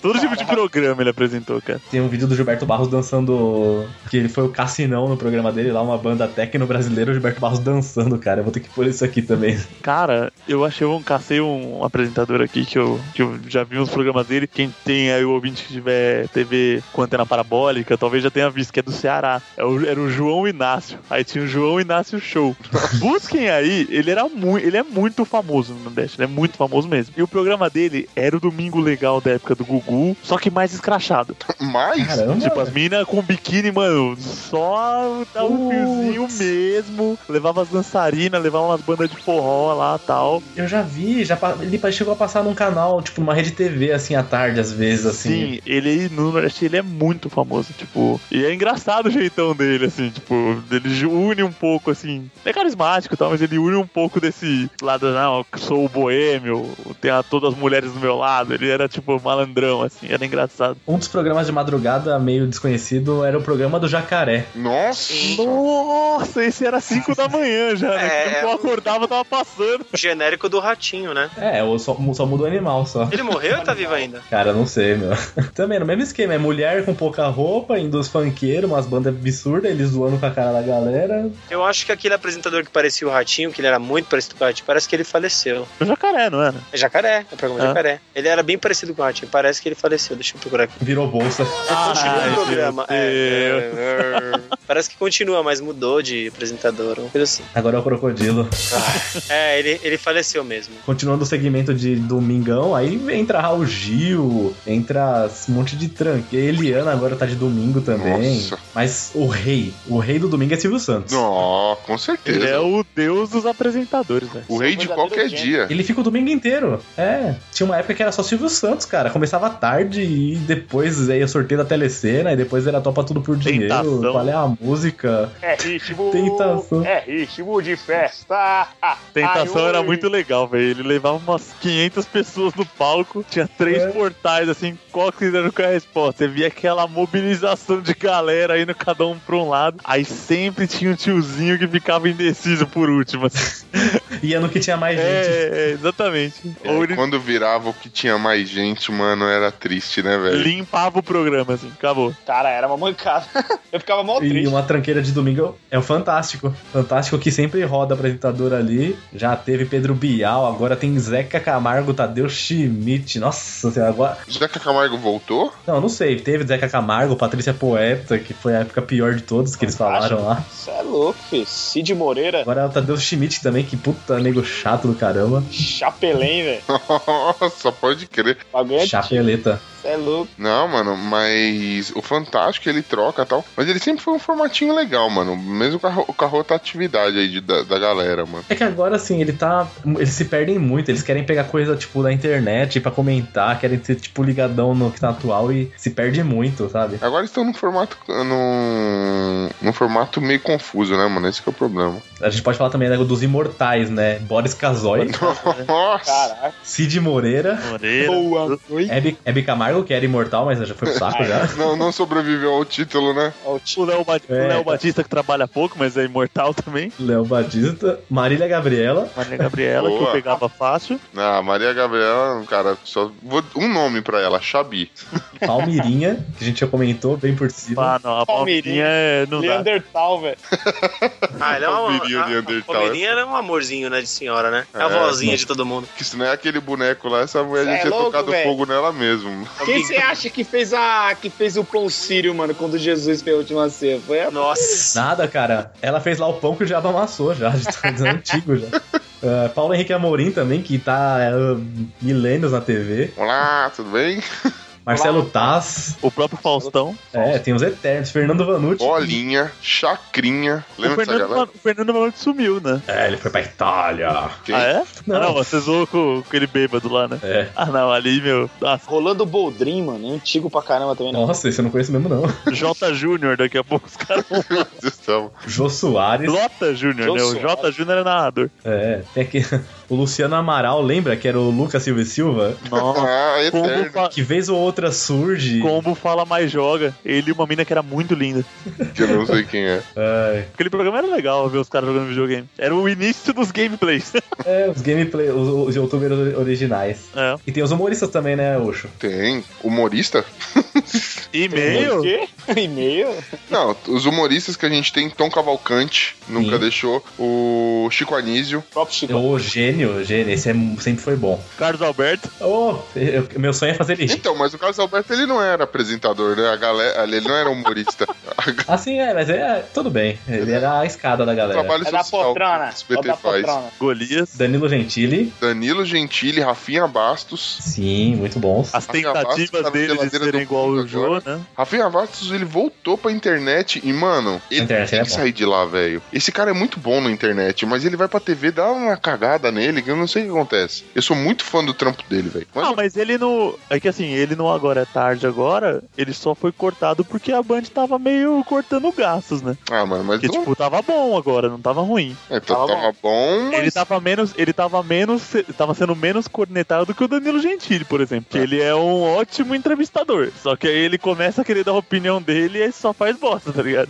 Speaker 4: Todo tipo de programa ele apresentou, cara.
Speaker 5: Tem um vídeo do Gilberto Barros dançando. Que ele foi o Cassinão no programa dele, lá uma banda techno brasileira, o Gilberto Barros dançando, cara. Eu vou ter que pôr isso aqui
Speaker 4: (laughs)
Speaker 5: também.
Speaker 4: Cara, eu achei um. Cacei um apresentador aqui que eu, que eu já vi uns programas dele. Quem tem aí o ouvinte que tiver TV com antena parabólica, talvez já tenha visto, que é do Ceará. É o- era o João Inácio. Aí tinha o João Inácio Show. Busquem aí, ele era muito. Ele é muito famoso no Nordeste, ele é muito famoso mesmo. E o programa dele era o Domingo Legal da época do Gugu, só que mais escrachado.
Speaker 2: Mas.
Speaker 5: Caramba.
Speaker 4: Tipo, as minas com biquíni, mano, só dá um fiozinho mesmo. Levava as dançarinas, levava umas bandas de forró lá tal.
Speaker 5: Eu já vi, já pa- ele pa- chegou a passar num canal, tipo, numa rede TV, assim, à tarde, às vezes, assim.
Speaker 4: Sim, ele no Nordeste ele é muito famoso, tipo. E é engraçado o jeitão dele, assim, tipo, ele ju- une um pouco, assim. Ele é carismático e tal, mas ele une um pouco desse lado, não, eu sou o boêmio, tenho a- todas as mulheres do meu lado. Ele era, tipo, malandrão, assim, era engraçado.
Speaker 5: Um dos programas de madrugada meio desconhecido era o programa do Jacaré.
Speaker 2: Nossa!
Speaker 4: Nossa, esse era 5 da manhã já,
Speaker 7: É,
Speaker 4: né? Quando eu
Speaker 7: é.
Speaker 4: acordava, tava passando.
Speaker 7: O genérico do ratinho, né?
Speaker 5: É, eu só, só muda o animal só.
Speaker 7: Ele morreu ou tá vivo ainda?
Speaker 5: Cara, não sei, meu. (laughs) Também no mesmo esquema, é mulher com pouca roupa, indo os funkeiros, umas bandas absurdas, eles zoando com a cara da galera.
Speaker 7: Eu acho que aquele apresentador que parecia o ratinho, que ele era muito parecido com o ratinho, parece que ele faleceu.
Speaker 4: O jacaré, não era?
Speaker 7: É jacaré, é o programa
Speaker 4: Ah.
Speaker 7: jacaré. Ele era bem parecido com o ratinho, parece que ele faleceu. Deixa eu procurar aqui.
Speaker 5: Virou bolsa.
Speaker 7: Continua
Speaker 4: meu
Speaker 7: o programa. É,
Speaker 4: Deus.
Speaker 7: é, é. Parece que continua, mas mudou de apresentador, uma coisa assim.
Speaker 5: Agora é o crocodilo.
Speaker 7: É, ele, ele faleceu mesmo.
Speaker 5: Continuando o segmento de domingão, aí entra Raul Gil, entra um monte de tranque. Eliana agora tá de domingo também.
Speaker 2: Nossa.
Speaker 5: Mas o rei, o rei do domingo é Silvio Santos.
Speaker 2: Ó, com
Speaker 4: Ele
Speaker 2: certeza.
Speaker 4: é o deus dos apresentadores, velho.
Speaker 2: O rei de
Speaker 7: verdadeiro
Speaker 2: qualquer dia.
Speaker 5: Ele fica o domingo inteiro. É. Tinha uma época que era só Silvio Santos, cara. Começava tarde e depois aí o sorteio da telecena e depois era topa tudo por dinheiro.
Speaker 4: Tentação.
Speaker 5: Qual é a música?
Speaker 8: É ritmo.
Speaker 5: Tentação.
Speaker 8: É ritmo de festa. Ah,
Speaker 4: Tentação
Speaker 8: ai,
Speaker 4: era
Speaker 8: ui.
Speaker 4: muito legal, velho. Ele levava umas 500 pessoas no palco, tinha três portais, assim, qual que era a resposta? Você via aquela mobilização de galera indo cada um pra um lado. Aí sempre tinha um tiozinho que ficava indeciso por último, assim.
Speaker 5: E ano que tinha mais gente.
Speaker 4: É, é, exatamente.
Speaker 2: E aí,
Speaker 4: Ou ele
Speaker 2: Quando virava o que tinha mais gente, mano, era triste, né, velho?
Speaker 4: limpava o programa, assim, acabou.
Speaker 8: Cara, era uma mancada. (laughs) Eu ficava mal
Speaker 5: E
Speaker 8: triste.
Speaker 5: uma tranqueira de domingo é o Fantástico. Fantástico que sempre roda apresentador ali. Já teve Pedro Bial, agora tem Zeca Camargo, Tadeu Schmidt. Nossa senhora, agora.
Speaker 2: Já que a Camargo voltou, (laughs)
Speaker 5: Não, não sei. Teve Zeca Camargo, Patrícia Poeta, que foi a época pior de todos que eles
Speaker 8: Fantástico.
Speaker 5: falaram lá.
Speaker 8: Você é louco, filho. Cid Moreira,
Speaker 5: Agora é o Tadeu Schmidt também, que puta nego chato do caramba.
Speaker 8: Chapelém, velho.
Speaker 2: nossa, pode crer.
Speaker 8: Bagulho
Speaker 5: Chapeleta.
Speaker 8: Você é louco.
Speaker 2: Não, mano, mas o Fantástico ele troca e tal. Mas ele sempre foi um formatinho legal, mano. Mesmo com a, ro- com a rotatividade aí de- da, da galera, mano.
Speaker 5: É que agora, assim, ele tá. Eles se perdem muito, eles querem pegar coisa, tipo, da internet pra comentar, querem ser, tipo, ligadão no que tá atual e se perde muito, sabe?
Speaker 2: Agora estão num formato. Num, num formato meio confuso, né, mano? Esse que é o problema.
Speaker 5: A gente pode falar também né, dos imortais, né? Boris Casoy,
Speaker 8: É.
Speaker 2: Nossa!
Speaker 8: Caraca.
Speaker 5: Cid Moreira,
Speaker 4: Moreira.
Speaker 8: Boa noite.
Speaker 5: Hebe, Hebe Camargo, que era imortal, mas já foi pro saco já.
Speaker 2: Não, não sobreviveu ao título, né?
Speaker 8: Ó, o Ti-
Speaker 4: O Léo, Bat- o
Speaker 5: É.
Speaker 4: Léo Batista, que trabalha pouco, mas é imortal também.
Speaker 5: Léo Batista, Marília Gabriela.
Speaker 4: Maria Gabriela, que
Speaker 2: Boa.
Speaker 4: eu pegava fácil.
Speaker 2: Ah, Maria Gabriela, cara, só. Vou, um nome pra ela, Xabi.
Speaker 5: Palmirinha, que a gente já comentou bem por cima.
Speaker 4: Ah, não, a
Speaker 8: Palmeirinha.
Speaker 4: palmeirinha é, não dá.
Speaker 8: Neandertal, velho.
Speaker 7: Ah, ele é uma.
Speaker 2: Palmeirinho
Speaker 7: a- a-
Speaker 2: Neandertal.
Speaker 7: Palmeirinha era um amorzinho, né, de senhora, né? A
Speaker 2: É,
Speaker 7: vozinha de todo mundo.
Speaker 2: Que se não é aquele boneco lá, essa mulher
Speaker 8: Cê
Speaker 2: já
Speaker 8: é
Speaker 2: tinha
Speaker 8: louco,
Speaker 2: tocado
Speaker 8: velho.
Speaker 2: fogo nela mesmo.
Speaker 8: Quem você
Speaker 7: tá-
Speaker 8: acha que fez a. que fez o pão sírio, mano, quando Jesus fez a última ceia? Foi a.
Speaker 7: Nossa.
Speaker 5: Nada, cara. Ela fez lá o pão que o diabo amassou já, de tão (laughs) antigo já. Ah, Paulo Henrique Amorim também, que tá ah, milênios na TV.
Speaker 2: Olá, tudo bem?
Speaker 5: Marcelo Taz.
Speaker 4: O próprio Faustão.
Speaker 5: É, tem os eternos. Fernando Vanucci.
Speaker 2: Bolinha, Chacrinha.
Speaker 4: O
Speaker 2: Lembra dessa
Speaker 4: Fernando,
Speaker 2: galera?
Speaker 4: Van- o Fernando Valente sumiu, né?
Speaker 5: É, ele foi pra Itália.
Speaker 2: Quem?
Speaker 4: Ah, é?
Speaker 5: Não.
Speaker 4: Não, não você zoou com, com aquele bêbado lá, né?
Speaker 5: É.
Speaker 4: Ah, não, ali, meu. ah, Nossa,
Speaker 8: Rolando Boldrin, mano. é Antigo pra caramba também, não.
Speaker 5: Nossa, esse eu não conheço mesmo, não.
Speaker 4: J. Júnior, daqui a pouco os (laughs) caras vão.
Speaker 2: Meu Deus do céu.
Speaker 5: Jô Soares.
Speaker 4: Lota Júnior, né? O J. Júnior é narrador.
Speaker 5: É, tem aqui. (laughs) O Luciano Amaral, lembra que era o Lucas Silva e Silva?
Speaker 4: Nossa.
Speaker 2: (laughs) Ah,
Speaker 4: Combo,
Speaker 2: eterno.
Speaker 4: fa-
Speaker 5: Que vez ou outra surge.
Speaker 4: Combo fala mais joga. Ele e uma mina que era muito linda.
Speaker 2: Que eu não sei quem é.
Speaker 5: Ai.
Speaker 4: Aquele programa era legal ver os caras jogando videogame. Era o início dos gameplays. (laughs)
Speaker 5: É, os gameplay, os, os youtubers originais.
Speaker 4: É.
Speaker 5: E tem os humoristas também, né, Oxo?
Speaker 2: Tem. Humorista? um
Speaker 8: O
Speaker 4: E-mail?
Speaker 8: quê? (laughs) E-mail?
Speaker 2: Não, os humoristas que a gente tem, Tom Cavalcante, nunca
Speaker 5: Sim.
Speaker 2: deixou. O Chico Anísio.
Speaker 8: O próprio Chico.
Speaker 5: Ô, gênio, gênio, esse é- sempre foi bom.
Speaker 4: Carlos Alberto.
Speaker 5: Ô, eu- meu sonho é fazer ele. rir.
Speaker 2: Então, mas o Carlos Alberto ele não era apresentador, né? A galera, ele não era humorista.
Speaker 5: Assim é, mas é, tudo bem. Ele era a escada da galera.
Speaker 2: Trabalho
Speaker 8: É da
Speaker 2: social.
Speaker 8: Potrana.
Speaker 2: que o
Speaker 8: Ó,
Speaker 2: SBT
Speaker 8: da
Speaker 2: faz.
Speaker 8: Potrana.
Speaker 4: Golias.
Speaker 5: Danilo Gentili.
Speaker 2: Danilo Gentili, Rafinha Bastos.
Speaker 5: Sim, muito bons.
Speaker 4: As tentativas
Speaker 2: Abaixa,
Speaker 4: dele de
Speaker 2: tá geladeira do
Speaker 4: serem igual
Speaker 2: mundo
Speaker 4: o Jô, né?
Speaker 2: Rafinha Bastos, ele voltou pra internet e, mano, ele
Speaker 5: internet
Speaker 2: tem
Speaker 5: é
Speaker 2: que
Speaker 5: bom.
Speaker 2: sair de lá, velho. Esse cara é muito bom na internet, mas ele vai pra TV, dá uma cagada nele, que eu não sei o que acontece. Eu sou muito fã do trampo dele, velho. Mas,
Speaker 4: Ah, mas ele não. É que assim, ele não agora é tarde agora, ele só foi cortado porque a Band tava meio cortando gastos, né?
Speaker 2: ah, mano, mas
Speaker 4: Porque,
Speaker 2: não,
Speaker 4: tipo, tava bom agora, não tava ruim.
Speaker 2: é, tá- tava, bom, mas
Speaker 4: Ele tava menos. Ele tava menos. Tava sendo menos cornetado do que o Danilo Gentili, por exemplo. Que ele é um ótimo entrevistador. Só que aí ele começa a querer dar a opinião dele e aí só faz bosta, tá ligado?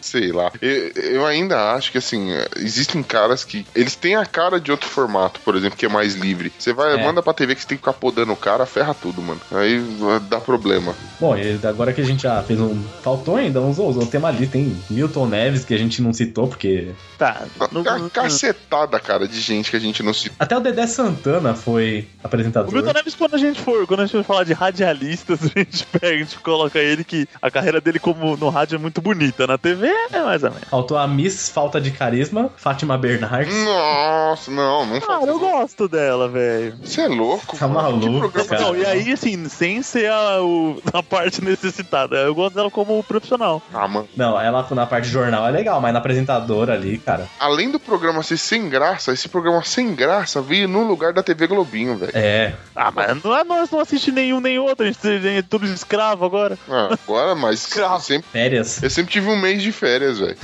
Speaker 2: sei lá. Eu, eu ainda acho que, assim, existem caras que. Eles têm a cara de outro formato, por exemplo, que é mais livre. Você vai,
Speaker 5: É.
Speaker 2: manda pra TV que você tem que ficar podando o cara, ferra tudo, mano. Aí uh, dá problema.
Speaker 5: Bom, e agora que a gente já fez um. Faltou ainda, uns usou o tema ali. Tem Milton Neves, que a gente não citou, porque.
Speaker 4: Tá. não-
Speaker 2: Uma cacetada, cara, de gente que a gente não
Speaker 5: (laughs)
Speaker 2: se.
Speaker 5: Até o Dedé Santana foi
Speaker 4: O
Speaker 5: apresentador.
Speaker 4: Milton Neves, quando a gente for, quando a gente for falar de radialistas, a gente pega, a gente coloca ele que a carreira dele como no rádio é muito bonita. Na TV é mais ou menos.
Speaker 5: Faltou a Miss Falta de Carisma, Fátima Bernardes.
Speaker 2: Hum. Nossa, não, não
Speaker 4: Cara, eu gosto dela, velho.
Speaker 2: Você é louco?
Speaker 5: Tá
Speaker 2: mano. Que
Speaker 5: maluco,
Speaker 2: programa
Speaker 5: cara.
Speaker 4: Não, e aí, assim, sem ser a, o- (laughs) a parte necessitada, eu gosto dela como profissional.
Speaker 2: Ah, mano.
Speaker 5: Não, ela na parte de jornal é legal, mas na apresentadora ali, cara.
Speaker 2: Além do programa ser sem graça, esse programa sem graça veio no lugar da TV Globinho, velho.
Speaker 5: É.
Speaker 4: Ah, mas não, nós não assistimos nenhum nem outro, a gente é tudo de escravo agora.
Speaker 2: Ah, agora,
Speaker 5: (laughs)
Speaker 2: mas
Speaker 7: Escravo.
Speaker 2: sempre,
Speaker 5: Férias.
Speaker 2: eu sempre tive um mês de férias, velho.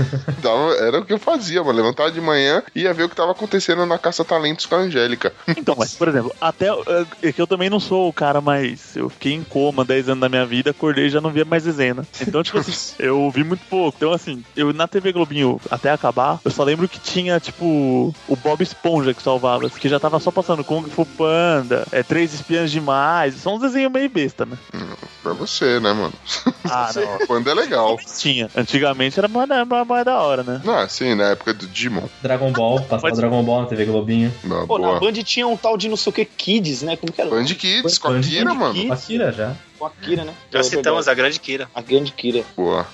Speaker 2: Dava- Era o que eu fazia, mano. Levantava de manhã e ia ver o que tava acontecendo na Caça Talentos com a Angélica.
Speaker 4: Então, mas, por exemplo, até. eh, É que eu também não sou o cara mais. Eu fiquei em coma 10 anos da minha vida, acordei e já não via mais desenho. né? Então, (laughs) tipo assim, eu ouvi muito pouco. Então, assim, eu na TV Globinho, até acabar, eu só lembro que tinha, tipo, o Bob Esponja que salvava, porque já tava só passando Kung Fu Panda, é Três Espiãs Demais. São uns desenhos meio besta, né?
Speaker 2: Pra você, né, mano?
Speaker 4: Ah, não.
Speaker 2: Quando é legal.
Speaker 4: Tinha. Antigamente era mais, era mais da hora, né?
Speaker 2: Ah, sim, na época do Digimon.
Speaker 5: Dragon Ball, passava
Speaker 4: Pode-
Speaker 5: Dragon Ball na TV Globinho.
Speaker 2: Na
Speaker 8: Pô, na
Speaker 2: boa.
Speaker 8: Band tinha um tal de não sei o que Kids, né? Como que era?
Speaker 2: Band Kids, com a
Speaker 5: Band
Speaker 2: Kira,
Speaker 5: Kids.
Speaker 2: mano.
Speaker 5: Com a Kira já.
Speaker 8: Com a Kira, né?
Speaker 7: Já citamos a grande Kira. Tá
Speaker 8: a grande Kira.
Speaker 2: Boa.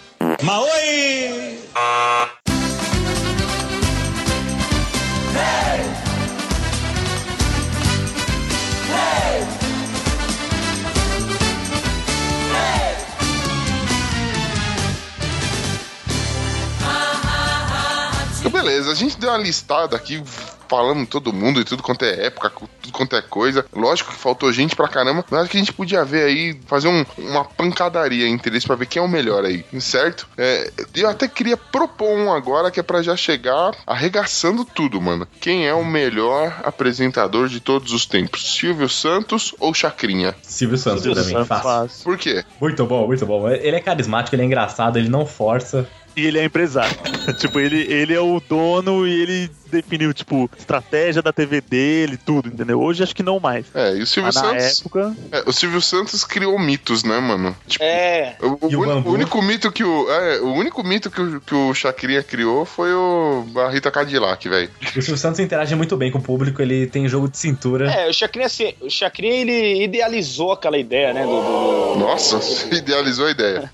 Speaker 2: Então, Beleza, a gente deu uma listada aqui, falamos todo mundo e tudo quanto é época, cu- tudo quanto é coisa. Lógico que faltou gente pra caramba, mas acho que a gente podia ver aí, fazer um- uma pancadaria entre eles pra ver quem é o melhor aí, certo? É, eu até queria propor um agora que é pra já chegar arregaçando tudo, mano. Quem é o melhor apresentador de todos os tempos? Silvio Santos ou Chacrinha?
Speaker 5: Silvio Santos pra mim, fácil.
Speaker 4: fácil.
Speaker 2: Por quê?
Speaker 5: Muito bom, muito bom. Ele é carismático, ele é engraçado, ele não força.
Speaker 4: E ele é empresário. tipo, ele, ele é o dono e ele definiu, tipo, estratégia da TV dele, tudo, entendeu? Hoje acho que não mais.
Speaker 2: É, e o Silvio
Speaker 4: Mas Ah, na
Speaker 2: Santos.
Speaker 4: época.
Speaker 2: é, o Silvio Santos criou mitos, né, mano? Tipo,
Speaker 8: É,
Speaker 2: O, o
Speaker 5: E o
Speaker 2: uni-
Speaker 5: bambu?
Speaker 2: o único mito que o. é, o único mito que o, que o Chacrinha criou foi o a Rita Cadillac, velho.
Speaker 5: O Silvio Santos interage muito bem com o público, ele tem jogo de cintura.
Speaker 8: é, o Chacrinha, assim, o Chacrinha, ele idealizou aquela ideia, né? Do, do- do-
Speaker 2: Nossa, (laughs) idealizou a ideia.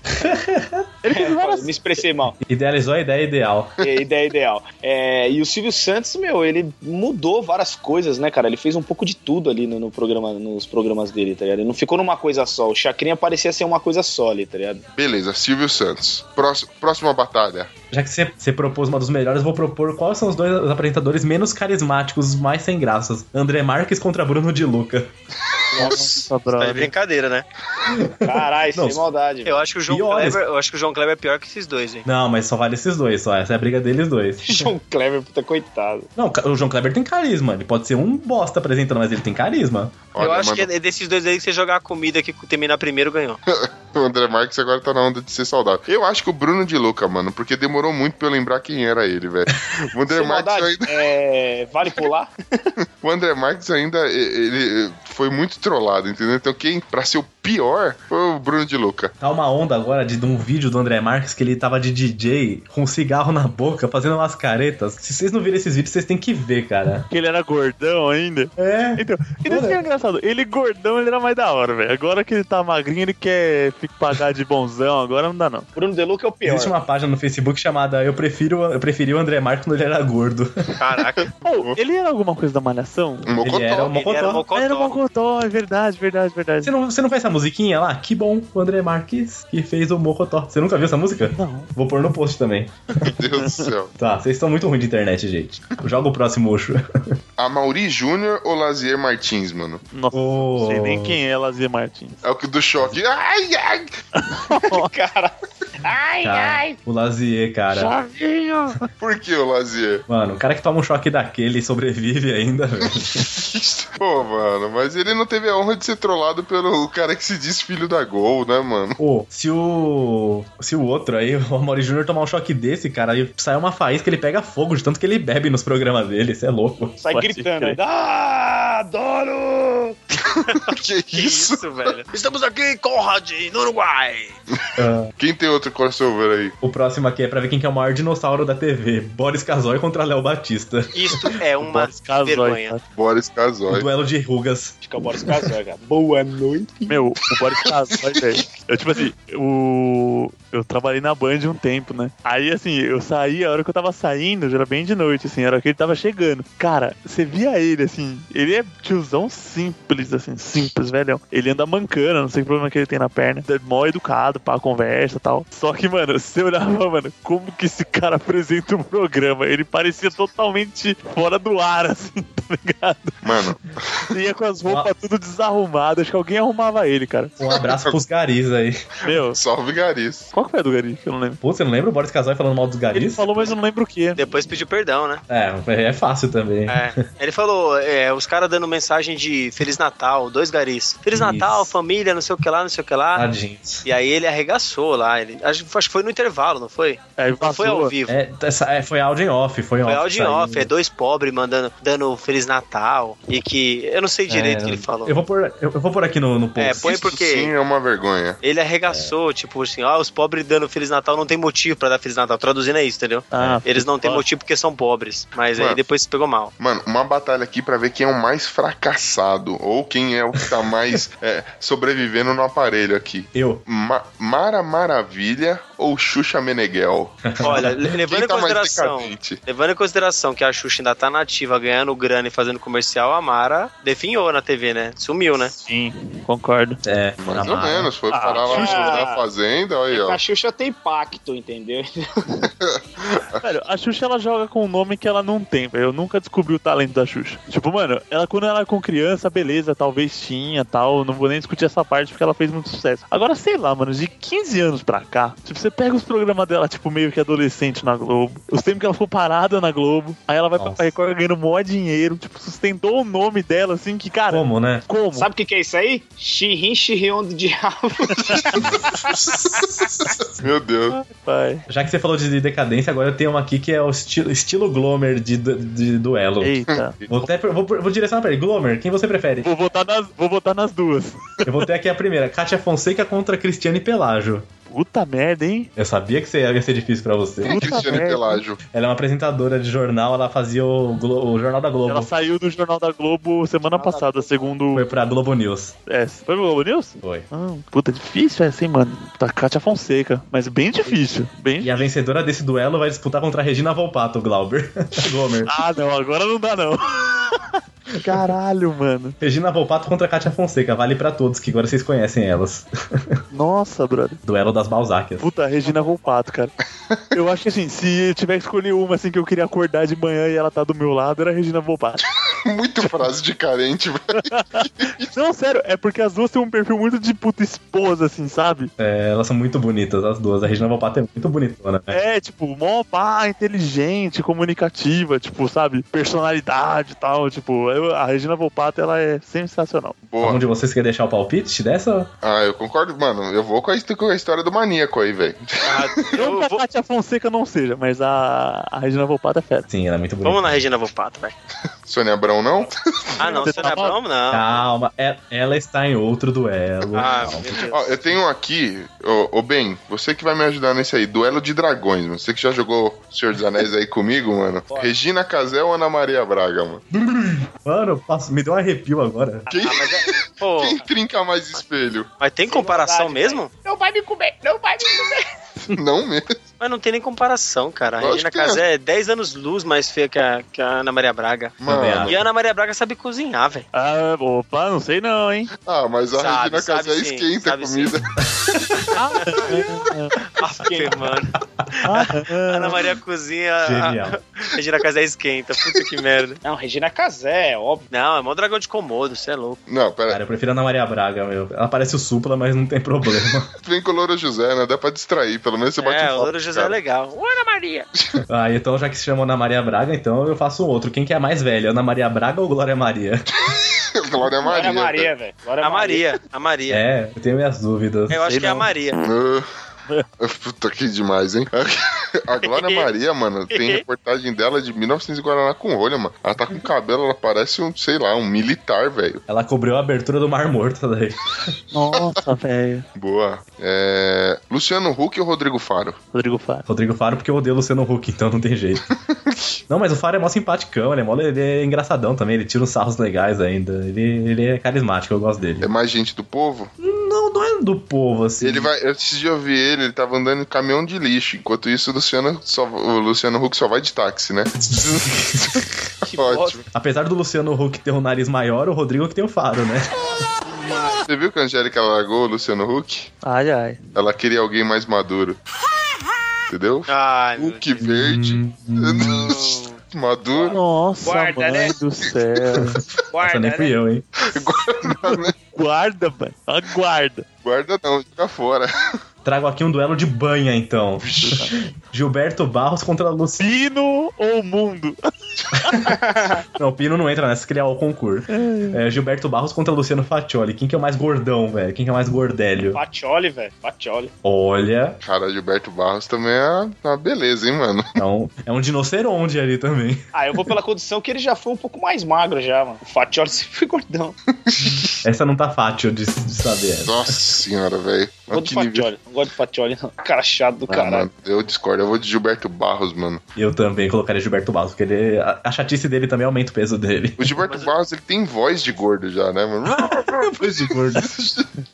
Speaker 8: Eu né, me expressei mal.
Speaker 5: Idealizou a ideia ideal.
Speaker 8: É, ideia ideal. É, e o Silvio Santos, meu, ele mudou várias coisas, né, cara? Ele fez um pouco de tudo ali no, no programa, nos programas dele, tá ligado? Ele não ficou numa coisa só. O Chacrinha parecia ser uma coisa só ali, tá ligado?
Speaker 2: Beleza, Silvio Santos. Próximo, próxima batalha.
Speaker 5: Já que você, você propôs uma dos melhores, vou propor quais são os dois apresentadores menos carismáticos, mais sem graças. André Marques contra Bruno de Luca.
Speaker 4: Nossa,
Speaker 7: Tá de
Speaker 4: brother.
Speaker 7: brincadeira, né?
Speaker 8: Caralho, sem
Speaker 5: Não,
Speaker 8: maldade. velho.
Speaker 7: Eu acho que o João
Speaker 5: E olha-
Speaker 7: Kleber, eu acho que o João Kleber é pior que esses dois, hein?
Speaker 5: Não, mas só vale esses dois, só. Essa é a briga deles dois.
Speaker 8: João Kleber, puta coitado.
Speaker 5: Não, o João Kleber tem carisma. Ele pode ser um bosta apresentando, mas ele tem carisma.
Speaker 7: eu acho
Speaker 2: mano,
Speaker 7: que é desses dois aí que você jogar a comida que terminar primeiro ganhou.
Speaker 2: (laughs) o André Marques agora tá na onda de ser saudável. Eu acho que o Bruno de Luca, mano, porque demorou muito pra eu lembrar quem era ele, velho. O André
Speaker 8: Sem
Speaker 2: Marques
Speaker 8: maldade,
Speaker 2: ainda.
Speaker 8: é, vale pular?
Speaker 2: O André Marques ainda e- ele eh, foi muito trollado, entendeu? Então quem, pra ser o pior, foi o Bruno de Luca.
Speaker 5: Tá uma onda agora de, de um vídeo do André Marques que ele tava de DJ com um cigarro na boca, fazendo umas caretas. Se vocês não viram esses vídeos, vocês têm que ver, cara.
Speaker 4: Porque ele era gordão ainda.
Speaker 5: É.
Speaker 4: Então, e isso que é engraçado. Ele gordão, ele era mais da hora, velho. Agora que ele tá magrinho, ele quer fi- pagar de bonzão. Agora não dá, não.
Speaker 8: Bruno Deluca é o pior.
Speaker 5: Existe uma página no Facebook chamada Eu prefiro eu preferi o André Marques quando ele era gordo.
Speaker 7: Caraca,
Speaker 4: Ou, ele era alguma coisa da malhação?
Speaker 2: Um
Speaker 5: Ele era o
Speaker 2: mocotó.
Speaker 7: ele era
Speaker 5: Mocotó.
Speaker 7: mocotó.
Speaker 4: Era o Mocotó, é verdade, verdade,
Speaker 5: Você
Speaker 4: verdade.
Speaker 5: não, você não faz essa musiquinha lá? Que bom, o André Marques que fez o Mocotó. Você nunca viu essa música?
Speaker 4: Não.
Speaker 5: Vou pôr no post também.
Speaker 2: Meu Deus do céu.
Speaker 5: Tá, vocês estão muito ruins de internet, gente. Joga o próximo Ucho.
Speaker 2: A Mauri Júnior ou Lazier Martins, mano?
Speaker 4: Nossa,
Speaker 5: Oh.
Speaker 4: não sei nem quem é Lazia Martins.
Speaker 2: É o que do choque. Ai, ai!
Speaker 8: (laughs) Cara,
Speaker 5: Ai, ai. O Lazier, cara.
Speaker 2: Por que o Lazier? (laughs)
Speaker 5: Mano, o cara que toma um choque daquele e sobrevive ainda, (laughs) velho.
Speaker 2: Pô, mano, mas ele não teve a honra de ser trollado pelo cara que se diz filho da Gol, né, mano? (laughs)
Speaker 5: Ô, se o. Se o outro aí, o Amaury Júnior, tomar um choque desse, cara, aí sai uma faísca, ele pega fogo de tanto que ele bebe nos programas dele. Isso é louco.
Speaker 8: Sai
Speaker 4: Pode
Speaker 8: gritando.
Speaker 4: crer.
Speaker 8: Ah, adoro!
Speaker 2: que é isso?
Speaker 7: velho? Estamos aqui em Conrad, no Uruguai.
Speaker 2: Quem tem outro crossover aí?
Speaker 5: Ah, O próximo aqui é pra ver quem que é o maior dinossauro da TV. Boris Casoy contra Léo Batista.
Speaker 7: Isto é uma
Speaker 4: Boris Casoy,
Speaker 7: vergonha.
Speaker 2: Boris (laughs)
Speaker 5: O
Speaker 2: Casoy.
Speaker 5: duelo de rugas.
Speaker 8: Acho que é o Boris Casoy, cara. Boa noite.
Speaker 4: Meu, o Boris tá Casoy, velho. Eu, tipo assim, o... eu trabalhei na Band um tempo, né? Aí, assim, eu saí, a hora que eu tava saindo, já era bem de noite, assim, era a hora que ele tava chegando. Cara, você via ele, assim, ele é tiozão simples, assim, simples, velhão. Ele anda mancando, não sei que problema que ele tem na perna. É mó educado, pá, conversa e tal. Só que, mano, você olhava, mano, como que esse cara apresenta um programa? Ele parecia totalmente fora do ar, assim, (laughs) tá ligado?
Speaker 2: Mano,
Speaker 4: Ia com as roupas tudo desarrumadas. Acho que alguém arrumava ele, cara.
Speaker 5: Um abraço pros garis aí.
Speaker 4: Meu,
Speaker 2: salve Garis.
Speaker 4: qual que foi a do Gari? Que eu não lembro.
Speaker 5: Pô, você não lembra o Boris Casoy falando mal dos
Speaker 4: Ele
Speaker 5: garis?
Speaker 4: falou, mas eu não lembro o que.
Speaker 7: Depois pediu perdão, né?
Speaker 5: É, é fácil também.
Speaker 7: É. Ele falou, é, os caras dando mensagem de Feliz Natal, dois garis. Feliz
Speaker 5: Isso. Ah,
Speaker 7: Natal, família, não sei o que lá, não sei o que lá.
Speaker 5: Tadinhos.
Speaker 7: E aí ele arregaçou lá. Ele, acho, acho que foi no intervalo, não foi?
Speaker 4: Aí
Speaker 7: Não foi ao
Speaker 4: passou.
Speaker 7: vivo.
Speaker 5: É, essa- é, foi áudio em off, foi em
Speaker 7: Foi
Speaker 5: off.
Speaker 7: áudio em
Speaker 5: saiu.
Speaker 7: off, é dois pobres mandando, dando Feliz Natal. E que. Eu não sei direito o que ele falou.
Speaker 5: Eu vou pôr, eu, eu vou pôr aqui no, no post.
Speaker 7: É, põe
Speaker 2: Isso
Speaker 7: porque-
Speaker 2: Sim, é uma vergonha.
Speaker 7: Ele arregaçou, tipo assim, ó, os pobres dando Feliz Natal não tem motivo pra dar Feliz Natal. Traduzindo é isso, entendeu?
Speaker 4: Ah,
Speaker 7: Eles não têm
Speaker 4: Claro.
Speaker 7: motivo porque são pobres. Mas aí
Speaker 2: Claro.
Speaker 7: depois se pegou mal.
Speaker 2: Mano, uma batalha aqui pra ver quem é o mais fracassado ou quem é o que tá (laughs) mais é, sobrevivendo no aparelho aqui.
Speaker 5: Eu.
Speaker 2: Ma- Mara Maravilha ou Xuxa Meneghel?
Speaker 7: Olha, le- levando
Speaker 2: (laughs) Quem
Speaker 7: em
Speaker 2: tá mais
Speaker 7: consideração.
Speaker 2: decadente?
Speaker 7: Levando em consideração que a Xuxa ainda tá nativa, ganhando grana e fazendo comercial, a Mara definhou na TV, né? Sumiu, né?
Speaker 4: sim, concordo.
Speaker 5: É,
Speaker 2: Mais
Speaker 5: na
Speaker 2: ou
Speaker 5: Mara.
Speaker 2: menos,
Speaker 7: Ah,
Speaker 2: foi parar lá
Speaker 8: Xuxa.
Speaker 2: na fazenda, olha aí, ó.
Speaker 8: A Xuxa tem pacto, entendeu?
Speaker 4: Velho, a Xuxa ela joga com um nome que ela não tem, velho. Eu nunca descobri o talento da Xuxa. Tipo, mano, ela quando ela era com criança, beleza, talvez tinha tal. Não vou nem discutir essa parte porque ela fez muito sucesso. Agora, sei lá, mano, de 15 anos pra cá, tipo, você pega os programas dela, tipo, meio que adolescente na Globo. Os tempos que ela ficou parada na Globo. Aí ela vai
Speaker 5: Nossa.
Speaker 4: pra Record ganhando mó dinheiro. Tipo, sustentou o nome dela, assim, que, cara, como?
Speaker 5: Como, né?
Speaker 8: Sabe o que, que é isso aí? Xirrim, xirrion do diabo.
Speaker 2: Meu Deus.
Speaker 4: pai?
Speaker 5: Já que você falou de decadência, agora eu tenho uma aqui que é o estilo, estilo Glomer de, du- de duelo.
Speaker 4: Eita.
Speaker 5: Vou, até, vou, vou direcionar pra ele. Glomer, quem você prefere?
Speaker 4: Vou votar, nas, vou votar nas duas.
Speaker 5: Eu vou ter aqui a primeira. Kátia Fonseca contra Cristiane Pelágio.
Speaker 4: Puta merda, hein?
Speaker 5: Eu sabia que isso ia ser difícil pra você.
Speaker 4: Puta
Speaker 2: Cristiane
Speaker 4: merda.
Speaker 2: Pelágio. (laughs)
Speaker 5: Ela é uma apresentadora de jornal, ela fazia o, Glo- o Jornal da Globo.
Speaker 4: Ela saiu do Jornal da Globo semana passada, segundo.
Speaker 5: Foi pra Globo News.
Speaker 4: É, foi pro Globo News?
Speaker 5: Foi.
Speaker 4: Ah, puta, difícil essa, hein, mano? Da Kátia Fonseca. Mas bem difícil. Bem
Speaker 5: E a vencedora desse duelo vai disputar contra a Regina Volpato, Glauber. Glomer.
Speaker 4: Ah, não, agora não dá, (laughs) não. Caralho, mano.
Speaker 5: Regina Volpato contra Kátia Fonseca. Vale pra todos, que agora vocês conhecem elas. (laughs)
Speaker 4: Nossa, brother.
Speaker 5: Duelo das Balzáquias.
Speaker 4: Puta, Regina Volpato, cara. Eu acho que assim, se eu tiver que escolher uma assim que eu queria acordar de manhã e ela tá do meu lado, era a Regina (laughs) Volpato.
Speaker 2: Muito frase de carente, velho.
Speaker 4: Não, sério, é porque as duas têm um perfil muito de puta esposa, assim, sabe?
Speaker 5: É, elas são muito bonitas, as duas. A Regina Volpato é muito bonitona, né?
Speaker 4: É, tipo, mó pá, inteligente, comunicativa, tipo, sabe? Personalidade e tal, tipo, eu- a Regina Volpato, ela é sensacional.
Speaker 5: Algum
Speaker 2: Boa.
Speaker 5: de vocês quer deixar o palpite dessa?
Speaker 2: Ah, eu concordo, mano. Eu vou com a, histó- com a história do maníaco aí, velho. (laughs)
Speaker 7: Ah,
Speaker 4: Não
Speaker 7: eu
Speaker 4: que a
Speaker 7: vou-
Speaker 4: Kátia Fonseca não seja, mas a, a Regina Volpato é fera.
Speaker 5: Sim, ela é muito bonita.
Speaker 7: Vamos na Regina Volpato, vai.
Speaker 2: Sônia Abrão, não?
Speaker 7: Ah, não,
Speaker 4: Você
Speaker 7: você não é
Speaker 4: tá mal?
Speaker 7: Abrão, não.
Speaker 5: Calma, é- ela está em outro duelo.
Speaker 7: Ah,
Speaker 5: Calma.
Speaker 7: meu Deus.
Speaker 2: Ó, eu tenho um aqui, ô, ô Ben, você que vai me ajudar nesse aí, Duelo de Dragões, mano. Você que já jogou Senhor dos Anéis aí comigo, mano. Regina Casel ou Ana Maria Braga, mano?
Speaker 5: Mano, passo- me deu um arrepio agora.
Speaker 2: Quem,
Speaker 7: Ah, mas, é- pô,
Speaker 2: quem trinca mais espelho?
Speaker 7: mas tem comparação mesmo?
Speaker 2: Não mesmo.
Speaker 7: Mas não tem nem comparação, cara. A
Speaker 2: Lógico
Speaker 7: Regina
Speaker 2: que é.
Speaker 7: Casé é 10 anos luz mais feia que a, que a Ana Maria Braga.
Speaker 2: Mano.
Speaker 7: E a Ana Maria Braga sabe cozinhar,
Speaker 4: (laughs)
Speaker 7: velho.
Speaker 4: Ah, opa, não sei não, hein?
Speaker 2: Ah, mas a
Speaker 7: Sabe,
Speaker 2: Regina
Speaker 7: sabe
Speaker 2: Casé
Speaker 7: sim,
Speaker 2: esquenta a
Speaker 7: sabe sim.
Speaker 2: comida.
Speaker 7: Ah, que, mano. A
Speaker 4: Ah,
Speaker 7: Ana Maria cozinha. a-
Speaker 5: Genial.
Speaker 7: A Regina Casé esquenta. Puta que merda.
Speaker 8: Não, Regina é Casé, óbvio.
Speaker 7: Não, é mó dragão de Komodo, você é louco.
Speaker 2: Não, pera.
Speaker 5: Cara, eu prefiro a Ana Maria Braga, meu. Ela parece o Supla, mas não tem problema.
Speaker 2: Vem com Loura José, né? Dá pra distrair, pelo menos você bate um
Speaker 7: é, o
Speaker 2: papo,
Speaker 7: Louro José
Speaker 2: (laughs)
Speaker 7: é
Speaker 2: cara.
Speaker 7: legal. Ô, Ana Maria!
Speaker 5: ah, então já que se chamou Ana Maria Braga, então eu faço um outro. Quem que é a mais velha? Ana Maria Braga ou Glória Maria?
Speaker 2: Glória Maria. tá?
Speaker 8: Glória é Maria, velho. Glória
Speaker 7: A Maria, a Maria.
Speaker 5: É, eu tenho minhas dúvidas.
Speaker 7: Eu acho
Speaker 4: sei
Speaker 7: que é a
Speaker 4: não.
Speaker 7: Maria.
Speaker 2: cara. Ah, Puta que demais, hein? (laughs) A Glória Maria, mano, tem reportagem dela de 1900 e Guaraná com olho, mano. Ela tá com cabelo, ela parece um, sei lá, um militar, velho.
Speaker 5: Ela cobriu a abertura do Mar Morto essa daí.
Speaker 4: (laughs) Nossa, velho.
Speaker 2: Boa. É... Luciano Huck ou Rodrigo Faro?
Speaker 4: Rodrigo Faro.
Speaker 5: Rodrigo Faro, porque eu odeio o Luciano Huck, então não tem jeito. não, mas o Faro é mó simpaticão, ele é, mó, ele é engraçadão também, ele tira uns sarros legais ainda. Ele, ele é carismático, eu gosto dele.
Speaker 2: É mais gente do povo?
Speaker 5: Não, não é do povo, assim.
Speaker 2: Ele vai. Eu decidi ouvir ele, ele tava andando em caminhão de lixo. Enquanto isso, o Luciano, só, o Luciano Huck só vai de táxi, né? (laughs) Ótimo.
Speaker 5: Apesar do Luciano Huck ter um nariz maior, o Rodrigo que tem o Faro, né?
Speaker 2: Você viu que a Angélica largou o Luciano Huck?
Speaker 4: Ai, ai.
Speaker 2: Ela queria alguém mais maduro. Entendeu?
Speaker 7: Ai, meu
Speaker 2: Hulk verde.
Speaker 5: Hum,
Speaker 7: Deus.
Speaker 2: (laughs) Maduro.
Speaker 4: Nossa,
Speaker 8: Guarda,
Speaker 4: mãe
Speaker 8: né?
Speaker 4: do céu.
Speaker 5: Essa
Speaker 8: Guarda,
Speaker 5: nem
Speaker 8: né?
Speaker 5: fui eu, hein?
Speaker 2: Guarda, né?
Speaker 4: (laughs) Guarda, mano. Aguarda.
Speaker 2: Guarda não, fica fora. (laughs)
Speaker 5: Trago aqui um duelo de banha, então. (laughs) Gilberto Barros contra Luciano.
Speaker 4: Pino ou mundo?
Speaker 5: Não, o Pino não entra nessa, que ele é o concurso. É, Gilberto Barros contra Luciano Faccioli. Quem que é o mais gordão, velho? Quem que é o mais gordelho?
Speaker 8: Patioli, velho. Patioli.
Speaker 5: Olha,
Speaker 2: Cara, Gilberto Barros também é uma beleza, hein, mano?
Speaker 5: é um, é um dinosseronde ali também.
Speaker 8: Ah, eu vou pela condição que ele já foi um pouco mais magro já, mano. O Fatioli (laughs) sempre foi gordão.
Speaker 5: Essa não tá fácil de, de saber. essa.
Speaker 2: Nossa senhora, velho.
Speaker 8: Não gosto de Fatioli. Não gosto de Fatioli, não. Cara chato do
Speaker 2: Ah,
Speaker 8: caralho.
Speaker 2: mano, eu discordo, eu vou de Gilberto Barros, mano.
Speaker 5: Eu também colocaria Gilberto Barros, porque ele, a, a chatice dele também aumenta o
Speaker 2: (laughs)
Speaker 5: peso dele.
Speaker 2: O Gilberto Barros, ele tem voz de gordo já, né, mano?
Speaker 5: Pois de gordo.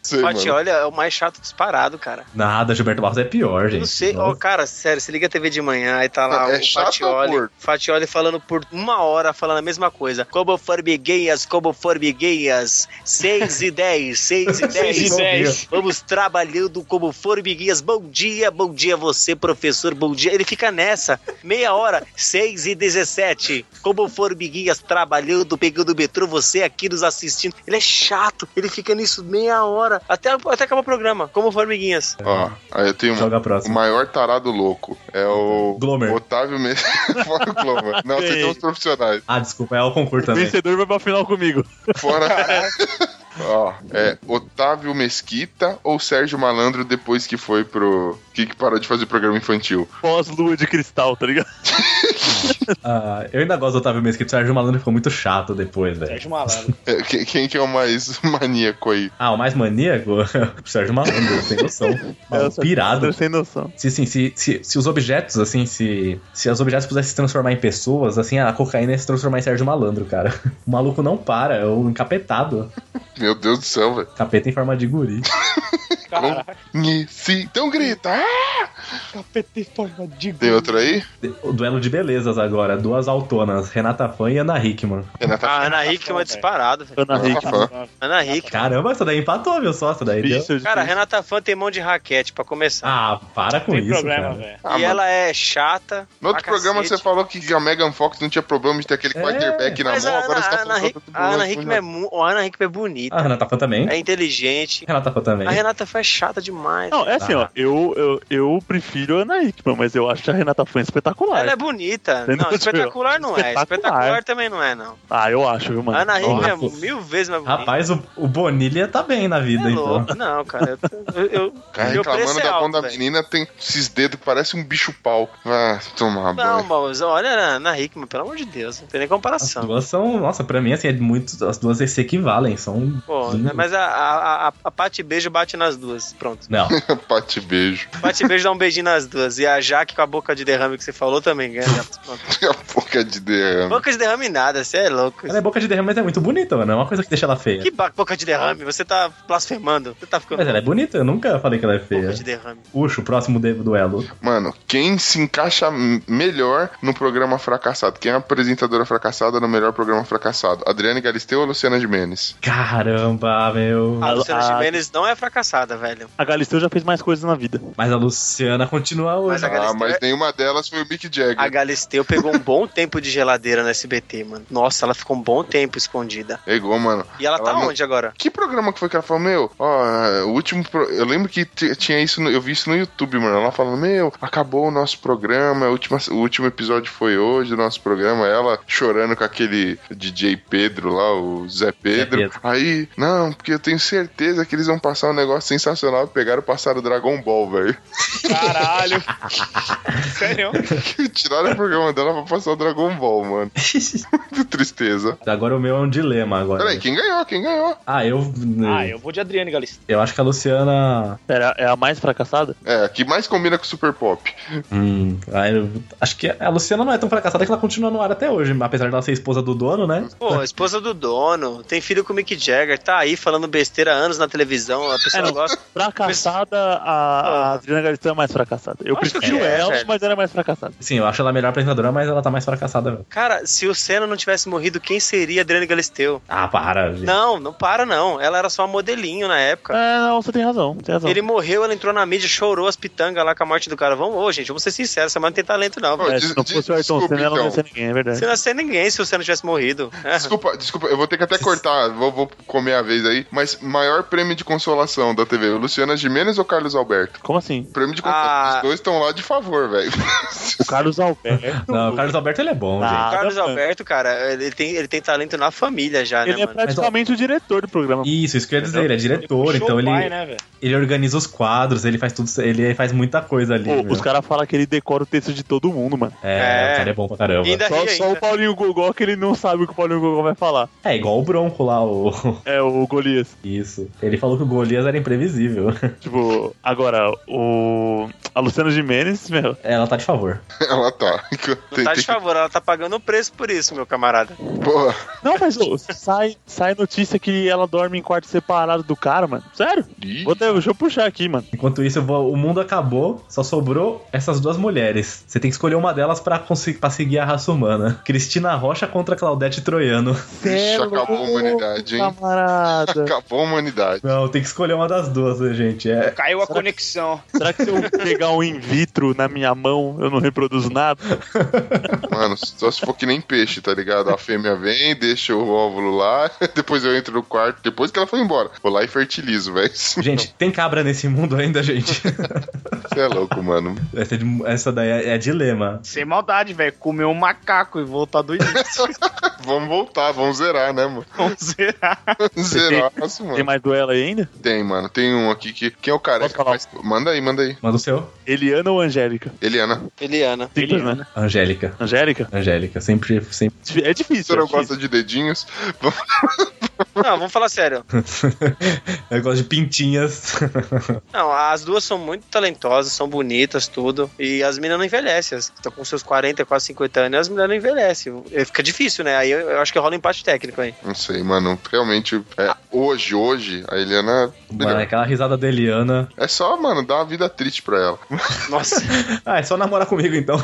Speaker 2: Sei,
Speaker 7: Pati,
Speaker 2: mano.
Speaker 7: olha, é o mais chato disparado, cara.
Speaker 5: Nada, Gilberto Barros é pior, gente.
Speaker 7: Eu não sei, ó,
Speaker 5: Nossa.
Speaker 7: cara, sério, você liga a TV de manhã e tá lá
Speaker 2: É
Speaker 7: o
Speaker 2: chato ou
Speaker 7: Fatioli,
Speaker 2: gordo?
Speaker 7: Fatioli falando por uma hora, falando a mesma coisa. Coboforbigueias, coboforbigueias, 6 e 10, 6 e 10.
Speaker 8: Seis e dez.
Speaker 7: Vamos trabalhando como formiguinhas. Bom dia, bom dia você, professor, bom dia. Ele fica nessa, meia hora, 6 e 17. Como formiguinhas trabalhando, pegando o metrô, você aqui nos assistindo. Ele é chato, ele fica nisso meia hora, até, até acabar o programa, como formiguinhas.
Speaker 2: Ó, aí eu tenho uma.
Speaker 5: Joga a
Speaker 2: O
Speaker 5: próxima.
Speaker 2: maior tarado louco é o.
Speaker 5: Glomer.
Speaker 2: Otávio Mendes. (laughs) Fora o Glomer. Não, vocês
Speaker 4: Ei.
Speaker 2: são os profissionais.
Speaker 5: Ah, desculpa, é o concurso também.
Speaker 4: Vencedor vai pra final comigo.
Speaker 2: Fora. (laughs) Ó, é Otávio Mesquita ou Sérgio Malandro depois que foi pro. que, que parou de fazer programa infantil?
Speaker 4: Pós-lua de cristal, tá ligado?
Speaker 5: Ah, eu ainda gosto do Otávio Mesquita, o Sérgio Malandro ficou muito chato depois, velho.
Speaker 8: Sérgio Malandro.
Speaker 2: É, que- quem que é o mais (laughs) maníaco aí?
Speaker 5: Ah, o mais maníaco? (laughs) o Sérgio Malandro, sem noção. Maluco pirado.
Speaker 4: é Sem noção.
Speaker 5: Se, assim, se, se, se os objetos, assim, se, se os objetos pudessem se transformar em pessoas, assim, a cocaína ia se transformar em Sérgio Malandro, cara. (laughs) O maluco não para, é o encapetado.
Speaker 2: Meu Deus do céu, velho.
Speaker 5: Capeta em forma de guri.
Speaker 8: Caralho.
Speaker 2: Nhe, sim. Então grita! Ah! Tem outro aí?
Speaker 5: O duelo de belezas agora, duas autonas, Renata Fã e Ana Hickman.
Speaker 2: Renata.
Speaker 7: Ah, Ana Hickman é disparado, velho.
Speaker 4: Ana Rick.
Speaker 2: Rafa.
Speaker 7: Ana Hickman.
Speaker 5: Caramba, essa daí empatou, viu só? Essa daí deu.
Speaker 4: Difícil,
Speaker 7: Cara, a
Speaker 4: difícil.
Speaker 7: Renata Fã tem mão de raquete pra começar.
Speaker 5: Ah, para com
Speaker 8: Tem
Speaker 5: isso,
Speaker 8: problema,
Speaker 5: cara.
Speaker 8: velho.
Speaker 2: Ah,
Speaker 7: e
Speaker 2: mano.
Speaker 7: ela é chata.
Speaker 2: No outro
Speaker 7: pra
Speaker 2: programa
Speaker 7: cacete.
Speaker 2: você falou que a Megan Fox não tinha problema de ter aquele
Speaker 5: É.
Speaker 2: quarterback na
Speaker 7: Mas
Speaker 2: mão,
Speaker 7: a
Speaker 2: agora você tá
Speaker 7: Ana, a Ana,
Speaker 2: falando
Speaker 7: Hick-
Speaker 2: tanto
Speaker 7: a Ana
Speaker 2: problema
Speaker 7: Hickman é, mu- a Ana Hickman é bonita,
Speaker 5: A Renata Fã também.
Speaker 7: é inteligente.
Speaker 5: Renata Fã também.
Speaker 7: A Renata foi chata demais.
Speaker 4: Não, é assim, ó. Eu, eu, eu prefiro a Ana Hickman, mas eu acho a Renata Fã espetacular.
Speaker 7: Ela é bonita.
Speaker 4: Você
Speaker 7: Não,
Speaker 4: não
Speaker 7: espetacular não é.
Speaker 4: Espetacular.
Speaker 7: Espetacular também não é, não.
Speaker 4: Ah, eu acho, viu, mano?
Speaker 7: A Ana Hickman é
Speaker 5: nossa.
Speaker 7: mil vezes mais bonita.
Speaker 5: Rapaz, o, o Bonilha tá bem na vida,
Speaker 7: é
Speaker 5: então.
Speaker 7: louco. Não, cara. Eu, eu, eu,
Speaker 2: Cara,
Speaker 7: meu
Speaker 2: Tá reclamando
Speaker 7: preço é
Speaker 2: da mão
Speaker 7: alto,
Speaker 2: da
Speaker 7: velho.
Speaker 2: menina, tem esses dedos que parece um bicho pau. Ah, tomar
Speaker 7: Não,
Speaker 2: banho.
Speaker 7: mas olha a Ana Hickman, pelo amor de Deus. Não tem nem
Speaker 5: As
Speaker 7: comparação.
Speaker 5: duas são, nossa, pra mim, assim, é muito. As duas se equivalem, são.
Speaker 7: Pô, né, mas a, a, a, a Pati Beijo bate nas duas. Pronto.
Speaker 5: Não,
Speaker 2: Pate beijo. (laughs)
Speaker 7: Pati Beijo dá um beijinho nas duas. E a Jaque com a boca de derrame que você falou também ganha. Pronto.
Speaker 2: Hum. Daqui a pouco. Boca de derrame.
Speaker 7: Boca de derrame nada, você é louco.
Speaker 5: Ela é boca de derrame, mas é muito bonita, mano. É uma coisa que deixa ela feia.
Speaker 7: Que ba- boca de derrame? Você tá blasfemando. Você tá ficando
Speaker 5: Mas ela é bonita, eu nunca falei que ela é feia.
Speaker 7: boca de derrame.
Speaker 5: Puxa, o próximo de- duelo.
Speaker 2: Mano, quem se encaixa m- melhor no programa fracassado? Quem é a apresentadora fracassada no melhor programa fracassado? Adriane Galisteu ou Luciana Gimenez?
Speaker 5: Caramba, meu.
Speaker 7: A Luciana
Speaker 4: a-
Speaker 7: Gimenez não é fracassada, velho.
Speaker 4: A Galisteu já fez mais coisas na vida.
Speaker 5: Mas a Luciana continua hoje.
Speaker 7: Mas a Galisteu
Speaker 2: Ah, mas
Speaker 7: é-
Speaker 2: nenhuma delas foi o Mick Jagger.
Speaker 7: A Galisteu pegou um bom tempo de geladeira no SBT, mano. Nossa, ela ficou um bom tempo escondida.
Speaker 2: Pegou, É mano.
Speaker 7: E ela,
Speaker 2: Ela
Speaker 7: tá
Speaker 2: não-
Speaker 7: onde agora?
Speaker 2: Que programa que foi que ela falou, meu, ó, o último. pro- Eu lembro que t- tinha isso, no- eu vi isso no YouTube, mano. Ela falando, meu, acabou o nosso programa, a última, o último episódio foi hoje do nosso programa. Ela chorando com aquele DJ Pedro lá, o Zé Pedro.
Speaker 5: Pedro.
Speaker 2: Aí, não, porque eu tenho certeza que eles vão passar um negócio sensacional. Pegaram e passaram o Dragon Ball, velho. (laughs)
Speaker 5: (laughs)
Speaker 6: Caralho. Sério?
Speaker 2: Tiraram o programa dela pra passar o Dragon Ball, mano. (laughs) Que tristeza.
Speaker 5: (laughs) Agora o meu é um dilema agora.
Speaker 2: Peraí, quem ganhou? Quem ganhou?
Speaker 5: Ah, eu.
Speaker 8: Ah,
Speaker 5: eu...
Speaker 8: eu vou de Adriane Galisteu.
Speaker 5: acho que a Luciana.
Speaker 4: Era, é a mais fracassada?
Speaker 2: É, que mais combina com o Super Pop.
Speaker 5: Hum, ah, eu- acho que a Luciana não é tão fracassada que ela continua no ar até hoje, apesar dela ser esposa do dono, né?
Speaker 7: Pô, a esposa do dono, tem filho com o Mick Jagger, tá aí falando besteira há anos na televisão, a pessoa
Speaker 4: É, não.
Speaker 7: gosta.
Speaker 4: Fracassada, a, a Adriana Galisteu é mais fracassada. Eu
Speaker 7: Acho que
Speaker 4: prefiro
Speaker 7: é,
Speaker 4: ela,
Speaker 7: velho.
Speaker 4: mas ela é mais fracassada.
Speaker 5: Sim, eu acho ela a melhor apresentadora, mas ela tá mais fracassada. velho.
Speaker 7: Cara, se o Senna não tivesse morrido, quem seria Adriane Galisteu?
Speaker 5: Ah, para, gente.
Speaker 7: Não, não para não. Ela era só modelinho na época.
Speaker 4: É, não, você tem razão. Tem razão.
Speaker 7: Ele morreu, ela entrou na mídia, chorou as pitangas lá com a morte do cara. Vamos, ô, gente, vamos ser sinceros, essa mulher não tem talento, não.
Speaker 2: Ô,
Speaker 4: É,
Speaker 2: des-
Speaker 4: se não
Speaker 2: des-
Speaker 4: fosse o Ayrton
Speaker 2: desculpa,
Speaker 4: Senna, ela não ia
Speaker 2: então.
Speaker 4: ser ninguém, é verdade.
Speaker 7: Você não ia ser ninguém se o Senna tivesse
Speaker 4: (laughs)
Speaker 7: morrido. É.
Speaker 2: Desculpa, desculpa, eu vou ter que até cortar, vou, vou comer a vez aí, mas maior prêmio de consolação da TV, Luciana Gimenez ou Carlos Alberto?
Speaker 4: Como assim?
Speaker 2: Prêmio de consolação,
Speaker 7: Ah.
Speaker 2: os dois estão lá de favor, velho. (laughs)
Speaker 4: O Carlos Alberto.
Speaker 5: Não, o Carlos Alberto ele é bom,
Speaker 4: Ah,
Speaker 5: gente.
Speaker 7: O (laughs) Carlos
Speaker 4: mano.
Speaker 7: Alberto, cara, ele tem, ele tem talento na família já,
Speaker 4: Ele
Speaker 7: né,
Speaker 4: é
Speaker 7: mano?
Speaker 4: praticamente o diretor do programa.
Speaker 5: Isso, isso que eu ia dizer, ele é diretor,
Speaker 8: Puxou
Speaker 5: então
Speaker 8: o
Speaker 5: ele,
Speaker 8: pai, né, velho?
Speaker 5: ele organiza os quadros, ele faz tudo, ele faz muita coisa ali.
Speaker 4: Pô,
Speaker 5: meu.
Speaker 4: os caras falam que ele né? decora o texto de todo mundo, mano.
Speaker 5: É,
Speaker 7: É.
Speaker 5: o cara é bom pra caramba.
Speaker 7: E ainda
Speaker 4: Só,
Speaker 7: ri
Speaker 4: só o
Speaker 7: ainda.
Speaker 4: Paulinho Gogó que ele não sabe o que o Paulinho Gogó vai falar.
Speaker 5: É igual o Bronco lá, o. (laughs)
Speaker 4: É o Golias.
Speaker 5: Isso. Ele falou que o Golias era imprevisível. (laughs)
Speaker 4: Tipo, agora, o. A Luciana Jimenez, meu.
Speaker 5: Ela tá de favor.
Speaker 2: Ela tá.
Speaker 7: Não tá de favor, ela tá pagando o preço por isso, meu camarada.
Speaker 2: Pô,
Speaker 4: Não, mas ô, sai, sai notícia que ela dorme em quarto separado do cara, mano. Sério?
Speaker 2: Ih,
Speaker 4: Vou ter- deixa eu puxar aqui, mano.
Speaker 5: Enquanto isso, eu vou- o mundo acabou, só sobrou essas duas mulheres. Você tem que escolher uma delas pra, consi- pra seguir a raça humana. Cristina Rocha contra Claudete Troiano. (laughs)
Speaker 2: Vixe, acabou a humanidade, hein? (laughs)
Speaker 4: Camarada.
Speaker 2: Acabou a humanidade.
Speaker 5: Não, tem que escolher uma das duas, né, gente. É.
Speaker 8: Caiu a conexão.
Speaker 4: Será que se eu pegar um in vitro na minha mão, eu não reproduzo nada?
Speaker 2: Mano, só se for que nem peixe, tá ligado? A fêmea vem, deixa o óvulo lá, (laughs) depois eu entro no quarto, depois que ela foi embora. Vou lá e fertilizo, velho. Você
Speaker 5: Gente, tem cabra nesse mundo ainda, gente? (laughs)
Speaker 2: é louco, mano.
Speaker 5: Essa, é de- essa daí é, é dilema.
Speaker 3: Sem maldade, velho. Comer um macaco e voltar
Speaker 8: (laughs)
Speaker 3: do início.
Speaker 2: Vamos voltar, vamos zerar, né, mano? (laughs)
Speaker 3: Vamos É zerar.
Speaker 2: Zerar, mano.
Speaker 4: Tem mais duelo aí ainda?
Speaker 2: Tem, mano. Tem um aqui que. Quem é o
Speaker 4: Posso
Speaker 2: careca?
Speaker 4: falar? um?
Speaker 2: Mas- Manda aí, manda aí.
Speaker 5: Manda o seu?
Speaker 4: Eliana ou Angélica?
Speaker 2: Eliana.
Speaker 7: Eliana.
Speaker 4: Simples, né?
Speaker 5: Angélica.
Speaker 4: Angélica?
Speaker 5: Angélica, sempre. sempre...
Speaker 4: É
Speaker 2: Você
Speaker 4: difícil. É
Speaker 2: não
Speaker 4: difícil.
Speaker 2: gosta de dedinhos?
Speaker 7: Não, vamos falar sério.
Speaker 5: (laughs) Eu gosto de pintinhas.
Speaker 7: Não, as duas são muito talentosas, são bonitas, tudo. E as meninas não envelhecem. As que estão com seus 40, quase 50 anos, as meninas não envelhecem. E Fica difícil, né? Aí eu, eu acho que rola um empate técnico aí.
Speaker 2: Não sei, mano. Realmente, é, hoje, hoje, a Eliana.
Speaker 5: Mano, aquela risada da Eliana.
Speaker 2: É só, mano, dar uma vida triste pra ela. (laughs)
Speaker 5: (laughs)
Speaker 7: Nossa.
Speaker 5: Ah, é só namorar comigo então.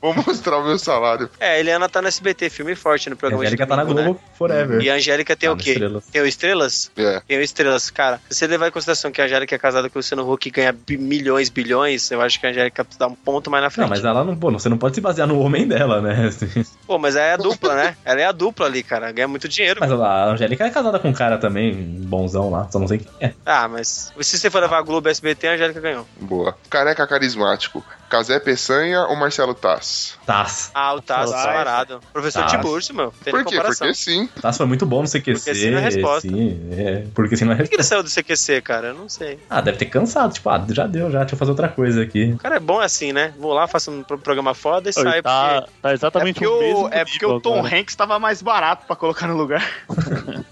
Speaker 2: Vou mostrar o meu salário.
Speaker 7: é, a Eliana tá no SBT, filme forte no
Speaker 5: A
Speaker 7: programa
Speaker 5: Angélica
Speaker 7: de
Speaker 5: tá na
Speaker 7: domingo,
Speaker 5: Globo
Speaker 7: né? E
Speaker 5: forever.
Speaker 7: a Angélica tem
Speaker 5: Tá
Speaker 7: o
Speaker 5: no
Speaker 7: quê?
Speaker 5: Estrelas.
Speaker 7: Tem o Estrelas?
Speaker 2: É.
Speaker 7: Tem o Estrelas, cara. Se você levar em consideração que a Angélica é casada com o Luciano Huck e ganha bi- milhões, bilhões, eu acho que a Angélica dá um ponto mais na frente.
Speaker 5: Não, mas ela não. Pô, você não pode se basear no homem dela, né? (laughs)
Speaker 7: Pô, mas aí é a dupla, né? Ela é a dupla ali, cara. Ganha muito dinheiro.
Speaker 5: Mas a Angélica é casada com um cara também, um bonzão lá, só não sei quem é.
Speaker 7: Ah, mas se você for levar a Globo e SBT, a Angélica ganhou.
Speaker 2: Boa. Careca carismático. Casé Peçanha ou Marcelo Taz?
Speaker 5: Taz.
Speaker 7: Ah, o Tasso
Speaker 4: Tasso.
Speaker 7: separado. Professor
Speaker 5: Tasso.
Speaker 7: de burso, meu. Tem
Speaker 2: Por
Speaker 7: nem
Speaker 2: quê?
Speaker 7: comparação.
Speaker 2: Porque sim.
Speaker 5: Taz foi muito bom no CQC.
Speaker 7: Porque assim não é resposta.
Speaker 5: Sim, é. Porque se não é
Speaker 7: Por que ele
Speaker 5: resposta.
Speaker 7: saiu do CQC, cara? Eu não sei.
Speaker 5: Ah, deve ter cansado. Tipo, ah, já deu, já. Deixa eu fazer outra coisa aqui.
Speaker 7: O cara é bom assim, né? Vou lá, faço um pro- programa foda e
Speaker 4: Ele
Speaker 7: saio.
Speaker 4: tá, tá
Speaker 3: É
Speaker 4: exatamente
Speaker 3: porque,
Speaker 4: o mesmo.
Speaker 3: o, é porque o
Speaker 4: nível
Speaker 3: Tom
Speaker 4: agora.
Speaker 3: Hanks tava mais barato pra colocar no lugar.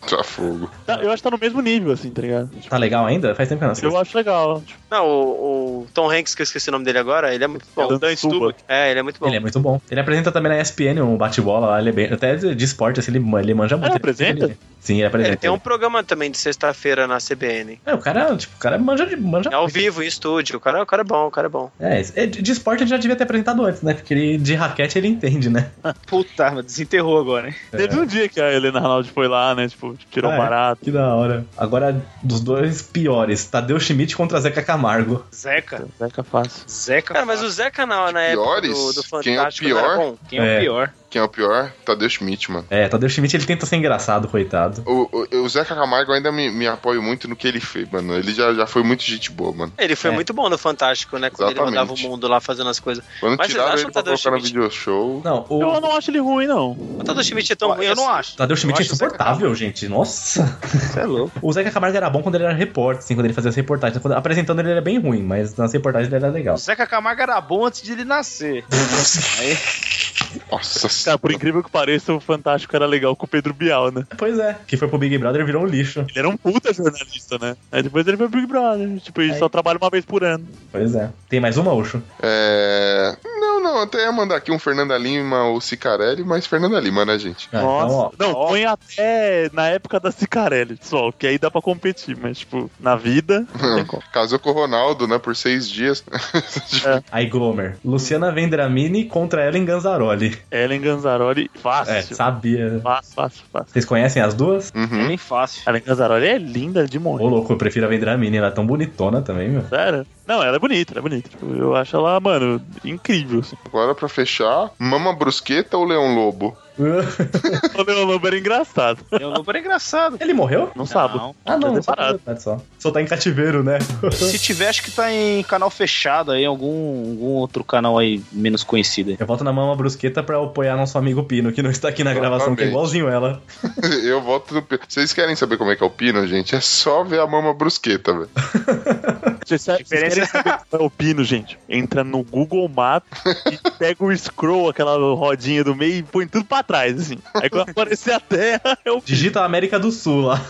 Speaker 2: Tá fogo.
Speaker 4: Tá, eu acho que tá no mesmo nível, assim, tá ligado?
Speaker 5: Tá legal ainda? Faz tempo que eu não assisto.
Speaker 4: Eu acho legal. Tipo,
Speaker 7: Não, o, o Tom Hanks, que eu esqueci o nome dele agora, ele Ele é muito bom.
Speaker 4: Dan
Speaker 7: Dan
Speaker 4: Stubach.
Speaker 7: Stubach. É, ele é muito bom.
Speaker 5: Ele é muito bom. Ele apresenta também na ESPN um bate-bola lá, ele é bem. Até de de esporte, assim, ele, man- ele manja muito.
Speaker 4: apresenta?
Speaker 5: Ele- Sim, ele apresenta.
Speaker 7: Ele tem um programa também de sexta-feira na CBN.
Speaker 5: É, o cara, tipo, o cara manja de. Manja
Speaker 7: É ao
Speaker 5: muito.
Speaker 7: vivo, em estúdio. O cara, o cara é bom, o cara é bom.
Speaker 5: É, é, de de esporte ele já devia ter apresentado antes, né? Porque ele, de raquete ele entende, né?
Speaker 6: Puta, mas desenterrou agora, hein?
Speaker 4: Teve um dia que a Helena Ranaldi foi lá, né? Tipo, tirou
Speaker 5: Ah, é?
Speaker 4: barato.
Speaker 5: Que da hora. Agora, dos dois piores, Tadeu Schmidt contra Zeca Camargo.
Speaker 6: Zeca.
Speaker 4: Zeca fácil.
Speaker 6: Zeca.
Speaker 7: Cara, mas o Zeca na, na época
Speaker 2: piores?
Speaker 7: do, do
Speaker 2: Quem é o
Speaker 7: Fantástico não
Speaker 2: pior?
Speaker 7: era bom.
Speaker 6: Quem é,
Speaker 5: É.
Speaker 6: o pior?
Speaker 2: Quem é o pior? Tadeu Schmidt, mano.
Speaker 5: É, Tadeu Schmidt ele tenta ser engraçado, coitado.
Speaker 2: O, o, o Zeca Camargo ainda me, me apoia muito no que ele fez, mano. Ele já, já foi muito gente boa, mano.
Speaker 7: Ele foi
Speaker 5: É.
Speaker 7: muito bom no Fantástico, né? Quando ele
Speaker 2: Exatamente.
Speaker 7: rodava o mundo lá fazendo as coisas.
Speaker 2: Quando
Speaker 7: Mas vocês
Speaker 2: tiraram
Speaker 7: acham
Speaker 2: ele
Speaker 7: o
Speaker 2: pra
Speaker 7: Tadeu
Speaker 2: colocar no
Speaker 7: Schmidt-
Speaker 2: video show.
Speaker 5: Não,
Speaker 4: Eu
Speaker 5: o
Speaker 4: não acho ele ruim, não.
Speaker 7: O Tadeu Schmidt é tão ruim
Speaker 6: Eu não
Speaker 7: assim.
Speaker 6: acho.
Speaker 5: Tadeu Schmidt é
Speaker 6: Eu acho o Zeca
Speaker 5: insuportável, gente. Nossa.
Speaker 6: Você é louco.
Speaker 5: O Zeca Camargo era bom quando ele era repórter, assim, quando ele fazia as reportagens. Quando- apresentando ele era bem ruim, mas nas reportagens ele era legal.
Speaker 6: O Zeca Camargo era bom antes de ele nascer.
Speaker 2: Nossa
Speaker 7: (laughs)
Speaker 4: Cara,
Speaker 2: senhora.
Speaker 4: por incrível que pareça, o Fantástico era legal com o Pedro Bial, né?
Speaker 5: Pois é, que foi pro Big Brother e virou um lixo.
Speaker 4: Ele era um puta jornalista, né? Aí depois ele foi pro Big Brother. Tipo, ele
Speaker 5: Aí.
Speaker 4: só trabalha uma vez por ano.
Speaker 5: Pois é. Tem mais uma, Ucho?
Speaker 2: É... Não, não, até ia mandar aqui um Fernanda Lima ou Cicarelli, mas Fernanda Lima, né, gente?
Speaker 5: Ah,
Speaker 4: Nossa.
Speaker 5: Então, ó,
Speaker 4: não, põe até na época da Cicarelli, pessoal, que aí dá pra competir, mas, tipo, na vida.
Speaker 2: (laughs)
Speaker 4: não tem como.
Speaker 2: Casou com o Ronaldo, né, por seis dias. (laughs)
Speaker 5: aí Glomer. Luciana Vendramini contra Ellen Ganzaroli.
Speaker 4: Ellen Ganzaroli, fácil.
Speaker 5: É, sabia.
Speaker 4: Fácil, fácil, fácil.
Speaker 5: Vocês conhecem as duas?
Speaker 8: É
Speaker 2: Uhum.
Speaker 6: Bem fácil.
Speaker 4: Ellen Ganzaroli é linda de
Speaker 5: Ô,
Speaker 4: morrer.
Speaker 5: louco, eu prefiro a Vendramini, ela é tão bonitona também, meu.
Speaker 4: Sério? Não, ela é bonita, ela é bonita. Tipo, eu acho ela, mano, incrível. assim. (laughs)
Speaker 2: Agora, pra fechar, Mama Brusqueta ou Leão Lobo? (laughs)
Speaker 4: O Leon Lobo era engraçado.
Speaker 6: Eu não era engraçado.
Speaker 5: (laughs) Ele morreu?
Speaker 4: Não sabe.
Speaker 6: Não.
Speaker 5: Ah, não,
Speaker 4: Tá
Speaker 5: não só,
Speaker 4: separado.
Speaker 5: tá só. Só tá em cativeiro, né? (laughs)
Speaker 6: Se tiver, acho que tá em canal fechado aí, algum, algum outro canal aí menos conhecido. aí.
Speaker 5: Eu volto na mama brusqueta pra apoiar nosso amigo Pino, que não está aqui na gravação, que é
Speaker 2: Exatamente.
Speaker 5: igualzinho ela.
Speaker 2: Eu volto no Pino. Vocês querem saber como é que é o Pino, gente? É só ver a Mama Brusqueta, velho.
Speaker 4: Vocês sa- vocês querem saber qual é o pino, gente? Entra no Google Maps e pega o scroll, aquela rodinha do meio, e põe tudo pra trás, assim. Aí quando aparecer a terra, é o pino.
Speaker 5: Digita a América do Sul lá.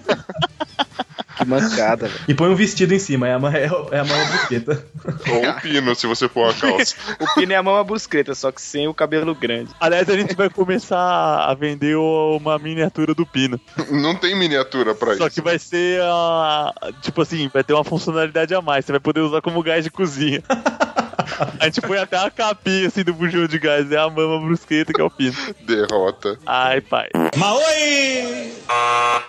Speaker 6: Que mancada, velho.
Speaker 5: E põe um vestido em cima, é a, ma- é o- é a mama brusqueta.
Speaker 2: Ou
Speaker 4: (laughs)
Speaker 2: um Pino, se você for uma calça.
Speaker 6: O Pino é a mama brusqueta, só que sem o cabelo grande.
Speaker 4: Aliás, a gente vai começar a vender o- uma miniatura do pino.
Speaker 2: Não tem miniatura pra
Speaker 4: Só
Speaker 2: isso.
Speaker 4: que vai ser a. Tipo assim, vai ter uma funcionalidade a mais. Você vai poder usar como gás de cozinha. A gente põe até a capinha assim do bujão de gás, é a mama brusqueta que é o pino.
Speaker 2: Derrota.
Speaker 4: Ai, pai.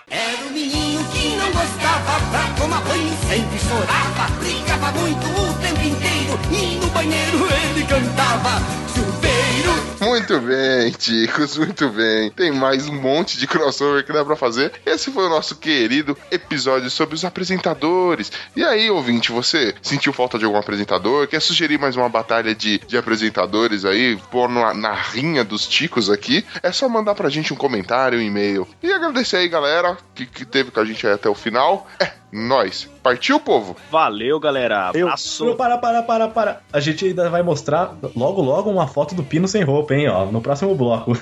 Speaker 9: Era o menino que não gostava pra tomar banho, sempre chorava, brigava muito o tempo inteiro e no banheiro ele cantava chuveiro.
Speaker 2: Muito bem, chicos, muito bem. Tem mais um monte de crossover que dá pra fazer. Esse foi o nosso querido episódio sobre os apresentadores. E aí, ouvinte, você sentiu falta de algum apresentador? Quer sugerir mais uma batalha de, de apresentadores aí? Pôr na, na rinha dos ticos aqui? É só mandar pra gente um comentário, um e-mail. E agradecer aí, galera, que, que teve com a gente aí até o final. É, nós. Partiu, povo?
Speaker 6: Valeu, galera.
Speaker 4: Eu-
Speaker 6: Abraço.
Speaker 5: Não, para, para, para, para. A gente ainda vai mostrar logo, logo uma foto do Pino sem roupa, hein, ó, no próximo bloco.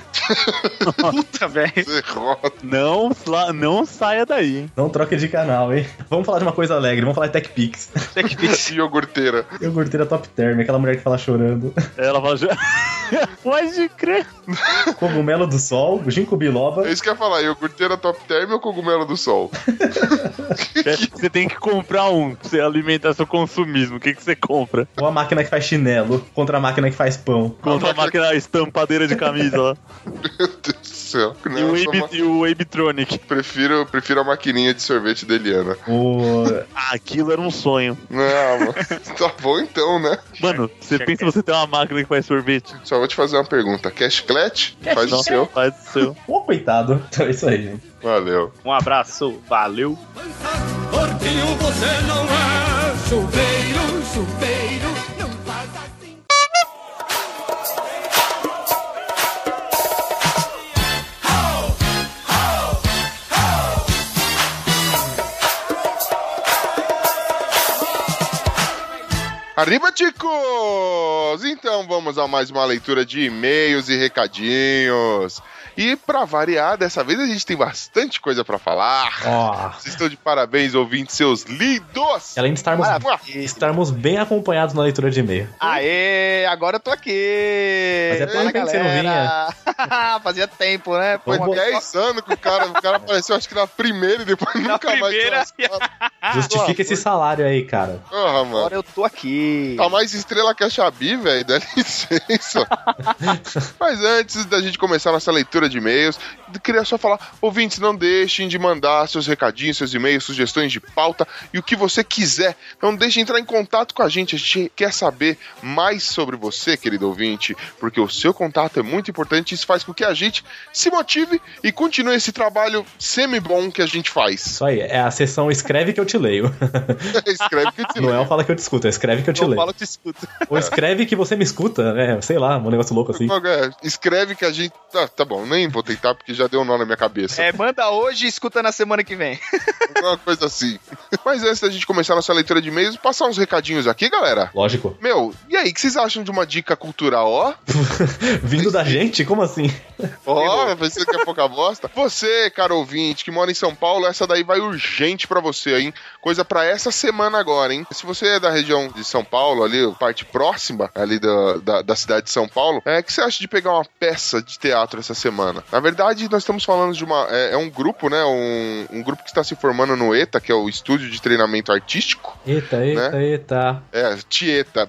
Speaker 5: (laughs)
Speaker 6: Puta, velho.
Speaker 2: Derrota.
Speaker 4: Não, sa- não saia daí, hein?
Speaker 5: Não troque de canal, hein. Vamos falar de uma coisa alegre, vamos falar de Tech Pix.
Speaker 2: Iogurteira.
Speaker 5: (laughs) Eu gorteira top term, aquela mulher que fala chorando. (laughs)
Speaker 4: É, Ela vai. (laughs) Pode crer.
Speaker 5: Cogumelo do Sol, Ginkgo Biloba.
Speaker 2: É isso que eu ia falar. Iogurteira top term ou cogumelo do sol?
Speaker 4: Você tem que comprar um pra você alimentar seu consumismo. O que, que você compra?
Speaker 5: Ou a máquina que faz chinelo contra a máquina que faz pão.
Speaker 4: Compra a máquina estampadeira de camisa lá.
Speaker 2: Meu Deus do céu. (laughs) Não,
Speaker 4: E o,
Speaker 2: eu sou ma-
Speaker 4: Abe, e o Abetronic.
Speaker 2: prefiro, prefiro a maquininha de sorvete da Eliana.
Speaker 5: Ou
Speaker 4: Ah, aquilo era um sonho.
Speaker 2: Não, mano. (laughs) tá bom então, né?
Speaker 4: Mano, você pensa você ter uma máquina que faz sorvete?
Speaker 2: Só vou te fazer uma pergunta. Quer chiclete? Faz o
Speaker 4: Não,
Speaker 2: seu.
Speaker 4: Faz o
Speaker 3: (laughs)
Speaker 4: seu.
Speaker 5: Ô, coitado. Então é isso aí, gente.
Speaker 2: Valeu.
Speaker 6: Um abraço. Valeu.
Speaker 9: Gordinho, você não é chuveiro, chuveiro, não faz assim.
Speaker 2: Arriba, chicos! Então vamos a mais uma leitura de e-mails e recadinhos. E pra variar, dessa vez a gente tem bastante coisa pra falar.
Speaker 5: Ó.
Speaker 2: Vocês estão de parabéns, ouvintes seus lindos!
Speaker 5: E Além de estarmos,
Speaker 2: Maravilha.
Speaker 5: estarmos bem acompanhados na leitura de e-mail.
Speaker 3: Aê, agora eu tô aqui.
Speaker 5: Fazia
Speaker 3: Fala,
Speaker 5: tempo que você não
Speaker 3: galera. (laughs) Fazia tempo, né? Pô,
Speaker 2: Foi
Speaker 5: Vamos-
Speaker 2: 10 anos que o cara, o cara apareceu, acho que na primeira e depois nunca
Speaker 4: primeira.
Speaker 2: mais. tinha lançado.
Speaker 5: Justifica esse salário aí, cara.
Speaker 2: Porra, mano.
Speaker 3: agora eu tô aqui.
Speaker 2: Tá mais estrela que a Xabi, velho. Dá
Speaker 5: (laughs)
Speaker 2: licença. Mas antes da gente começar nossa leitura de e-mails, eu queria só falar, ouvintes, não deixem de mandar seus recadinhos, seus e-mails, sugestões de pauta e o que você quiser. Não deixe de entrar em contato com a gente. A gente quer saber mais sobre você, querido ouvinte, porque o seu contato é muito importante. Isso faz com que a gente se motive e continue esse trabalho semi-bom que a gente faz.
Speaker 5: Isso aí, é a sessão escreve que eu te leio.
Speaker 2: (laughs)
Speaker 5: (laughs)
Speaker 2: Escreve que eu te
Speaker 5: Não é
Speaker 2: leio.
Speaker 5: o fala que eu te escuto, é escreve que eu te leio.
Speaker 7: Fala que escuta.
Speaker 5: Ou escreve que você me escuta, né? Sei lá, um negócio louco assim.
Speaker 2: É, Escreve que a gente. Tá, tá bom, nem vou tentar porque já deu um nó na minha cabeça.
Speaker 3: É, manda hoje e escuta na semana que vem.
Speaker 2: Alguma coisa assim. Mas antes da gente começar nossa leitura de e-mails, passar uns recadinhos aqui, galera.
Speaker 5: Lógico.
Speaker 2: Meu, e aí, o que vocês acham de uma dica cultural, ó?
Speaker 5: Vindo da gente? Como assim?
Speaker 2: Ó, oh, pensei que é pouca bosta. (laughs) Você, cara ouvinte, que mora em São Paulo, essa daí vai urgente pra você, hein? Coisa pra essa semana agora, hein? Se você é da região de São Paulo, ali, parte próxima ali da, da, da cidade de São Paulo, é o que você acha de pegar uma peça de teatro essa semana? Na verdade, nós estamos falando de uma. É, é um grupo, né? Um, um grupo que está se formando no ETA, que é o Estúdio de Treinamento Artístico.
Speaker 5: Eita, eita, eita.
Speaker 2: É, Tieta.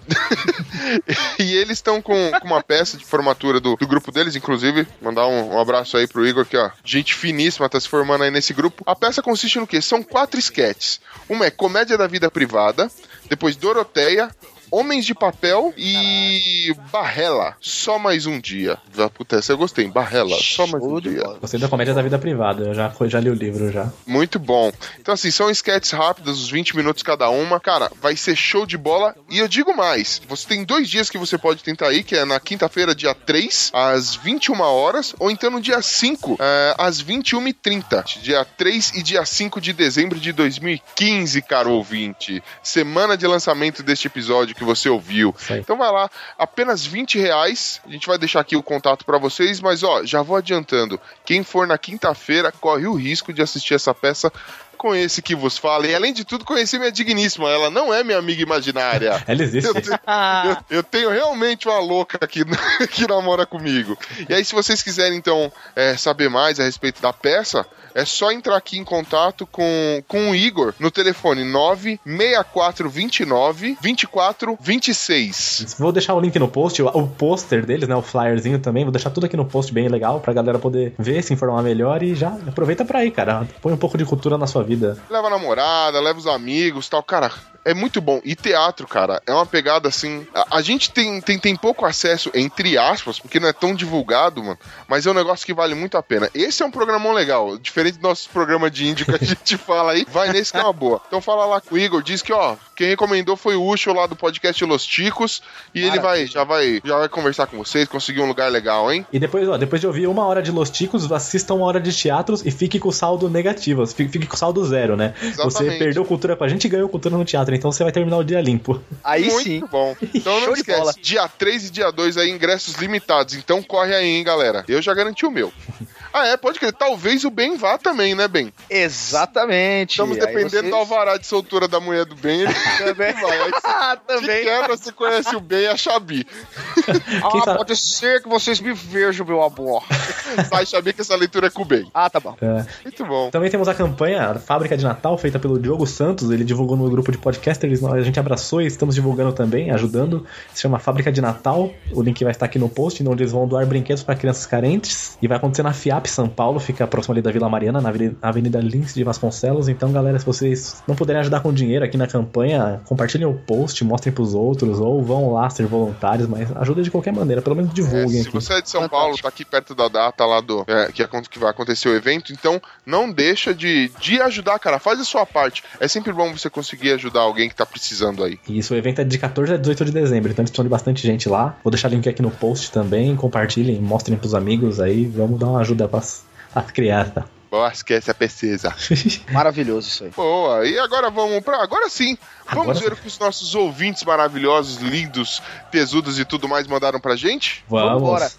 Speaker 2: (laughs) e eles estão com, com uma peça de formatura do, do grupo deles, inclusive. Mandar um, um abraço aí pro Igor, que ó, gente finíssima, tá se formando aí nesse grupo. A peça consiste no quê? São quatro esquetes. Uma é Comédia da Vida Privada, depois Doroteia. Homens de Papel e Barrela, só mais um dia. Já, puta, essa eu gostei. Barrela, só mais um dia.
Speaker 5: Gostei da comédia da vida privada, eu já, já li o livro já.
Speaker 2: Muito bom. Então, assim, são esquetes rápidas, uns 20 minutos cada uma. Cara, vai ser show de bola. E eu digo mais: você tem dois dias que você pode tentar ir, que é na quinta-feira, dia 3, às 21 horas, ou então no dia 5, eh, às 21h30. Dia 3 e dia 5 de dezembro de 2015, caro ouvinte. Semana de lançamento deste episódio que você ouviu.
Speaker 5: Isso aí.
Speaker 2: Então vai lá, apenas 20 reais. A gente vai deixar aqui o contato pra vocês, mas ó, já vou adiantando. Quem for na quinta-feira corre o risco de assistir essa peça com esse que vos fala. E além de tudo, conhecer minha digníssima. Ela não é minha amiga
Speaker 5: (laughs)
Speaker 2: imaginária.
Speaker 5: Ela
Speaker 2: Eu,
Speaker 5: existe.
Speaker 2: te- eu- eu tenho realmente uma louca aqui que (laughs) namora comigo. E aí, se vocês quiserem, então, é, saber mais a respeito da peça, é só entrar aqui em contato com, com o Igor no telefone 96429 2426.
Speaker 5: Vou deixar o link no post, o- o pôster deles, né? O flyerzinho também. Vou deixar tudo aqui no post bem legal pra galera poder ver, se informar melhor e já aproveita pra ir, cara. Põe um pouco de cultura na sua vida.
Speaker 2: leva a namorada, leva os amigos tal. Cara, é muito bom. E teatro, cara, é uma pegada assim. A, a gente tem, tem, tem pouco acesso, entre aspas, porque não é tão divulgado, mano. Mas é um negócio que vale muito a pena. Esse é um programão legal. Diferente do nosso programa de índio que a (laughs) gente fala aí, vai nesse que é uma boa. Então fala lá com o Igor, diz que, ó, quem recomendou foi o Ucho lá do podcast Los Ticos. E ele vai, já vai, já vai conversar com vocês, conseguir um lugar legal, hein?
Speaker 5: E depois, ó, depois de ouvir uma hora de Los Ticos, assista uma hora de teatros e fique com o saldo negativo. Fique, fique com o saldo zero, né? Você
Speaker 2: Exatamente.
Speaker 5: perdeu cultura com a gente e ganhou cultura no teatro, então você vai terminar o dia limpo.
Speaker 3: Aí
Speaker 2: Muito
Speaker 3: sim.
Speaker 2: bom. Então não
Speaker 3: Show de bola.
Speaker 2: esquece, dia 3 e dia 2 aí, ingressos limitados. Então corre aí, hein, galera. Eu já garanti o meu. Ah, é, pode crer. Talvez o Ben vá também, né, Ben?
Speaker 3: Exatamente.
Speaker 2: Estamos
Speaker 3: Aí
Speaker 2: dependendo
Speaker 3: vocês-
Speaker 2: do alvará de soltura da mulher
Speaker 3: (laughs)
Speaker 2: do Ben. Ele também vai. Aí se
Speaker 3: Ah,
Speaker 2: te
Speaker 3: também.
Speaker 2: quebra, você conhece o Ben e
Speaker 3: (laughs)
Speaker 2: a Xabi.
Speaker 5: Quem sabe-
Speaker 3: Ah, pode ser que vocês me vejam, meu amor.
Speaker 2: Vai, Xabi, que essa leitura é com o Ben.
Speaker 3: Ah, tá bom.
Speaker 2: Muito bom.
Speaker 5: Também temos a campanha a Fábrica de Natal, feita pelo Diogo Santos. Ele divulgou no grupo de podcasters, nós- a gente abraçou e estamos divulgando também, ajudando. Se chama Fábrica de Natal. O link vai estar aqui no post, onde eles vão doar brinquedos para crianças carentes. E vai acontecer na FIAP São Paulo, fica próximo ali da Vila Mariana, na Aveni- Avenida Lins de Vasconcelos. Então, galera, se vocês não puderem ajudar com dinheiro aqui na campanha, compartilhem o post, mostrem pros outros, ou vão lá ser voluntários, mas ajuda de qualquer maneira, pelo menos
Speaker 2: É,
Speaker 5: divulguem
Speaker 2: se
Speaker 5: aqui.
Speaker 2: você é de São Paulo, tá aqui perto da data lá do é, que, acon- que vai acontecer o evento, então não deixa de, de ajudar, cara. Faz a sua parte. É sempre bom você conseguir ajudar alguém que tá precisando aí.
Speaker 5: E Isso, o evento é de 14 a 18 de dezembro, então eles precisam de bastante gente lá. Vou deixar o link aqui no post também, compartilhem, mostrem pros amigos aí, vamos dar uma ajuda pras as crianças.
Speaker 2: Boa, esquece a pesquisa.
Speaker 3: Maravilhoso isso aí.
Speaker 2: Boa, e agora vamos pra. Agora sim, vamos
Speaker 5: Agora
Speaker 2: ver o que os nossos ouvintes maravilhosos, lindos, tesudos e tudo mais mandaram pra gente?
Speaker 5: (laughs) Vamos!
Speaker 3: Vambora.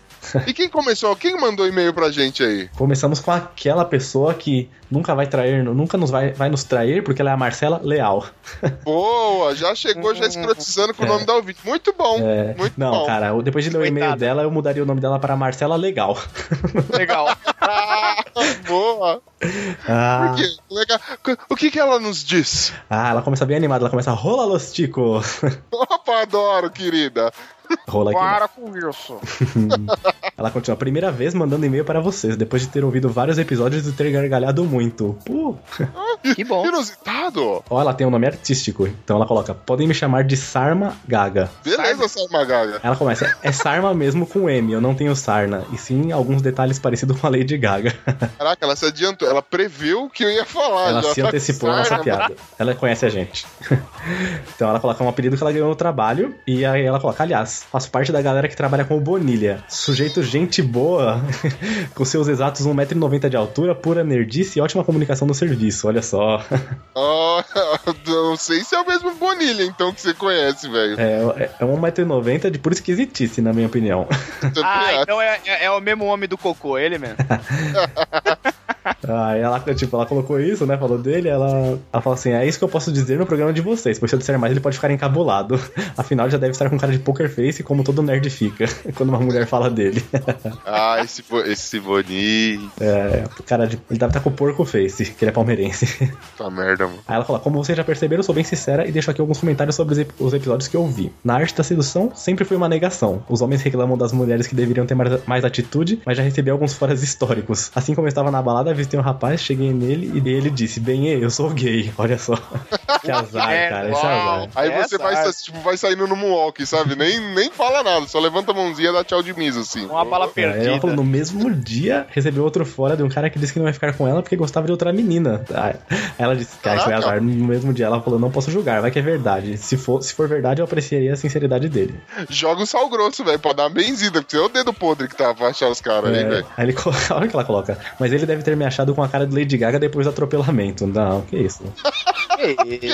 Speaker 2: E quem começou? Quem mandou e-mail pra gente aí?
Speaker 5: Começamos com aquela pessoa que nunca vai trair, nunca nos vai, vai nos trair, porque ela é a Marcela Leal.
Speaker 2: Boa, já chegou, já escrotizando com o nome da ouvinte. Muito bom, muito
Speaker 5: É. Não,
Speaker 2: bom.
Speaker 5: cara, eu- depois de ler o e-mail
Speaker 3: Coitada.
Speaker 5: dela, eu mudaria o nome dela para
Speaker 2: (laughs)
Speaker 5: Marcela Legal.
Speaker 3: Legal.
Speaker 2: Boa.
Speaker 5: Ah,
Speaker 2: Por quê? Legal. O que que ela nos diz? (laughs)
Speaker 5: ah, ela começa bem animada, ela começa rola los ticos.
Speaker 2: Opa, adoro, querida.
Speaker 5: (laughs) Rola aqui.
Speaker 2: com isso.
Speaker 5: Ela continua, primeira vez mandando e-mail para vocês, depois de ter ouvido vários episódios e ter gargalhado muito. Pô,
Speaker 6: Que bom.
Speaker 2: Inusitado.
Speaker 5: ó, ela tem um nome artístico, então ela coloca, podem me chamar de Sarma Gaga.
Speaker 2: Beleza, Salma Gaga.
Speaker 5: Ela começa, é Sarma mesmo com M, eu não tenho Sarna, e sim alguns detalhes parecidos com a Lady Gaga.
Speaker 2: Caraca, ela se adiantou. Ela previu o que eu ia falar.
Speaker 5: Ela
Speaker 2: já
Speaker 5: se
Speaker 2: tá
Speaker 5: antecipou a
Speaker 2: com
Speaker 5: nossa
Speaker 2: sarna.
Speaker 5: piada. Ela conhece a gente. (laughs) então ela coloca um apelido que ela ganhou no trabalho. E aí ela coloca, aliás, faço parte da galera que trabalha com o Bonilha. Sujeito gente boa, (laughs) com seus exatos 1,90m de altura, pura nerdice e ótima comunicação no serviço. Olha só. (laughs)
Speaker 2: (laughs) Ó, Oh, não sei se é o mesmo Bonilha, então, que você conhece, velho.
Speaker 5: É, é 1,90m de pura esquisitice, na minha opinião. (laughs)
Speaker 2: Também
Speaker 3: Ah,
Speaker 2: acho.
Speaker 3: então é, é- é o mesmo homem do cocô, é ele
Speaker 5: (laughs)
Speaker 3: mesmo.
Speaker 5: Aí ela, tipo, ela colocou isso, né? Falou dele, ela, ela falou assim: é isso que eu posso dizer no programa de vocês, pois se eu disser mais, ele pode ficar encabulado. (laughs) Afinal, já deve estar com cara de poker face, como todo nerd fica (laughs) quando uma mulher fala dele. (laughs)
Speaker 2: Ah, esse, bo- esse Bonilha.
Speaker 5: Cara, de- ele deve estar com É, o porco face, que ele é palmeirense. (laughs)
Speaker 2: Tá merda, mano.
Speaker 5: Aí ela fala: Como vocês já perceberam, eu sou bem sincera e deixo aqui alguns comentários sobre os, ep- os episódios que eu vi. Na arte da sedução, sempre foi uma negação. Os homens reclamam das mulheres que deveriam ter mais, mais atitude, mas já recebi alguns foras históricos. Assim como eu estava na balada, avistei um rapaz, cheguei nele e ele disse: Bem, ei, eu sou gay. (laughs) Olha só. que azar,
Speaker 3: É,
Speaker 5: cara, esse
Speaker 3: uau.
Speaker 5: azar.
Speaker 2: Aí você
Speaker 3: Essa
Speaker 2: vai, sa-
Speaker 3: arte.
Speaker 2: tipo, vai saindo no moonwalk, sabe? Nem, nem fala nada, só levanta a mãozinha e dá tchau de misa, assim.
Speaker 3: Uma bala
Speaker 5: É, Ela falou,
Speaker 3: perdida.
Speaker 5: no mesmo dia, recebeu outro fora de um cara que disse que não vai ficar com ela porque gostava de outra menina. Aí ela disse, cara, isso é
Speaker 2: Caraca.
Speaker 5: azar. No mesmo dia, ela falou, não posso julgar, vai que é verdade. Se for, se for verdade, eu apreciaria a sinceridade dele.
Speaker 2: Joga um sal grosso, velho, pra dar uma benzida, porque você é o dedo podre que tá pra achar os caras aí,
Speaker 5: É,
Speaker 2: velho.
Speaker 5: aí ele (laughs) coloca, olha o que ela coloca. Mas ele deve ter me achado com a cara de Lady Gaga depois do atropelamento. Não, que isso.
Speaker 2: Que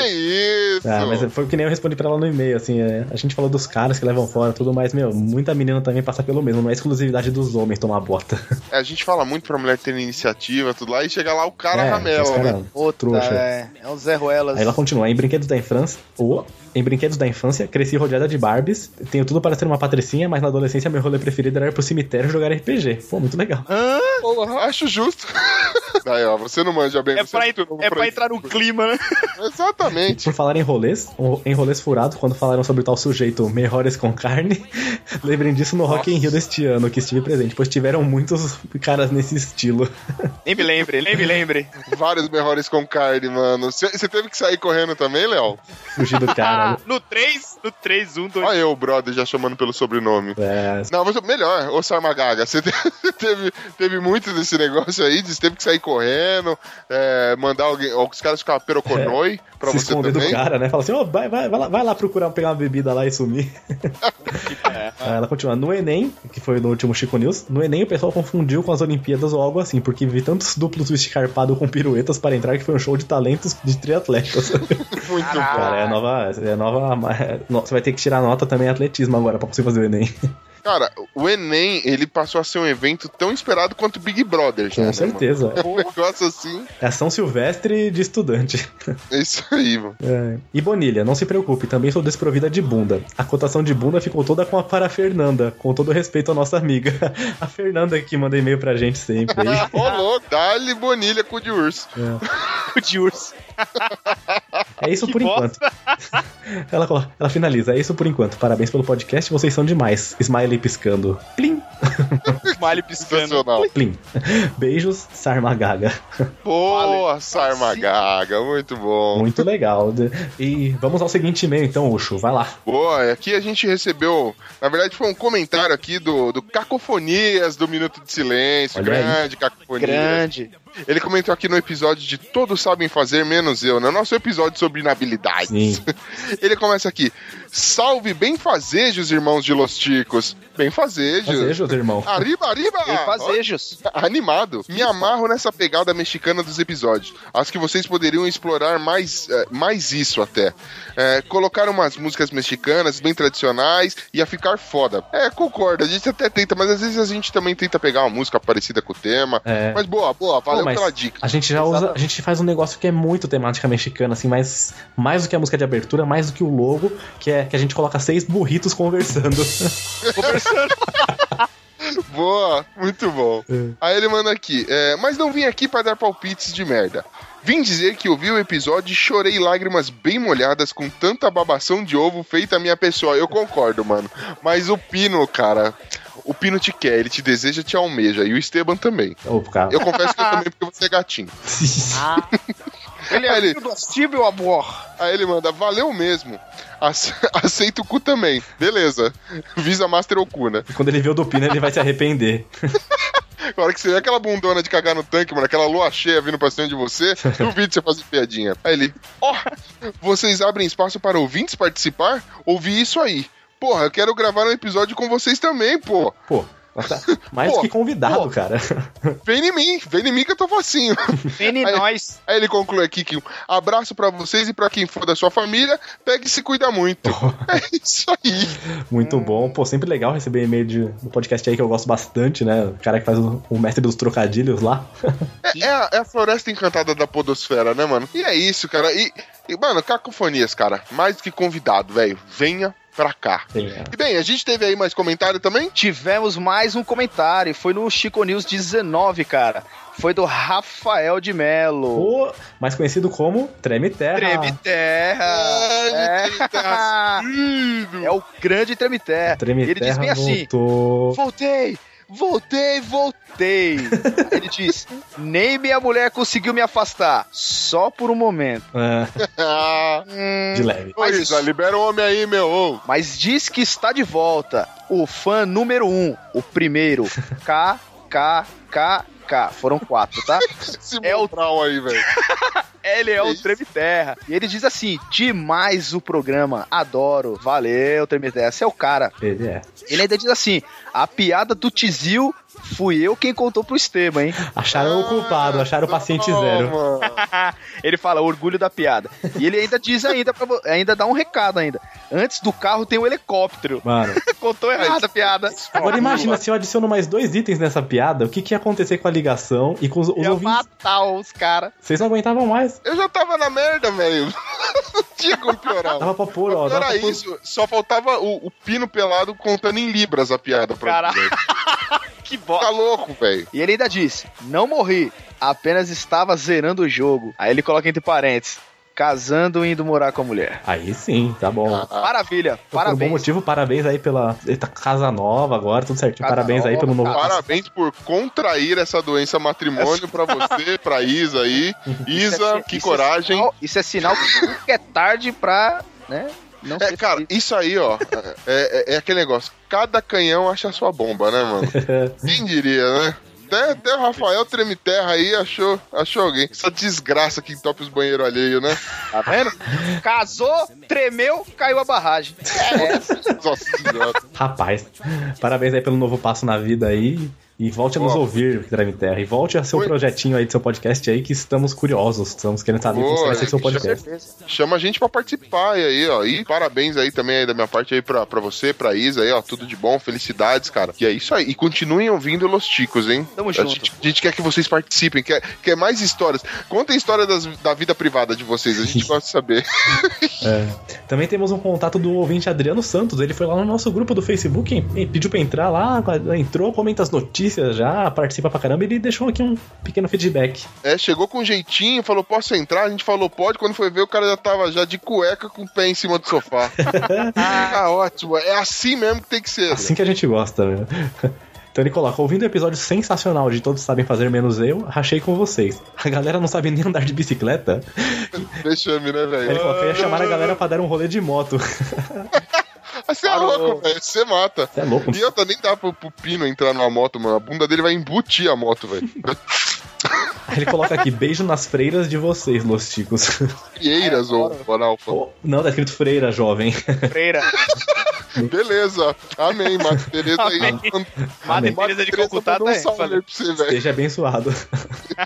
Speaker 2: isso?
Speaker 5: Ah, mas foi que nem eu respondi pra ela no e-mail, assim, é, a gente falou dos caras que levam fora e tudo mais, meu, muita menina também passa pelo mesmo, não é exclusividade dos homens tomar bota.
Speaker 2: É, A gente fala muito pra mulher ter iniciativa, tudo lá, e chega lá o cara
Speaker 5: é, os
Speaker 2: ramela, né?
Speaker 5: cara, trouxa.
Speaker 6: é, é o Zé Ruelas.
Speaker 5: Aí ela continua, em brinquedos da infância, ou em brinquedos da infância, cresci rodeada de Barbies, tenho tudo para ser uma patricinha, mas na adolescência meu rolê preferido era ir pro cemitério jogar RPG. Pô, muito legal.
Speaker 2: Porra, acho justo. (laughs) Aí, ó, você não manja bem.
Speaker 3: É
Speaker 2: você
Speaker 3: pra,
Speaker 2: muito novo
Speaker 3: é pra
Speaker 2: isso.
Speaker 3: entrar no clima, né? (laughs)
Speaker 2: Exatamente.
Speaker 5: Por falar em rolês, o- em rolês furados, quando falaram sobre o tal sujeito melhores com carne, (laughs) lembrem disso no Rock in Rio deste ano, que estive presente, pois tiveram muitos caras nesse estilo. (laughs)
Speaker 3: Nem me lembre, nem me lembre.
Speaker 2: Vários melhores com carne, mano. Você você teve que sair correndo também, Léo?
Speaker 5: Fugir do
Speaker 2: (laughs)
Speaker 5: cara. né?
Speaker 3: No 3, no um, 3, 1, 2.
Speaker 2: Olha eu, brother, já chamando pelo sobrenome.
Speaker 5: É,
Speaker 2: Não, mas melhor, ô Sarmagaga, você (laughs) te- teve, teve muito desse negócio aí, de você teve que sair correndo, é, mandar alguém, os caras ficaram
Speaker 5: (laughs)
Speaker 2: peroconoi pra
Speaker 5: É, se
Speaker 2: você
Speaker 5: esconder do
Speaker 2: também.
Speaker 5: cara, né? Fala assim, ó, vai, vai, vai, lá, vai lá procurar pegar uma bebida lá e
Speaker 2: (laughs)
Speaker 5: sumir.
Speaker 2: É.
Speaker 5: Aí ela continua, no Enem, que foi no último Chico News, no Enem o pessoal confundiu com as Olimpíadas ou algo assim, porque vi tantos duplos do escarpado com piruetas para entrar que foi um show de talentos de triatletas. (laughs)
Speaker 2: Muito
Speaker 5: Cara,
Speaker 6: Ah.
Speaker 5: é a nova, é a nova, é- no- você vai ter que tirar nota também em atletismo agora pra você fazer o Enem.
Speaker 2: bom. Cara, o Enem, ele passou a ser um evento tão esperado quanto o Big Brother, já,
Speaker 5: (laughs) Com
Speaker 2: né,
Speaker 5: certeza.
Speaker 2: mano? Um negócio assim,
Speaker 5: É São Silvestre de estudante. (laughs)
Speaker 2: é isso aí, mano.
Speaker 5: É. E Bonilha, não se preocupe, também sou desprovida de bunda. A cotação de bunda ficou toda com a para a Fernanda, com todo respeito à nossa amiga. (laughs) A Fernanda que manda e-mail pra gente sempre. aí.
Speaker 2: Ô, louco, dá-lhe bonilha com o de urso.
Speaker 3: de urso.
Speaker 5: É isso
Speaker 3: Que
Speaker 5: por enquanto. (laughs) Ela, coloca- ela finaliza, é isso por enquanto. Parabéns pelo podcast, vocês são demais. Smiley piscando. Plim,
Speaker 3: Malho piscando.
Speaker 2: Sensacional.
Speaker 5: plim. (laughs) Beijos, Sarmagaga.
Speaker 2: Boa, Sarmagaga, muito bom.
Speaker 5: Muito legal. E vamos ao seguinte e-mail então, Ucho, vai lá.
Speaker 2: Boa, e aqui a gente recebeu, na verdade foi um comentário aqui do, do Cacofonias do Minuto de Silêncio,
Speaker 5: Olha aí.
Speaker 2: grande Cacofonias.
Speaker 6: Grande.
Speaker 2: Ele comentou aqui no episódio de Todos Sabem Fazer Menos Eu, no nosso episódio sobre inabilidades.
Speaker 5: Sim.
Speaker 2: (laughs) Ele começa aqui, salve bem-fazejos, irmãos de Los Ticos. Bem-fazejos.
Speaker 5: Fazejos, Deus, irmão.
Speaker 2: Arriba, arriba!
Speaker 6: E fazejos.
Speaker 2: Animado. Me amarro nessa pegada mexicana dos episódios. Acho que vocês poderiam explorar mais, eh, mais isso até. Eh, colocar umas músicas mexicanas bem tradicionais ia ficar foda. É, concordo, a gente até tenta, mas às vezes a gente também tenta pegar uma música parecida com o tema.
Speaker 5: É.
Speaker 2: Mas boa, boa, valeu
Speaker 5: Pô, mas
Speaker 2: pela dica.
Speaker 5: A gente já usa, a gente faz um negócio que é muito temática mexicana, assim, mas mais do que a música de abertura, mais do que o logo, que é que a gente coloca seis burritos conversando. (laughs)
Speaker 2: Boa, muito bom.
Speaker 5: É.
Speaker 2: Aí ele manda aqui, é, mas não vim aqui pra dar palpites de merda. Vim dizer que ouvi o episódio e chorei lágrimas bem molhadas com tanta babação de ovo feita a minha pessoa. Eu concordo, mano. Mas o Pino, cara, o Pino te quer, ele te deseja, te almeja. E o Esteban também.
Speaker 5: Ô, cara.
Speaker 2: Eu confesso que eu também, porque você é gatinho.
Speaker 3: Ele
Speaker 2: Aí
Speaker 3: é
Speaker 2: ele-
Speaker 3: filho do Astíbio, amor.
Speaker 2: Aí ele manda, valeu mesmo. Ace- (laughs) Aceito o cu também. Beleza. Visa Master o cu, né?
Speaker 5: (laughs) E Quando ele vê o do Pino, ele vai se arrepender.
Speaker 2: Na hora que você vê aquela bundona de cagar no tanque, mano, aquela lua cheia vindo pra cima de você, duvido você fazer piadinha. Aí ele, ó, vocês abrem espaço para ouvintes participar? Ouvi isso aí. Porra, eu quero gravar um episódio com vocês também, pô.
Speaker 5: Pô, mas tá mais
Speaker 2: Pô,
Speaker 5: que convidado,
Speaker 2: pô.
Speaker 5: cara. (laughs)
Speaker 2: Vem em mim, vem em mim que eu tô facinho.
Speaker 3: Vem em
Speaker 2: Aí-
Speaker 3: nós.
Speaker 2: Aí ele conclui aqui que um abraço pra vocês e pra quem for da sua família, pegue e se cuida muito. É isso aí.
Speaker 5: Muito
Speaker 2: Hum.
Speaker 5: bom. Pô, sempre legal receber e-mail de, do podcast aí que eu gosto bastante, né? O cara que faz o, o mestre dos trocadilhos lá.
Speaker 2: É, é a, é a floresta encantada da podosfera, né, mano? E é isso, cara. E, e, mano, cacofonias, cara. Mais do que convidado, velho. Venha pra cá.
Speaker 5: Tem, é.
Speaker 2: E bem, a gente teve aí mais comentário também?
Speaker 6: Tivemos mais um comentário, foi no Chico News 19, cara. Foi do Rafael de Melo.
Speaker 5: O mais conhecido como Treme Terra.
Speaker 6: Treme Terra.
Speaker 2: Ai, meu Deus.
Speaker 6: É o grande Treme Terra.
Speaker 5: Treme
Speaker 6: Ele diz
Speaker 5: Terra
Speaker 6: bem assim,
Speaker 5: voltou.
Speaker 6: Voltei, voltei, voltei. Aí Ele diz: Nem minha mulher conseguiu me afastar, só por um momento.
Speaker 5: É,
Speaker 2: Ah,
Speaker 6: É.
Speaker 5: de leve.
Speaker 2: Ô, Isa, libera o homem aí, meu. Ô,
Speaker 6: Mas diz que está de volta. O fã número um, o primeiro. K, K, K, K. Foram quatro, tá?
Speaker 2: (laughs) Esse
Speaker 6: É o-
Speaker 2: Mobral aí, velho.
Speaker 6: Ele é o
Speaker 2: Isso.
Speaker 6: Treme Terra. E ele diz assim: demais o programa, adoro. Valeu, Treme Terra, você é o cara.
Speaker 5: Ele é.
Speaker 6: Ele ainda diz assim: a piada do Tizil fui eu quem contou pro Esteban,
Speaker 2: (laughs)
Speaker 6: hein?
Speaker 5: Acharam
Speaker 6: Ah,
Speaker 5: o culpado, acharam o paciente
Speaker 2: Toma.
Speaker 5: zero.
Speaker 6: Ele fala, orgulho da piada. E ele ainda diz ainda, pra, vo- ainda dá um recado ainda. Antes do carro tem o helicóptero. (laughs)
Speaker 5: Mano,
Speaker 6: Contou errado a piada.
Speaker 5: agora imagina se eu adiciono mais dois itens nessa piada, o que, que ia acontecer com a ligação e com os, os
Speaker 6: Ia
Speaker 5: ouvintes?
Speaker 6: matar os caras.
Speaker 5: Vocês não aguentavam mais.
Speaker 2: Eu já tava na merda, velho. (laughs) Não tinha como piorar.
Speaker 5: Dava pra pôr, ó. Dava
Speaker 2: Era
Speaker 5: pra pôr...
Speaker 2: isso, só faltava o, o pino pelado contando em libras a piada pra
Speaker 6: Caralho.
Speaker 2: mim, velho.
Speaker 6: Que bosta.
Speaker 2: Tá louco, velho.
Speaker 6: E ele ainda diz, não morri, apenas estava zerando o jogo. Aí ele coloca entre parênteses, casando e indo morar com a mulher.
Speaker 5: Aí sim, tá bom.
Speaker 2: Ah,
Speaker 6: Maravilha,
Speaker 5: Por um bom
Speaker 6: parabéns.
Speaker 5: motivo, parabéns aí pela Eita, casa nova agora, tudo certinho.
Speaker 6: Casa
Speaker 5: parabéns aí
Speaker 6: nova,
Speaker 5: pelo novo.
Speaker 2: Parabéns por contrair essa doença matrimônio pra você, pra Isa aí. Isa,
Speaker 6: si-
Speaker 2: que
Speaker 6: isso É
Speaker 2: coragem.
Speaker 6: sinal, isso é sinal que nunca é tarde pra, né, não
Speaker 2: É, cara, isso aí, ó, é, é- é aquele negócio. Cada canhão acha a sua bomba, né, mano? Quem diria, né? Até, até o Rafael Tremiterra aí achou, achou alguém. Essa desgraça que entope os banheiros alheios, né?
Speaker 6: Tá vendo? Casou, tremeu, caiu a barragem. É,
Speaker 2: Nossa senhora.
Speaker 5: Rapaz, parabéns aí pelo novo passo na vida aí. E volte a nos
Speaker 2: Boa.
Speaker 5: ouvir, Treme Terra. E volte a seu
Speaker 2: Oi.
Speaker 5: projetinho aí do seu podcast aí, que estamos curiosos. Estamos querendo saber como
Speaker 2: Boa,
Speaker 5: vai ser seu
Speaker 2: gente, já
Speaker 5: podcast.
Speaker 2: Chama a gente pra participar e aí, ó. E parabéns aí também aí da minha parte aí pra, pra você, pra Isa aí, ó. Tudo de bom, felicidades, cara. E é isso aí. E continuem ouvindo Los Ticos, hein?
Speaker 6: Tamo
Speaker 2: a
Speaker 6: junto.
Speaker 2: Gente, a gente quer que vocês participem, quer, quer mais histórias. Contem a história das- da vida privada de vocês, a gente gosta de saber.
Speaker 5: Também temos um contato do ouvinte Adriano Santos. Ele foi lá no nosso grupo do Facebook, em- em- pediu pra entrar lá, entrou, comenta as notícias já, participa pra caramba. Ele deixou aqui um pequeno feedback.
Speaker 2: É, chegou com jeitinho, falou, posso entrar? A gente falou, pode. Quando foi ver, o cara já tava já de cueca com o pé em cima do
Speaker 5: (laughs)
Speaker 2: sofá. ah, ótimo. É assim mesmo que tem que ser.
Speaker 5: Assim que a gente gosta, né? (laughs) Então ele coloca, ouvindo o episódio sensacional de Todos Sabem Fazer Menos Eu, rachei com vocês. A galera não sabe nem andar de bicicleta.
Speaker 2: Deixa-me, né,
Speaker 5: Aí ele
Speaker 2: velho?
Speaker 5: falou que ia chamar a galera pra dar um rolê de moto.
Speaker 2: Ah, Você é louco, velho. Você mata.
Speaker 5: Você é louco.
Speaker 2: E outra, nem dá pro, pro Pino entrar numa moto, mano. A bunda dele vai embutir a moto, velho.
Speaker 5: Aí ele coloca aqui, beijo nas freiras de vocês, los chicos. É,
Speaker 2: Frieiras ou Bonalfa.
Speaker 5: Oh, não, tá escrito freira, jovem.
Speaker 6: freira.
Speaker 2: Beleza. Amém, Madre Teresa aí.
Speaker 3: Amém. Madre Teresa de Calcutá
Speaker 2: mandou
Speaker 3: tá
Speaker 2: um
Speaker 3: aí.
Speaker 2: salve
Speaker 3: Falei,
Speaker 2: aí pra você, velho.
Speaker 5: Seja é abençoado.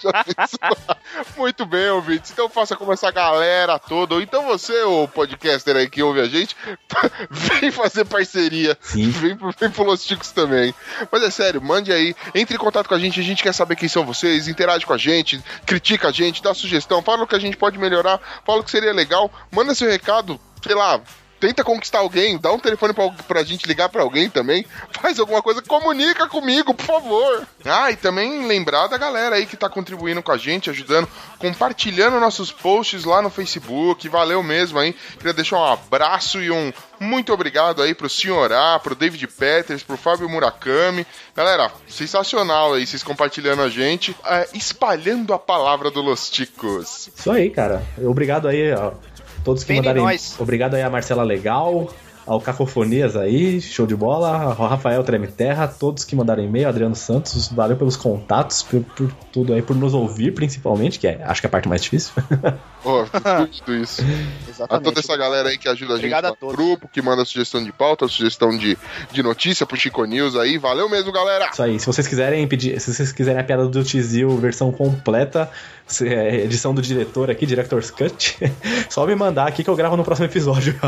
Speaker 2: Já pensou? (laughs) Muito bem, ouvintes. Então faça como essa galera toda, ou então você, o podcaster aí que ouve a gente, (laughs) vem fazer parceria.
Speaker 5: Sim.
Speaker 2: Vem, pro- vem pro Los Ticos também. Mas é sério, mande aí, entre em contato com a gente, a gente quer saber quem são vocês, interage com a gente, critica a gente, dá sugestão, fala o que a gente pode melhorar, fala o que seria legal, manda seu recado, sei lá. Tenta conquistar alguém, dá um telefone pra, pra gente ligar pra alguém também, faz alguma coisa, comunica comigo, por favor. Ah, e também lembrar da galera aí que tá contribuindo com a gente, ajudando, compartilhando nossos posts lá no Facebook, valeu mesmo aí. Queria deixar um abraço e um muito obrigado aí pro Senhorá, pro David Peters, pro Fábio Murakami. Galera, sensacional aí, vocês compartilhando a gente, eh, espalhando a palavra do Los Ticos.
Speaker 5: Isso aí, cara. Obrigado aí a todos que
Speaker 3: Vem em
Speaker 5: mandarem.
Speaker 3: nós.
Speaker 5: Obrigado aí a Marcela Legal, ao Cacofonias aí, show de bola, ao Rafael Treme Terra, todos que mandaram e-mail, Adriano Santos, valeu pelos contatos, por, por tudo aí, por nos ouvir principalmente, que é, acho que é a parte mais difícil.
Speaker 3: (laughs)
Speaker 2: Ó, tudo isso.
Speaker 3: Tá
Speaker 2: A toda essa galera aí que ajuda a gente
Speaker 3: Obrigado
Speaker 2: lá
Speaker 3: a
Speaker 2: no
Speaker 3: todos.
Speaker 2: grupo, que manda sugestão de pauta, sugestão de, de notícia pro Chico News aí. Valeu mesmo, galera!
Speaker 5: Isso aí, se vocês quiserem pedir, se vocês quiserem a piada do Tizil versão completa, se- é, edição do diretor aqui, Director's Cut, (laughs) só me mandar aqui que eu gravo no próximo episódio. (laughs)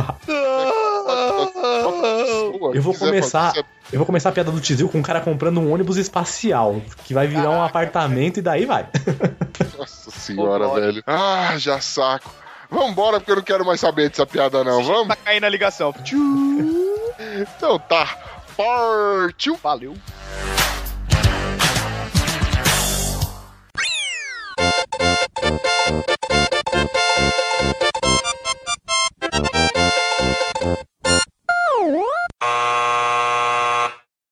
Speaker 5: Eu vou começar- Eu vou começar a piada do Tizil com um cara comprando um ônibus espacial, que vai virar um apartamento e daí vai. (laughs)
Speaker 2: Nossa senhora, velho. Ah, já saco. Vambora, porque eu não quero mais saber dessa piada, não. Vamos?
Speaker 3: Tá caindo a ligação.
Speaker 2: Então tá. Partiu.
Speaker 3: Valeu.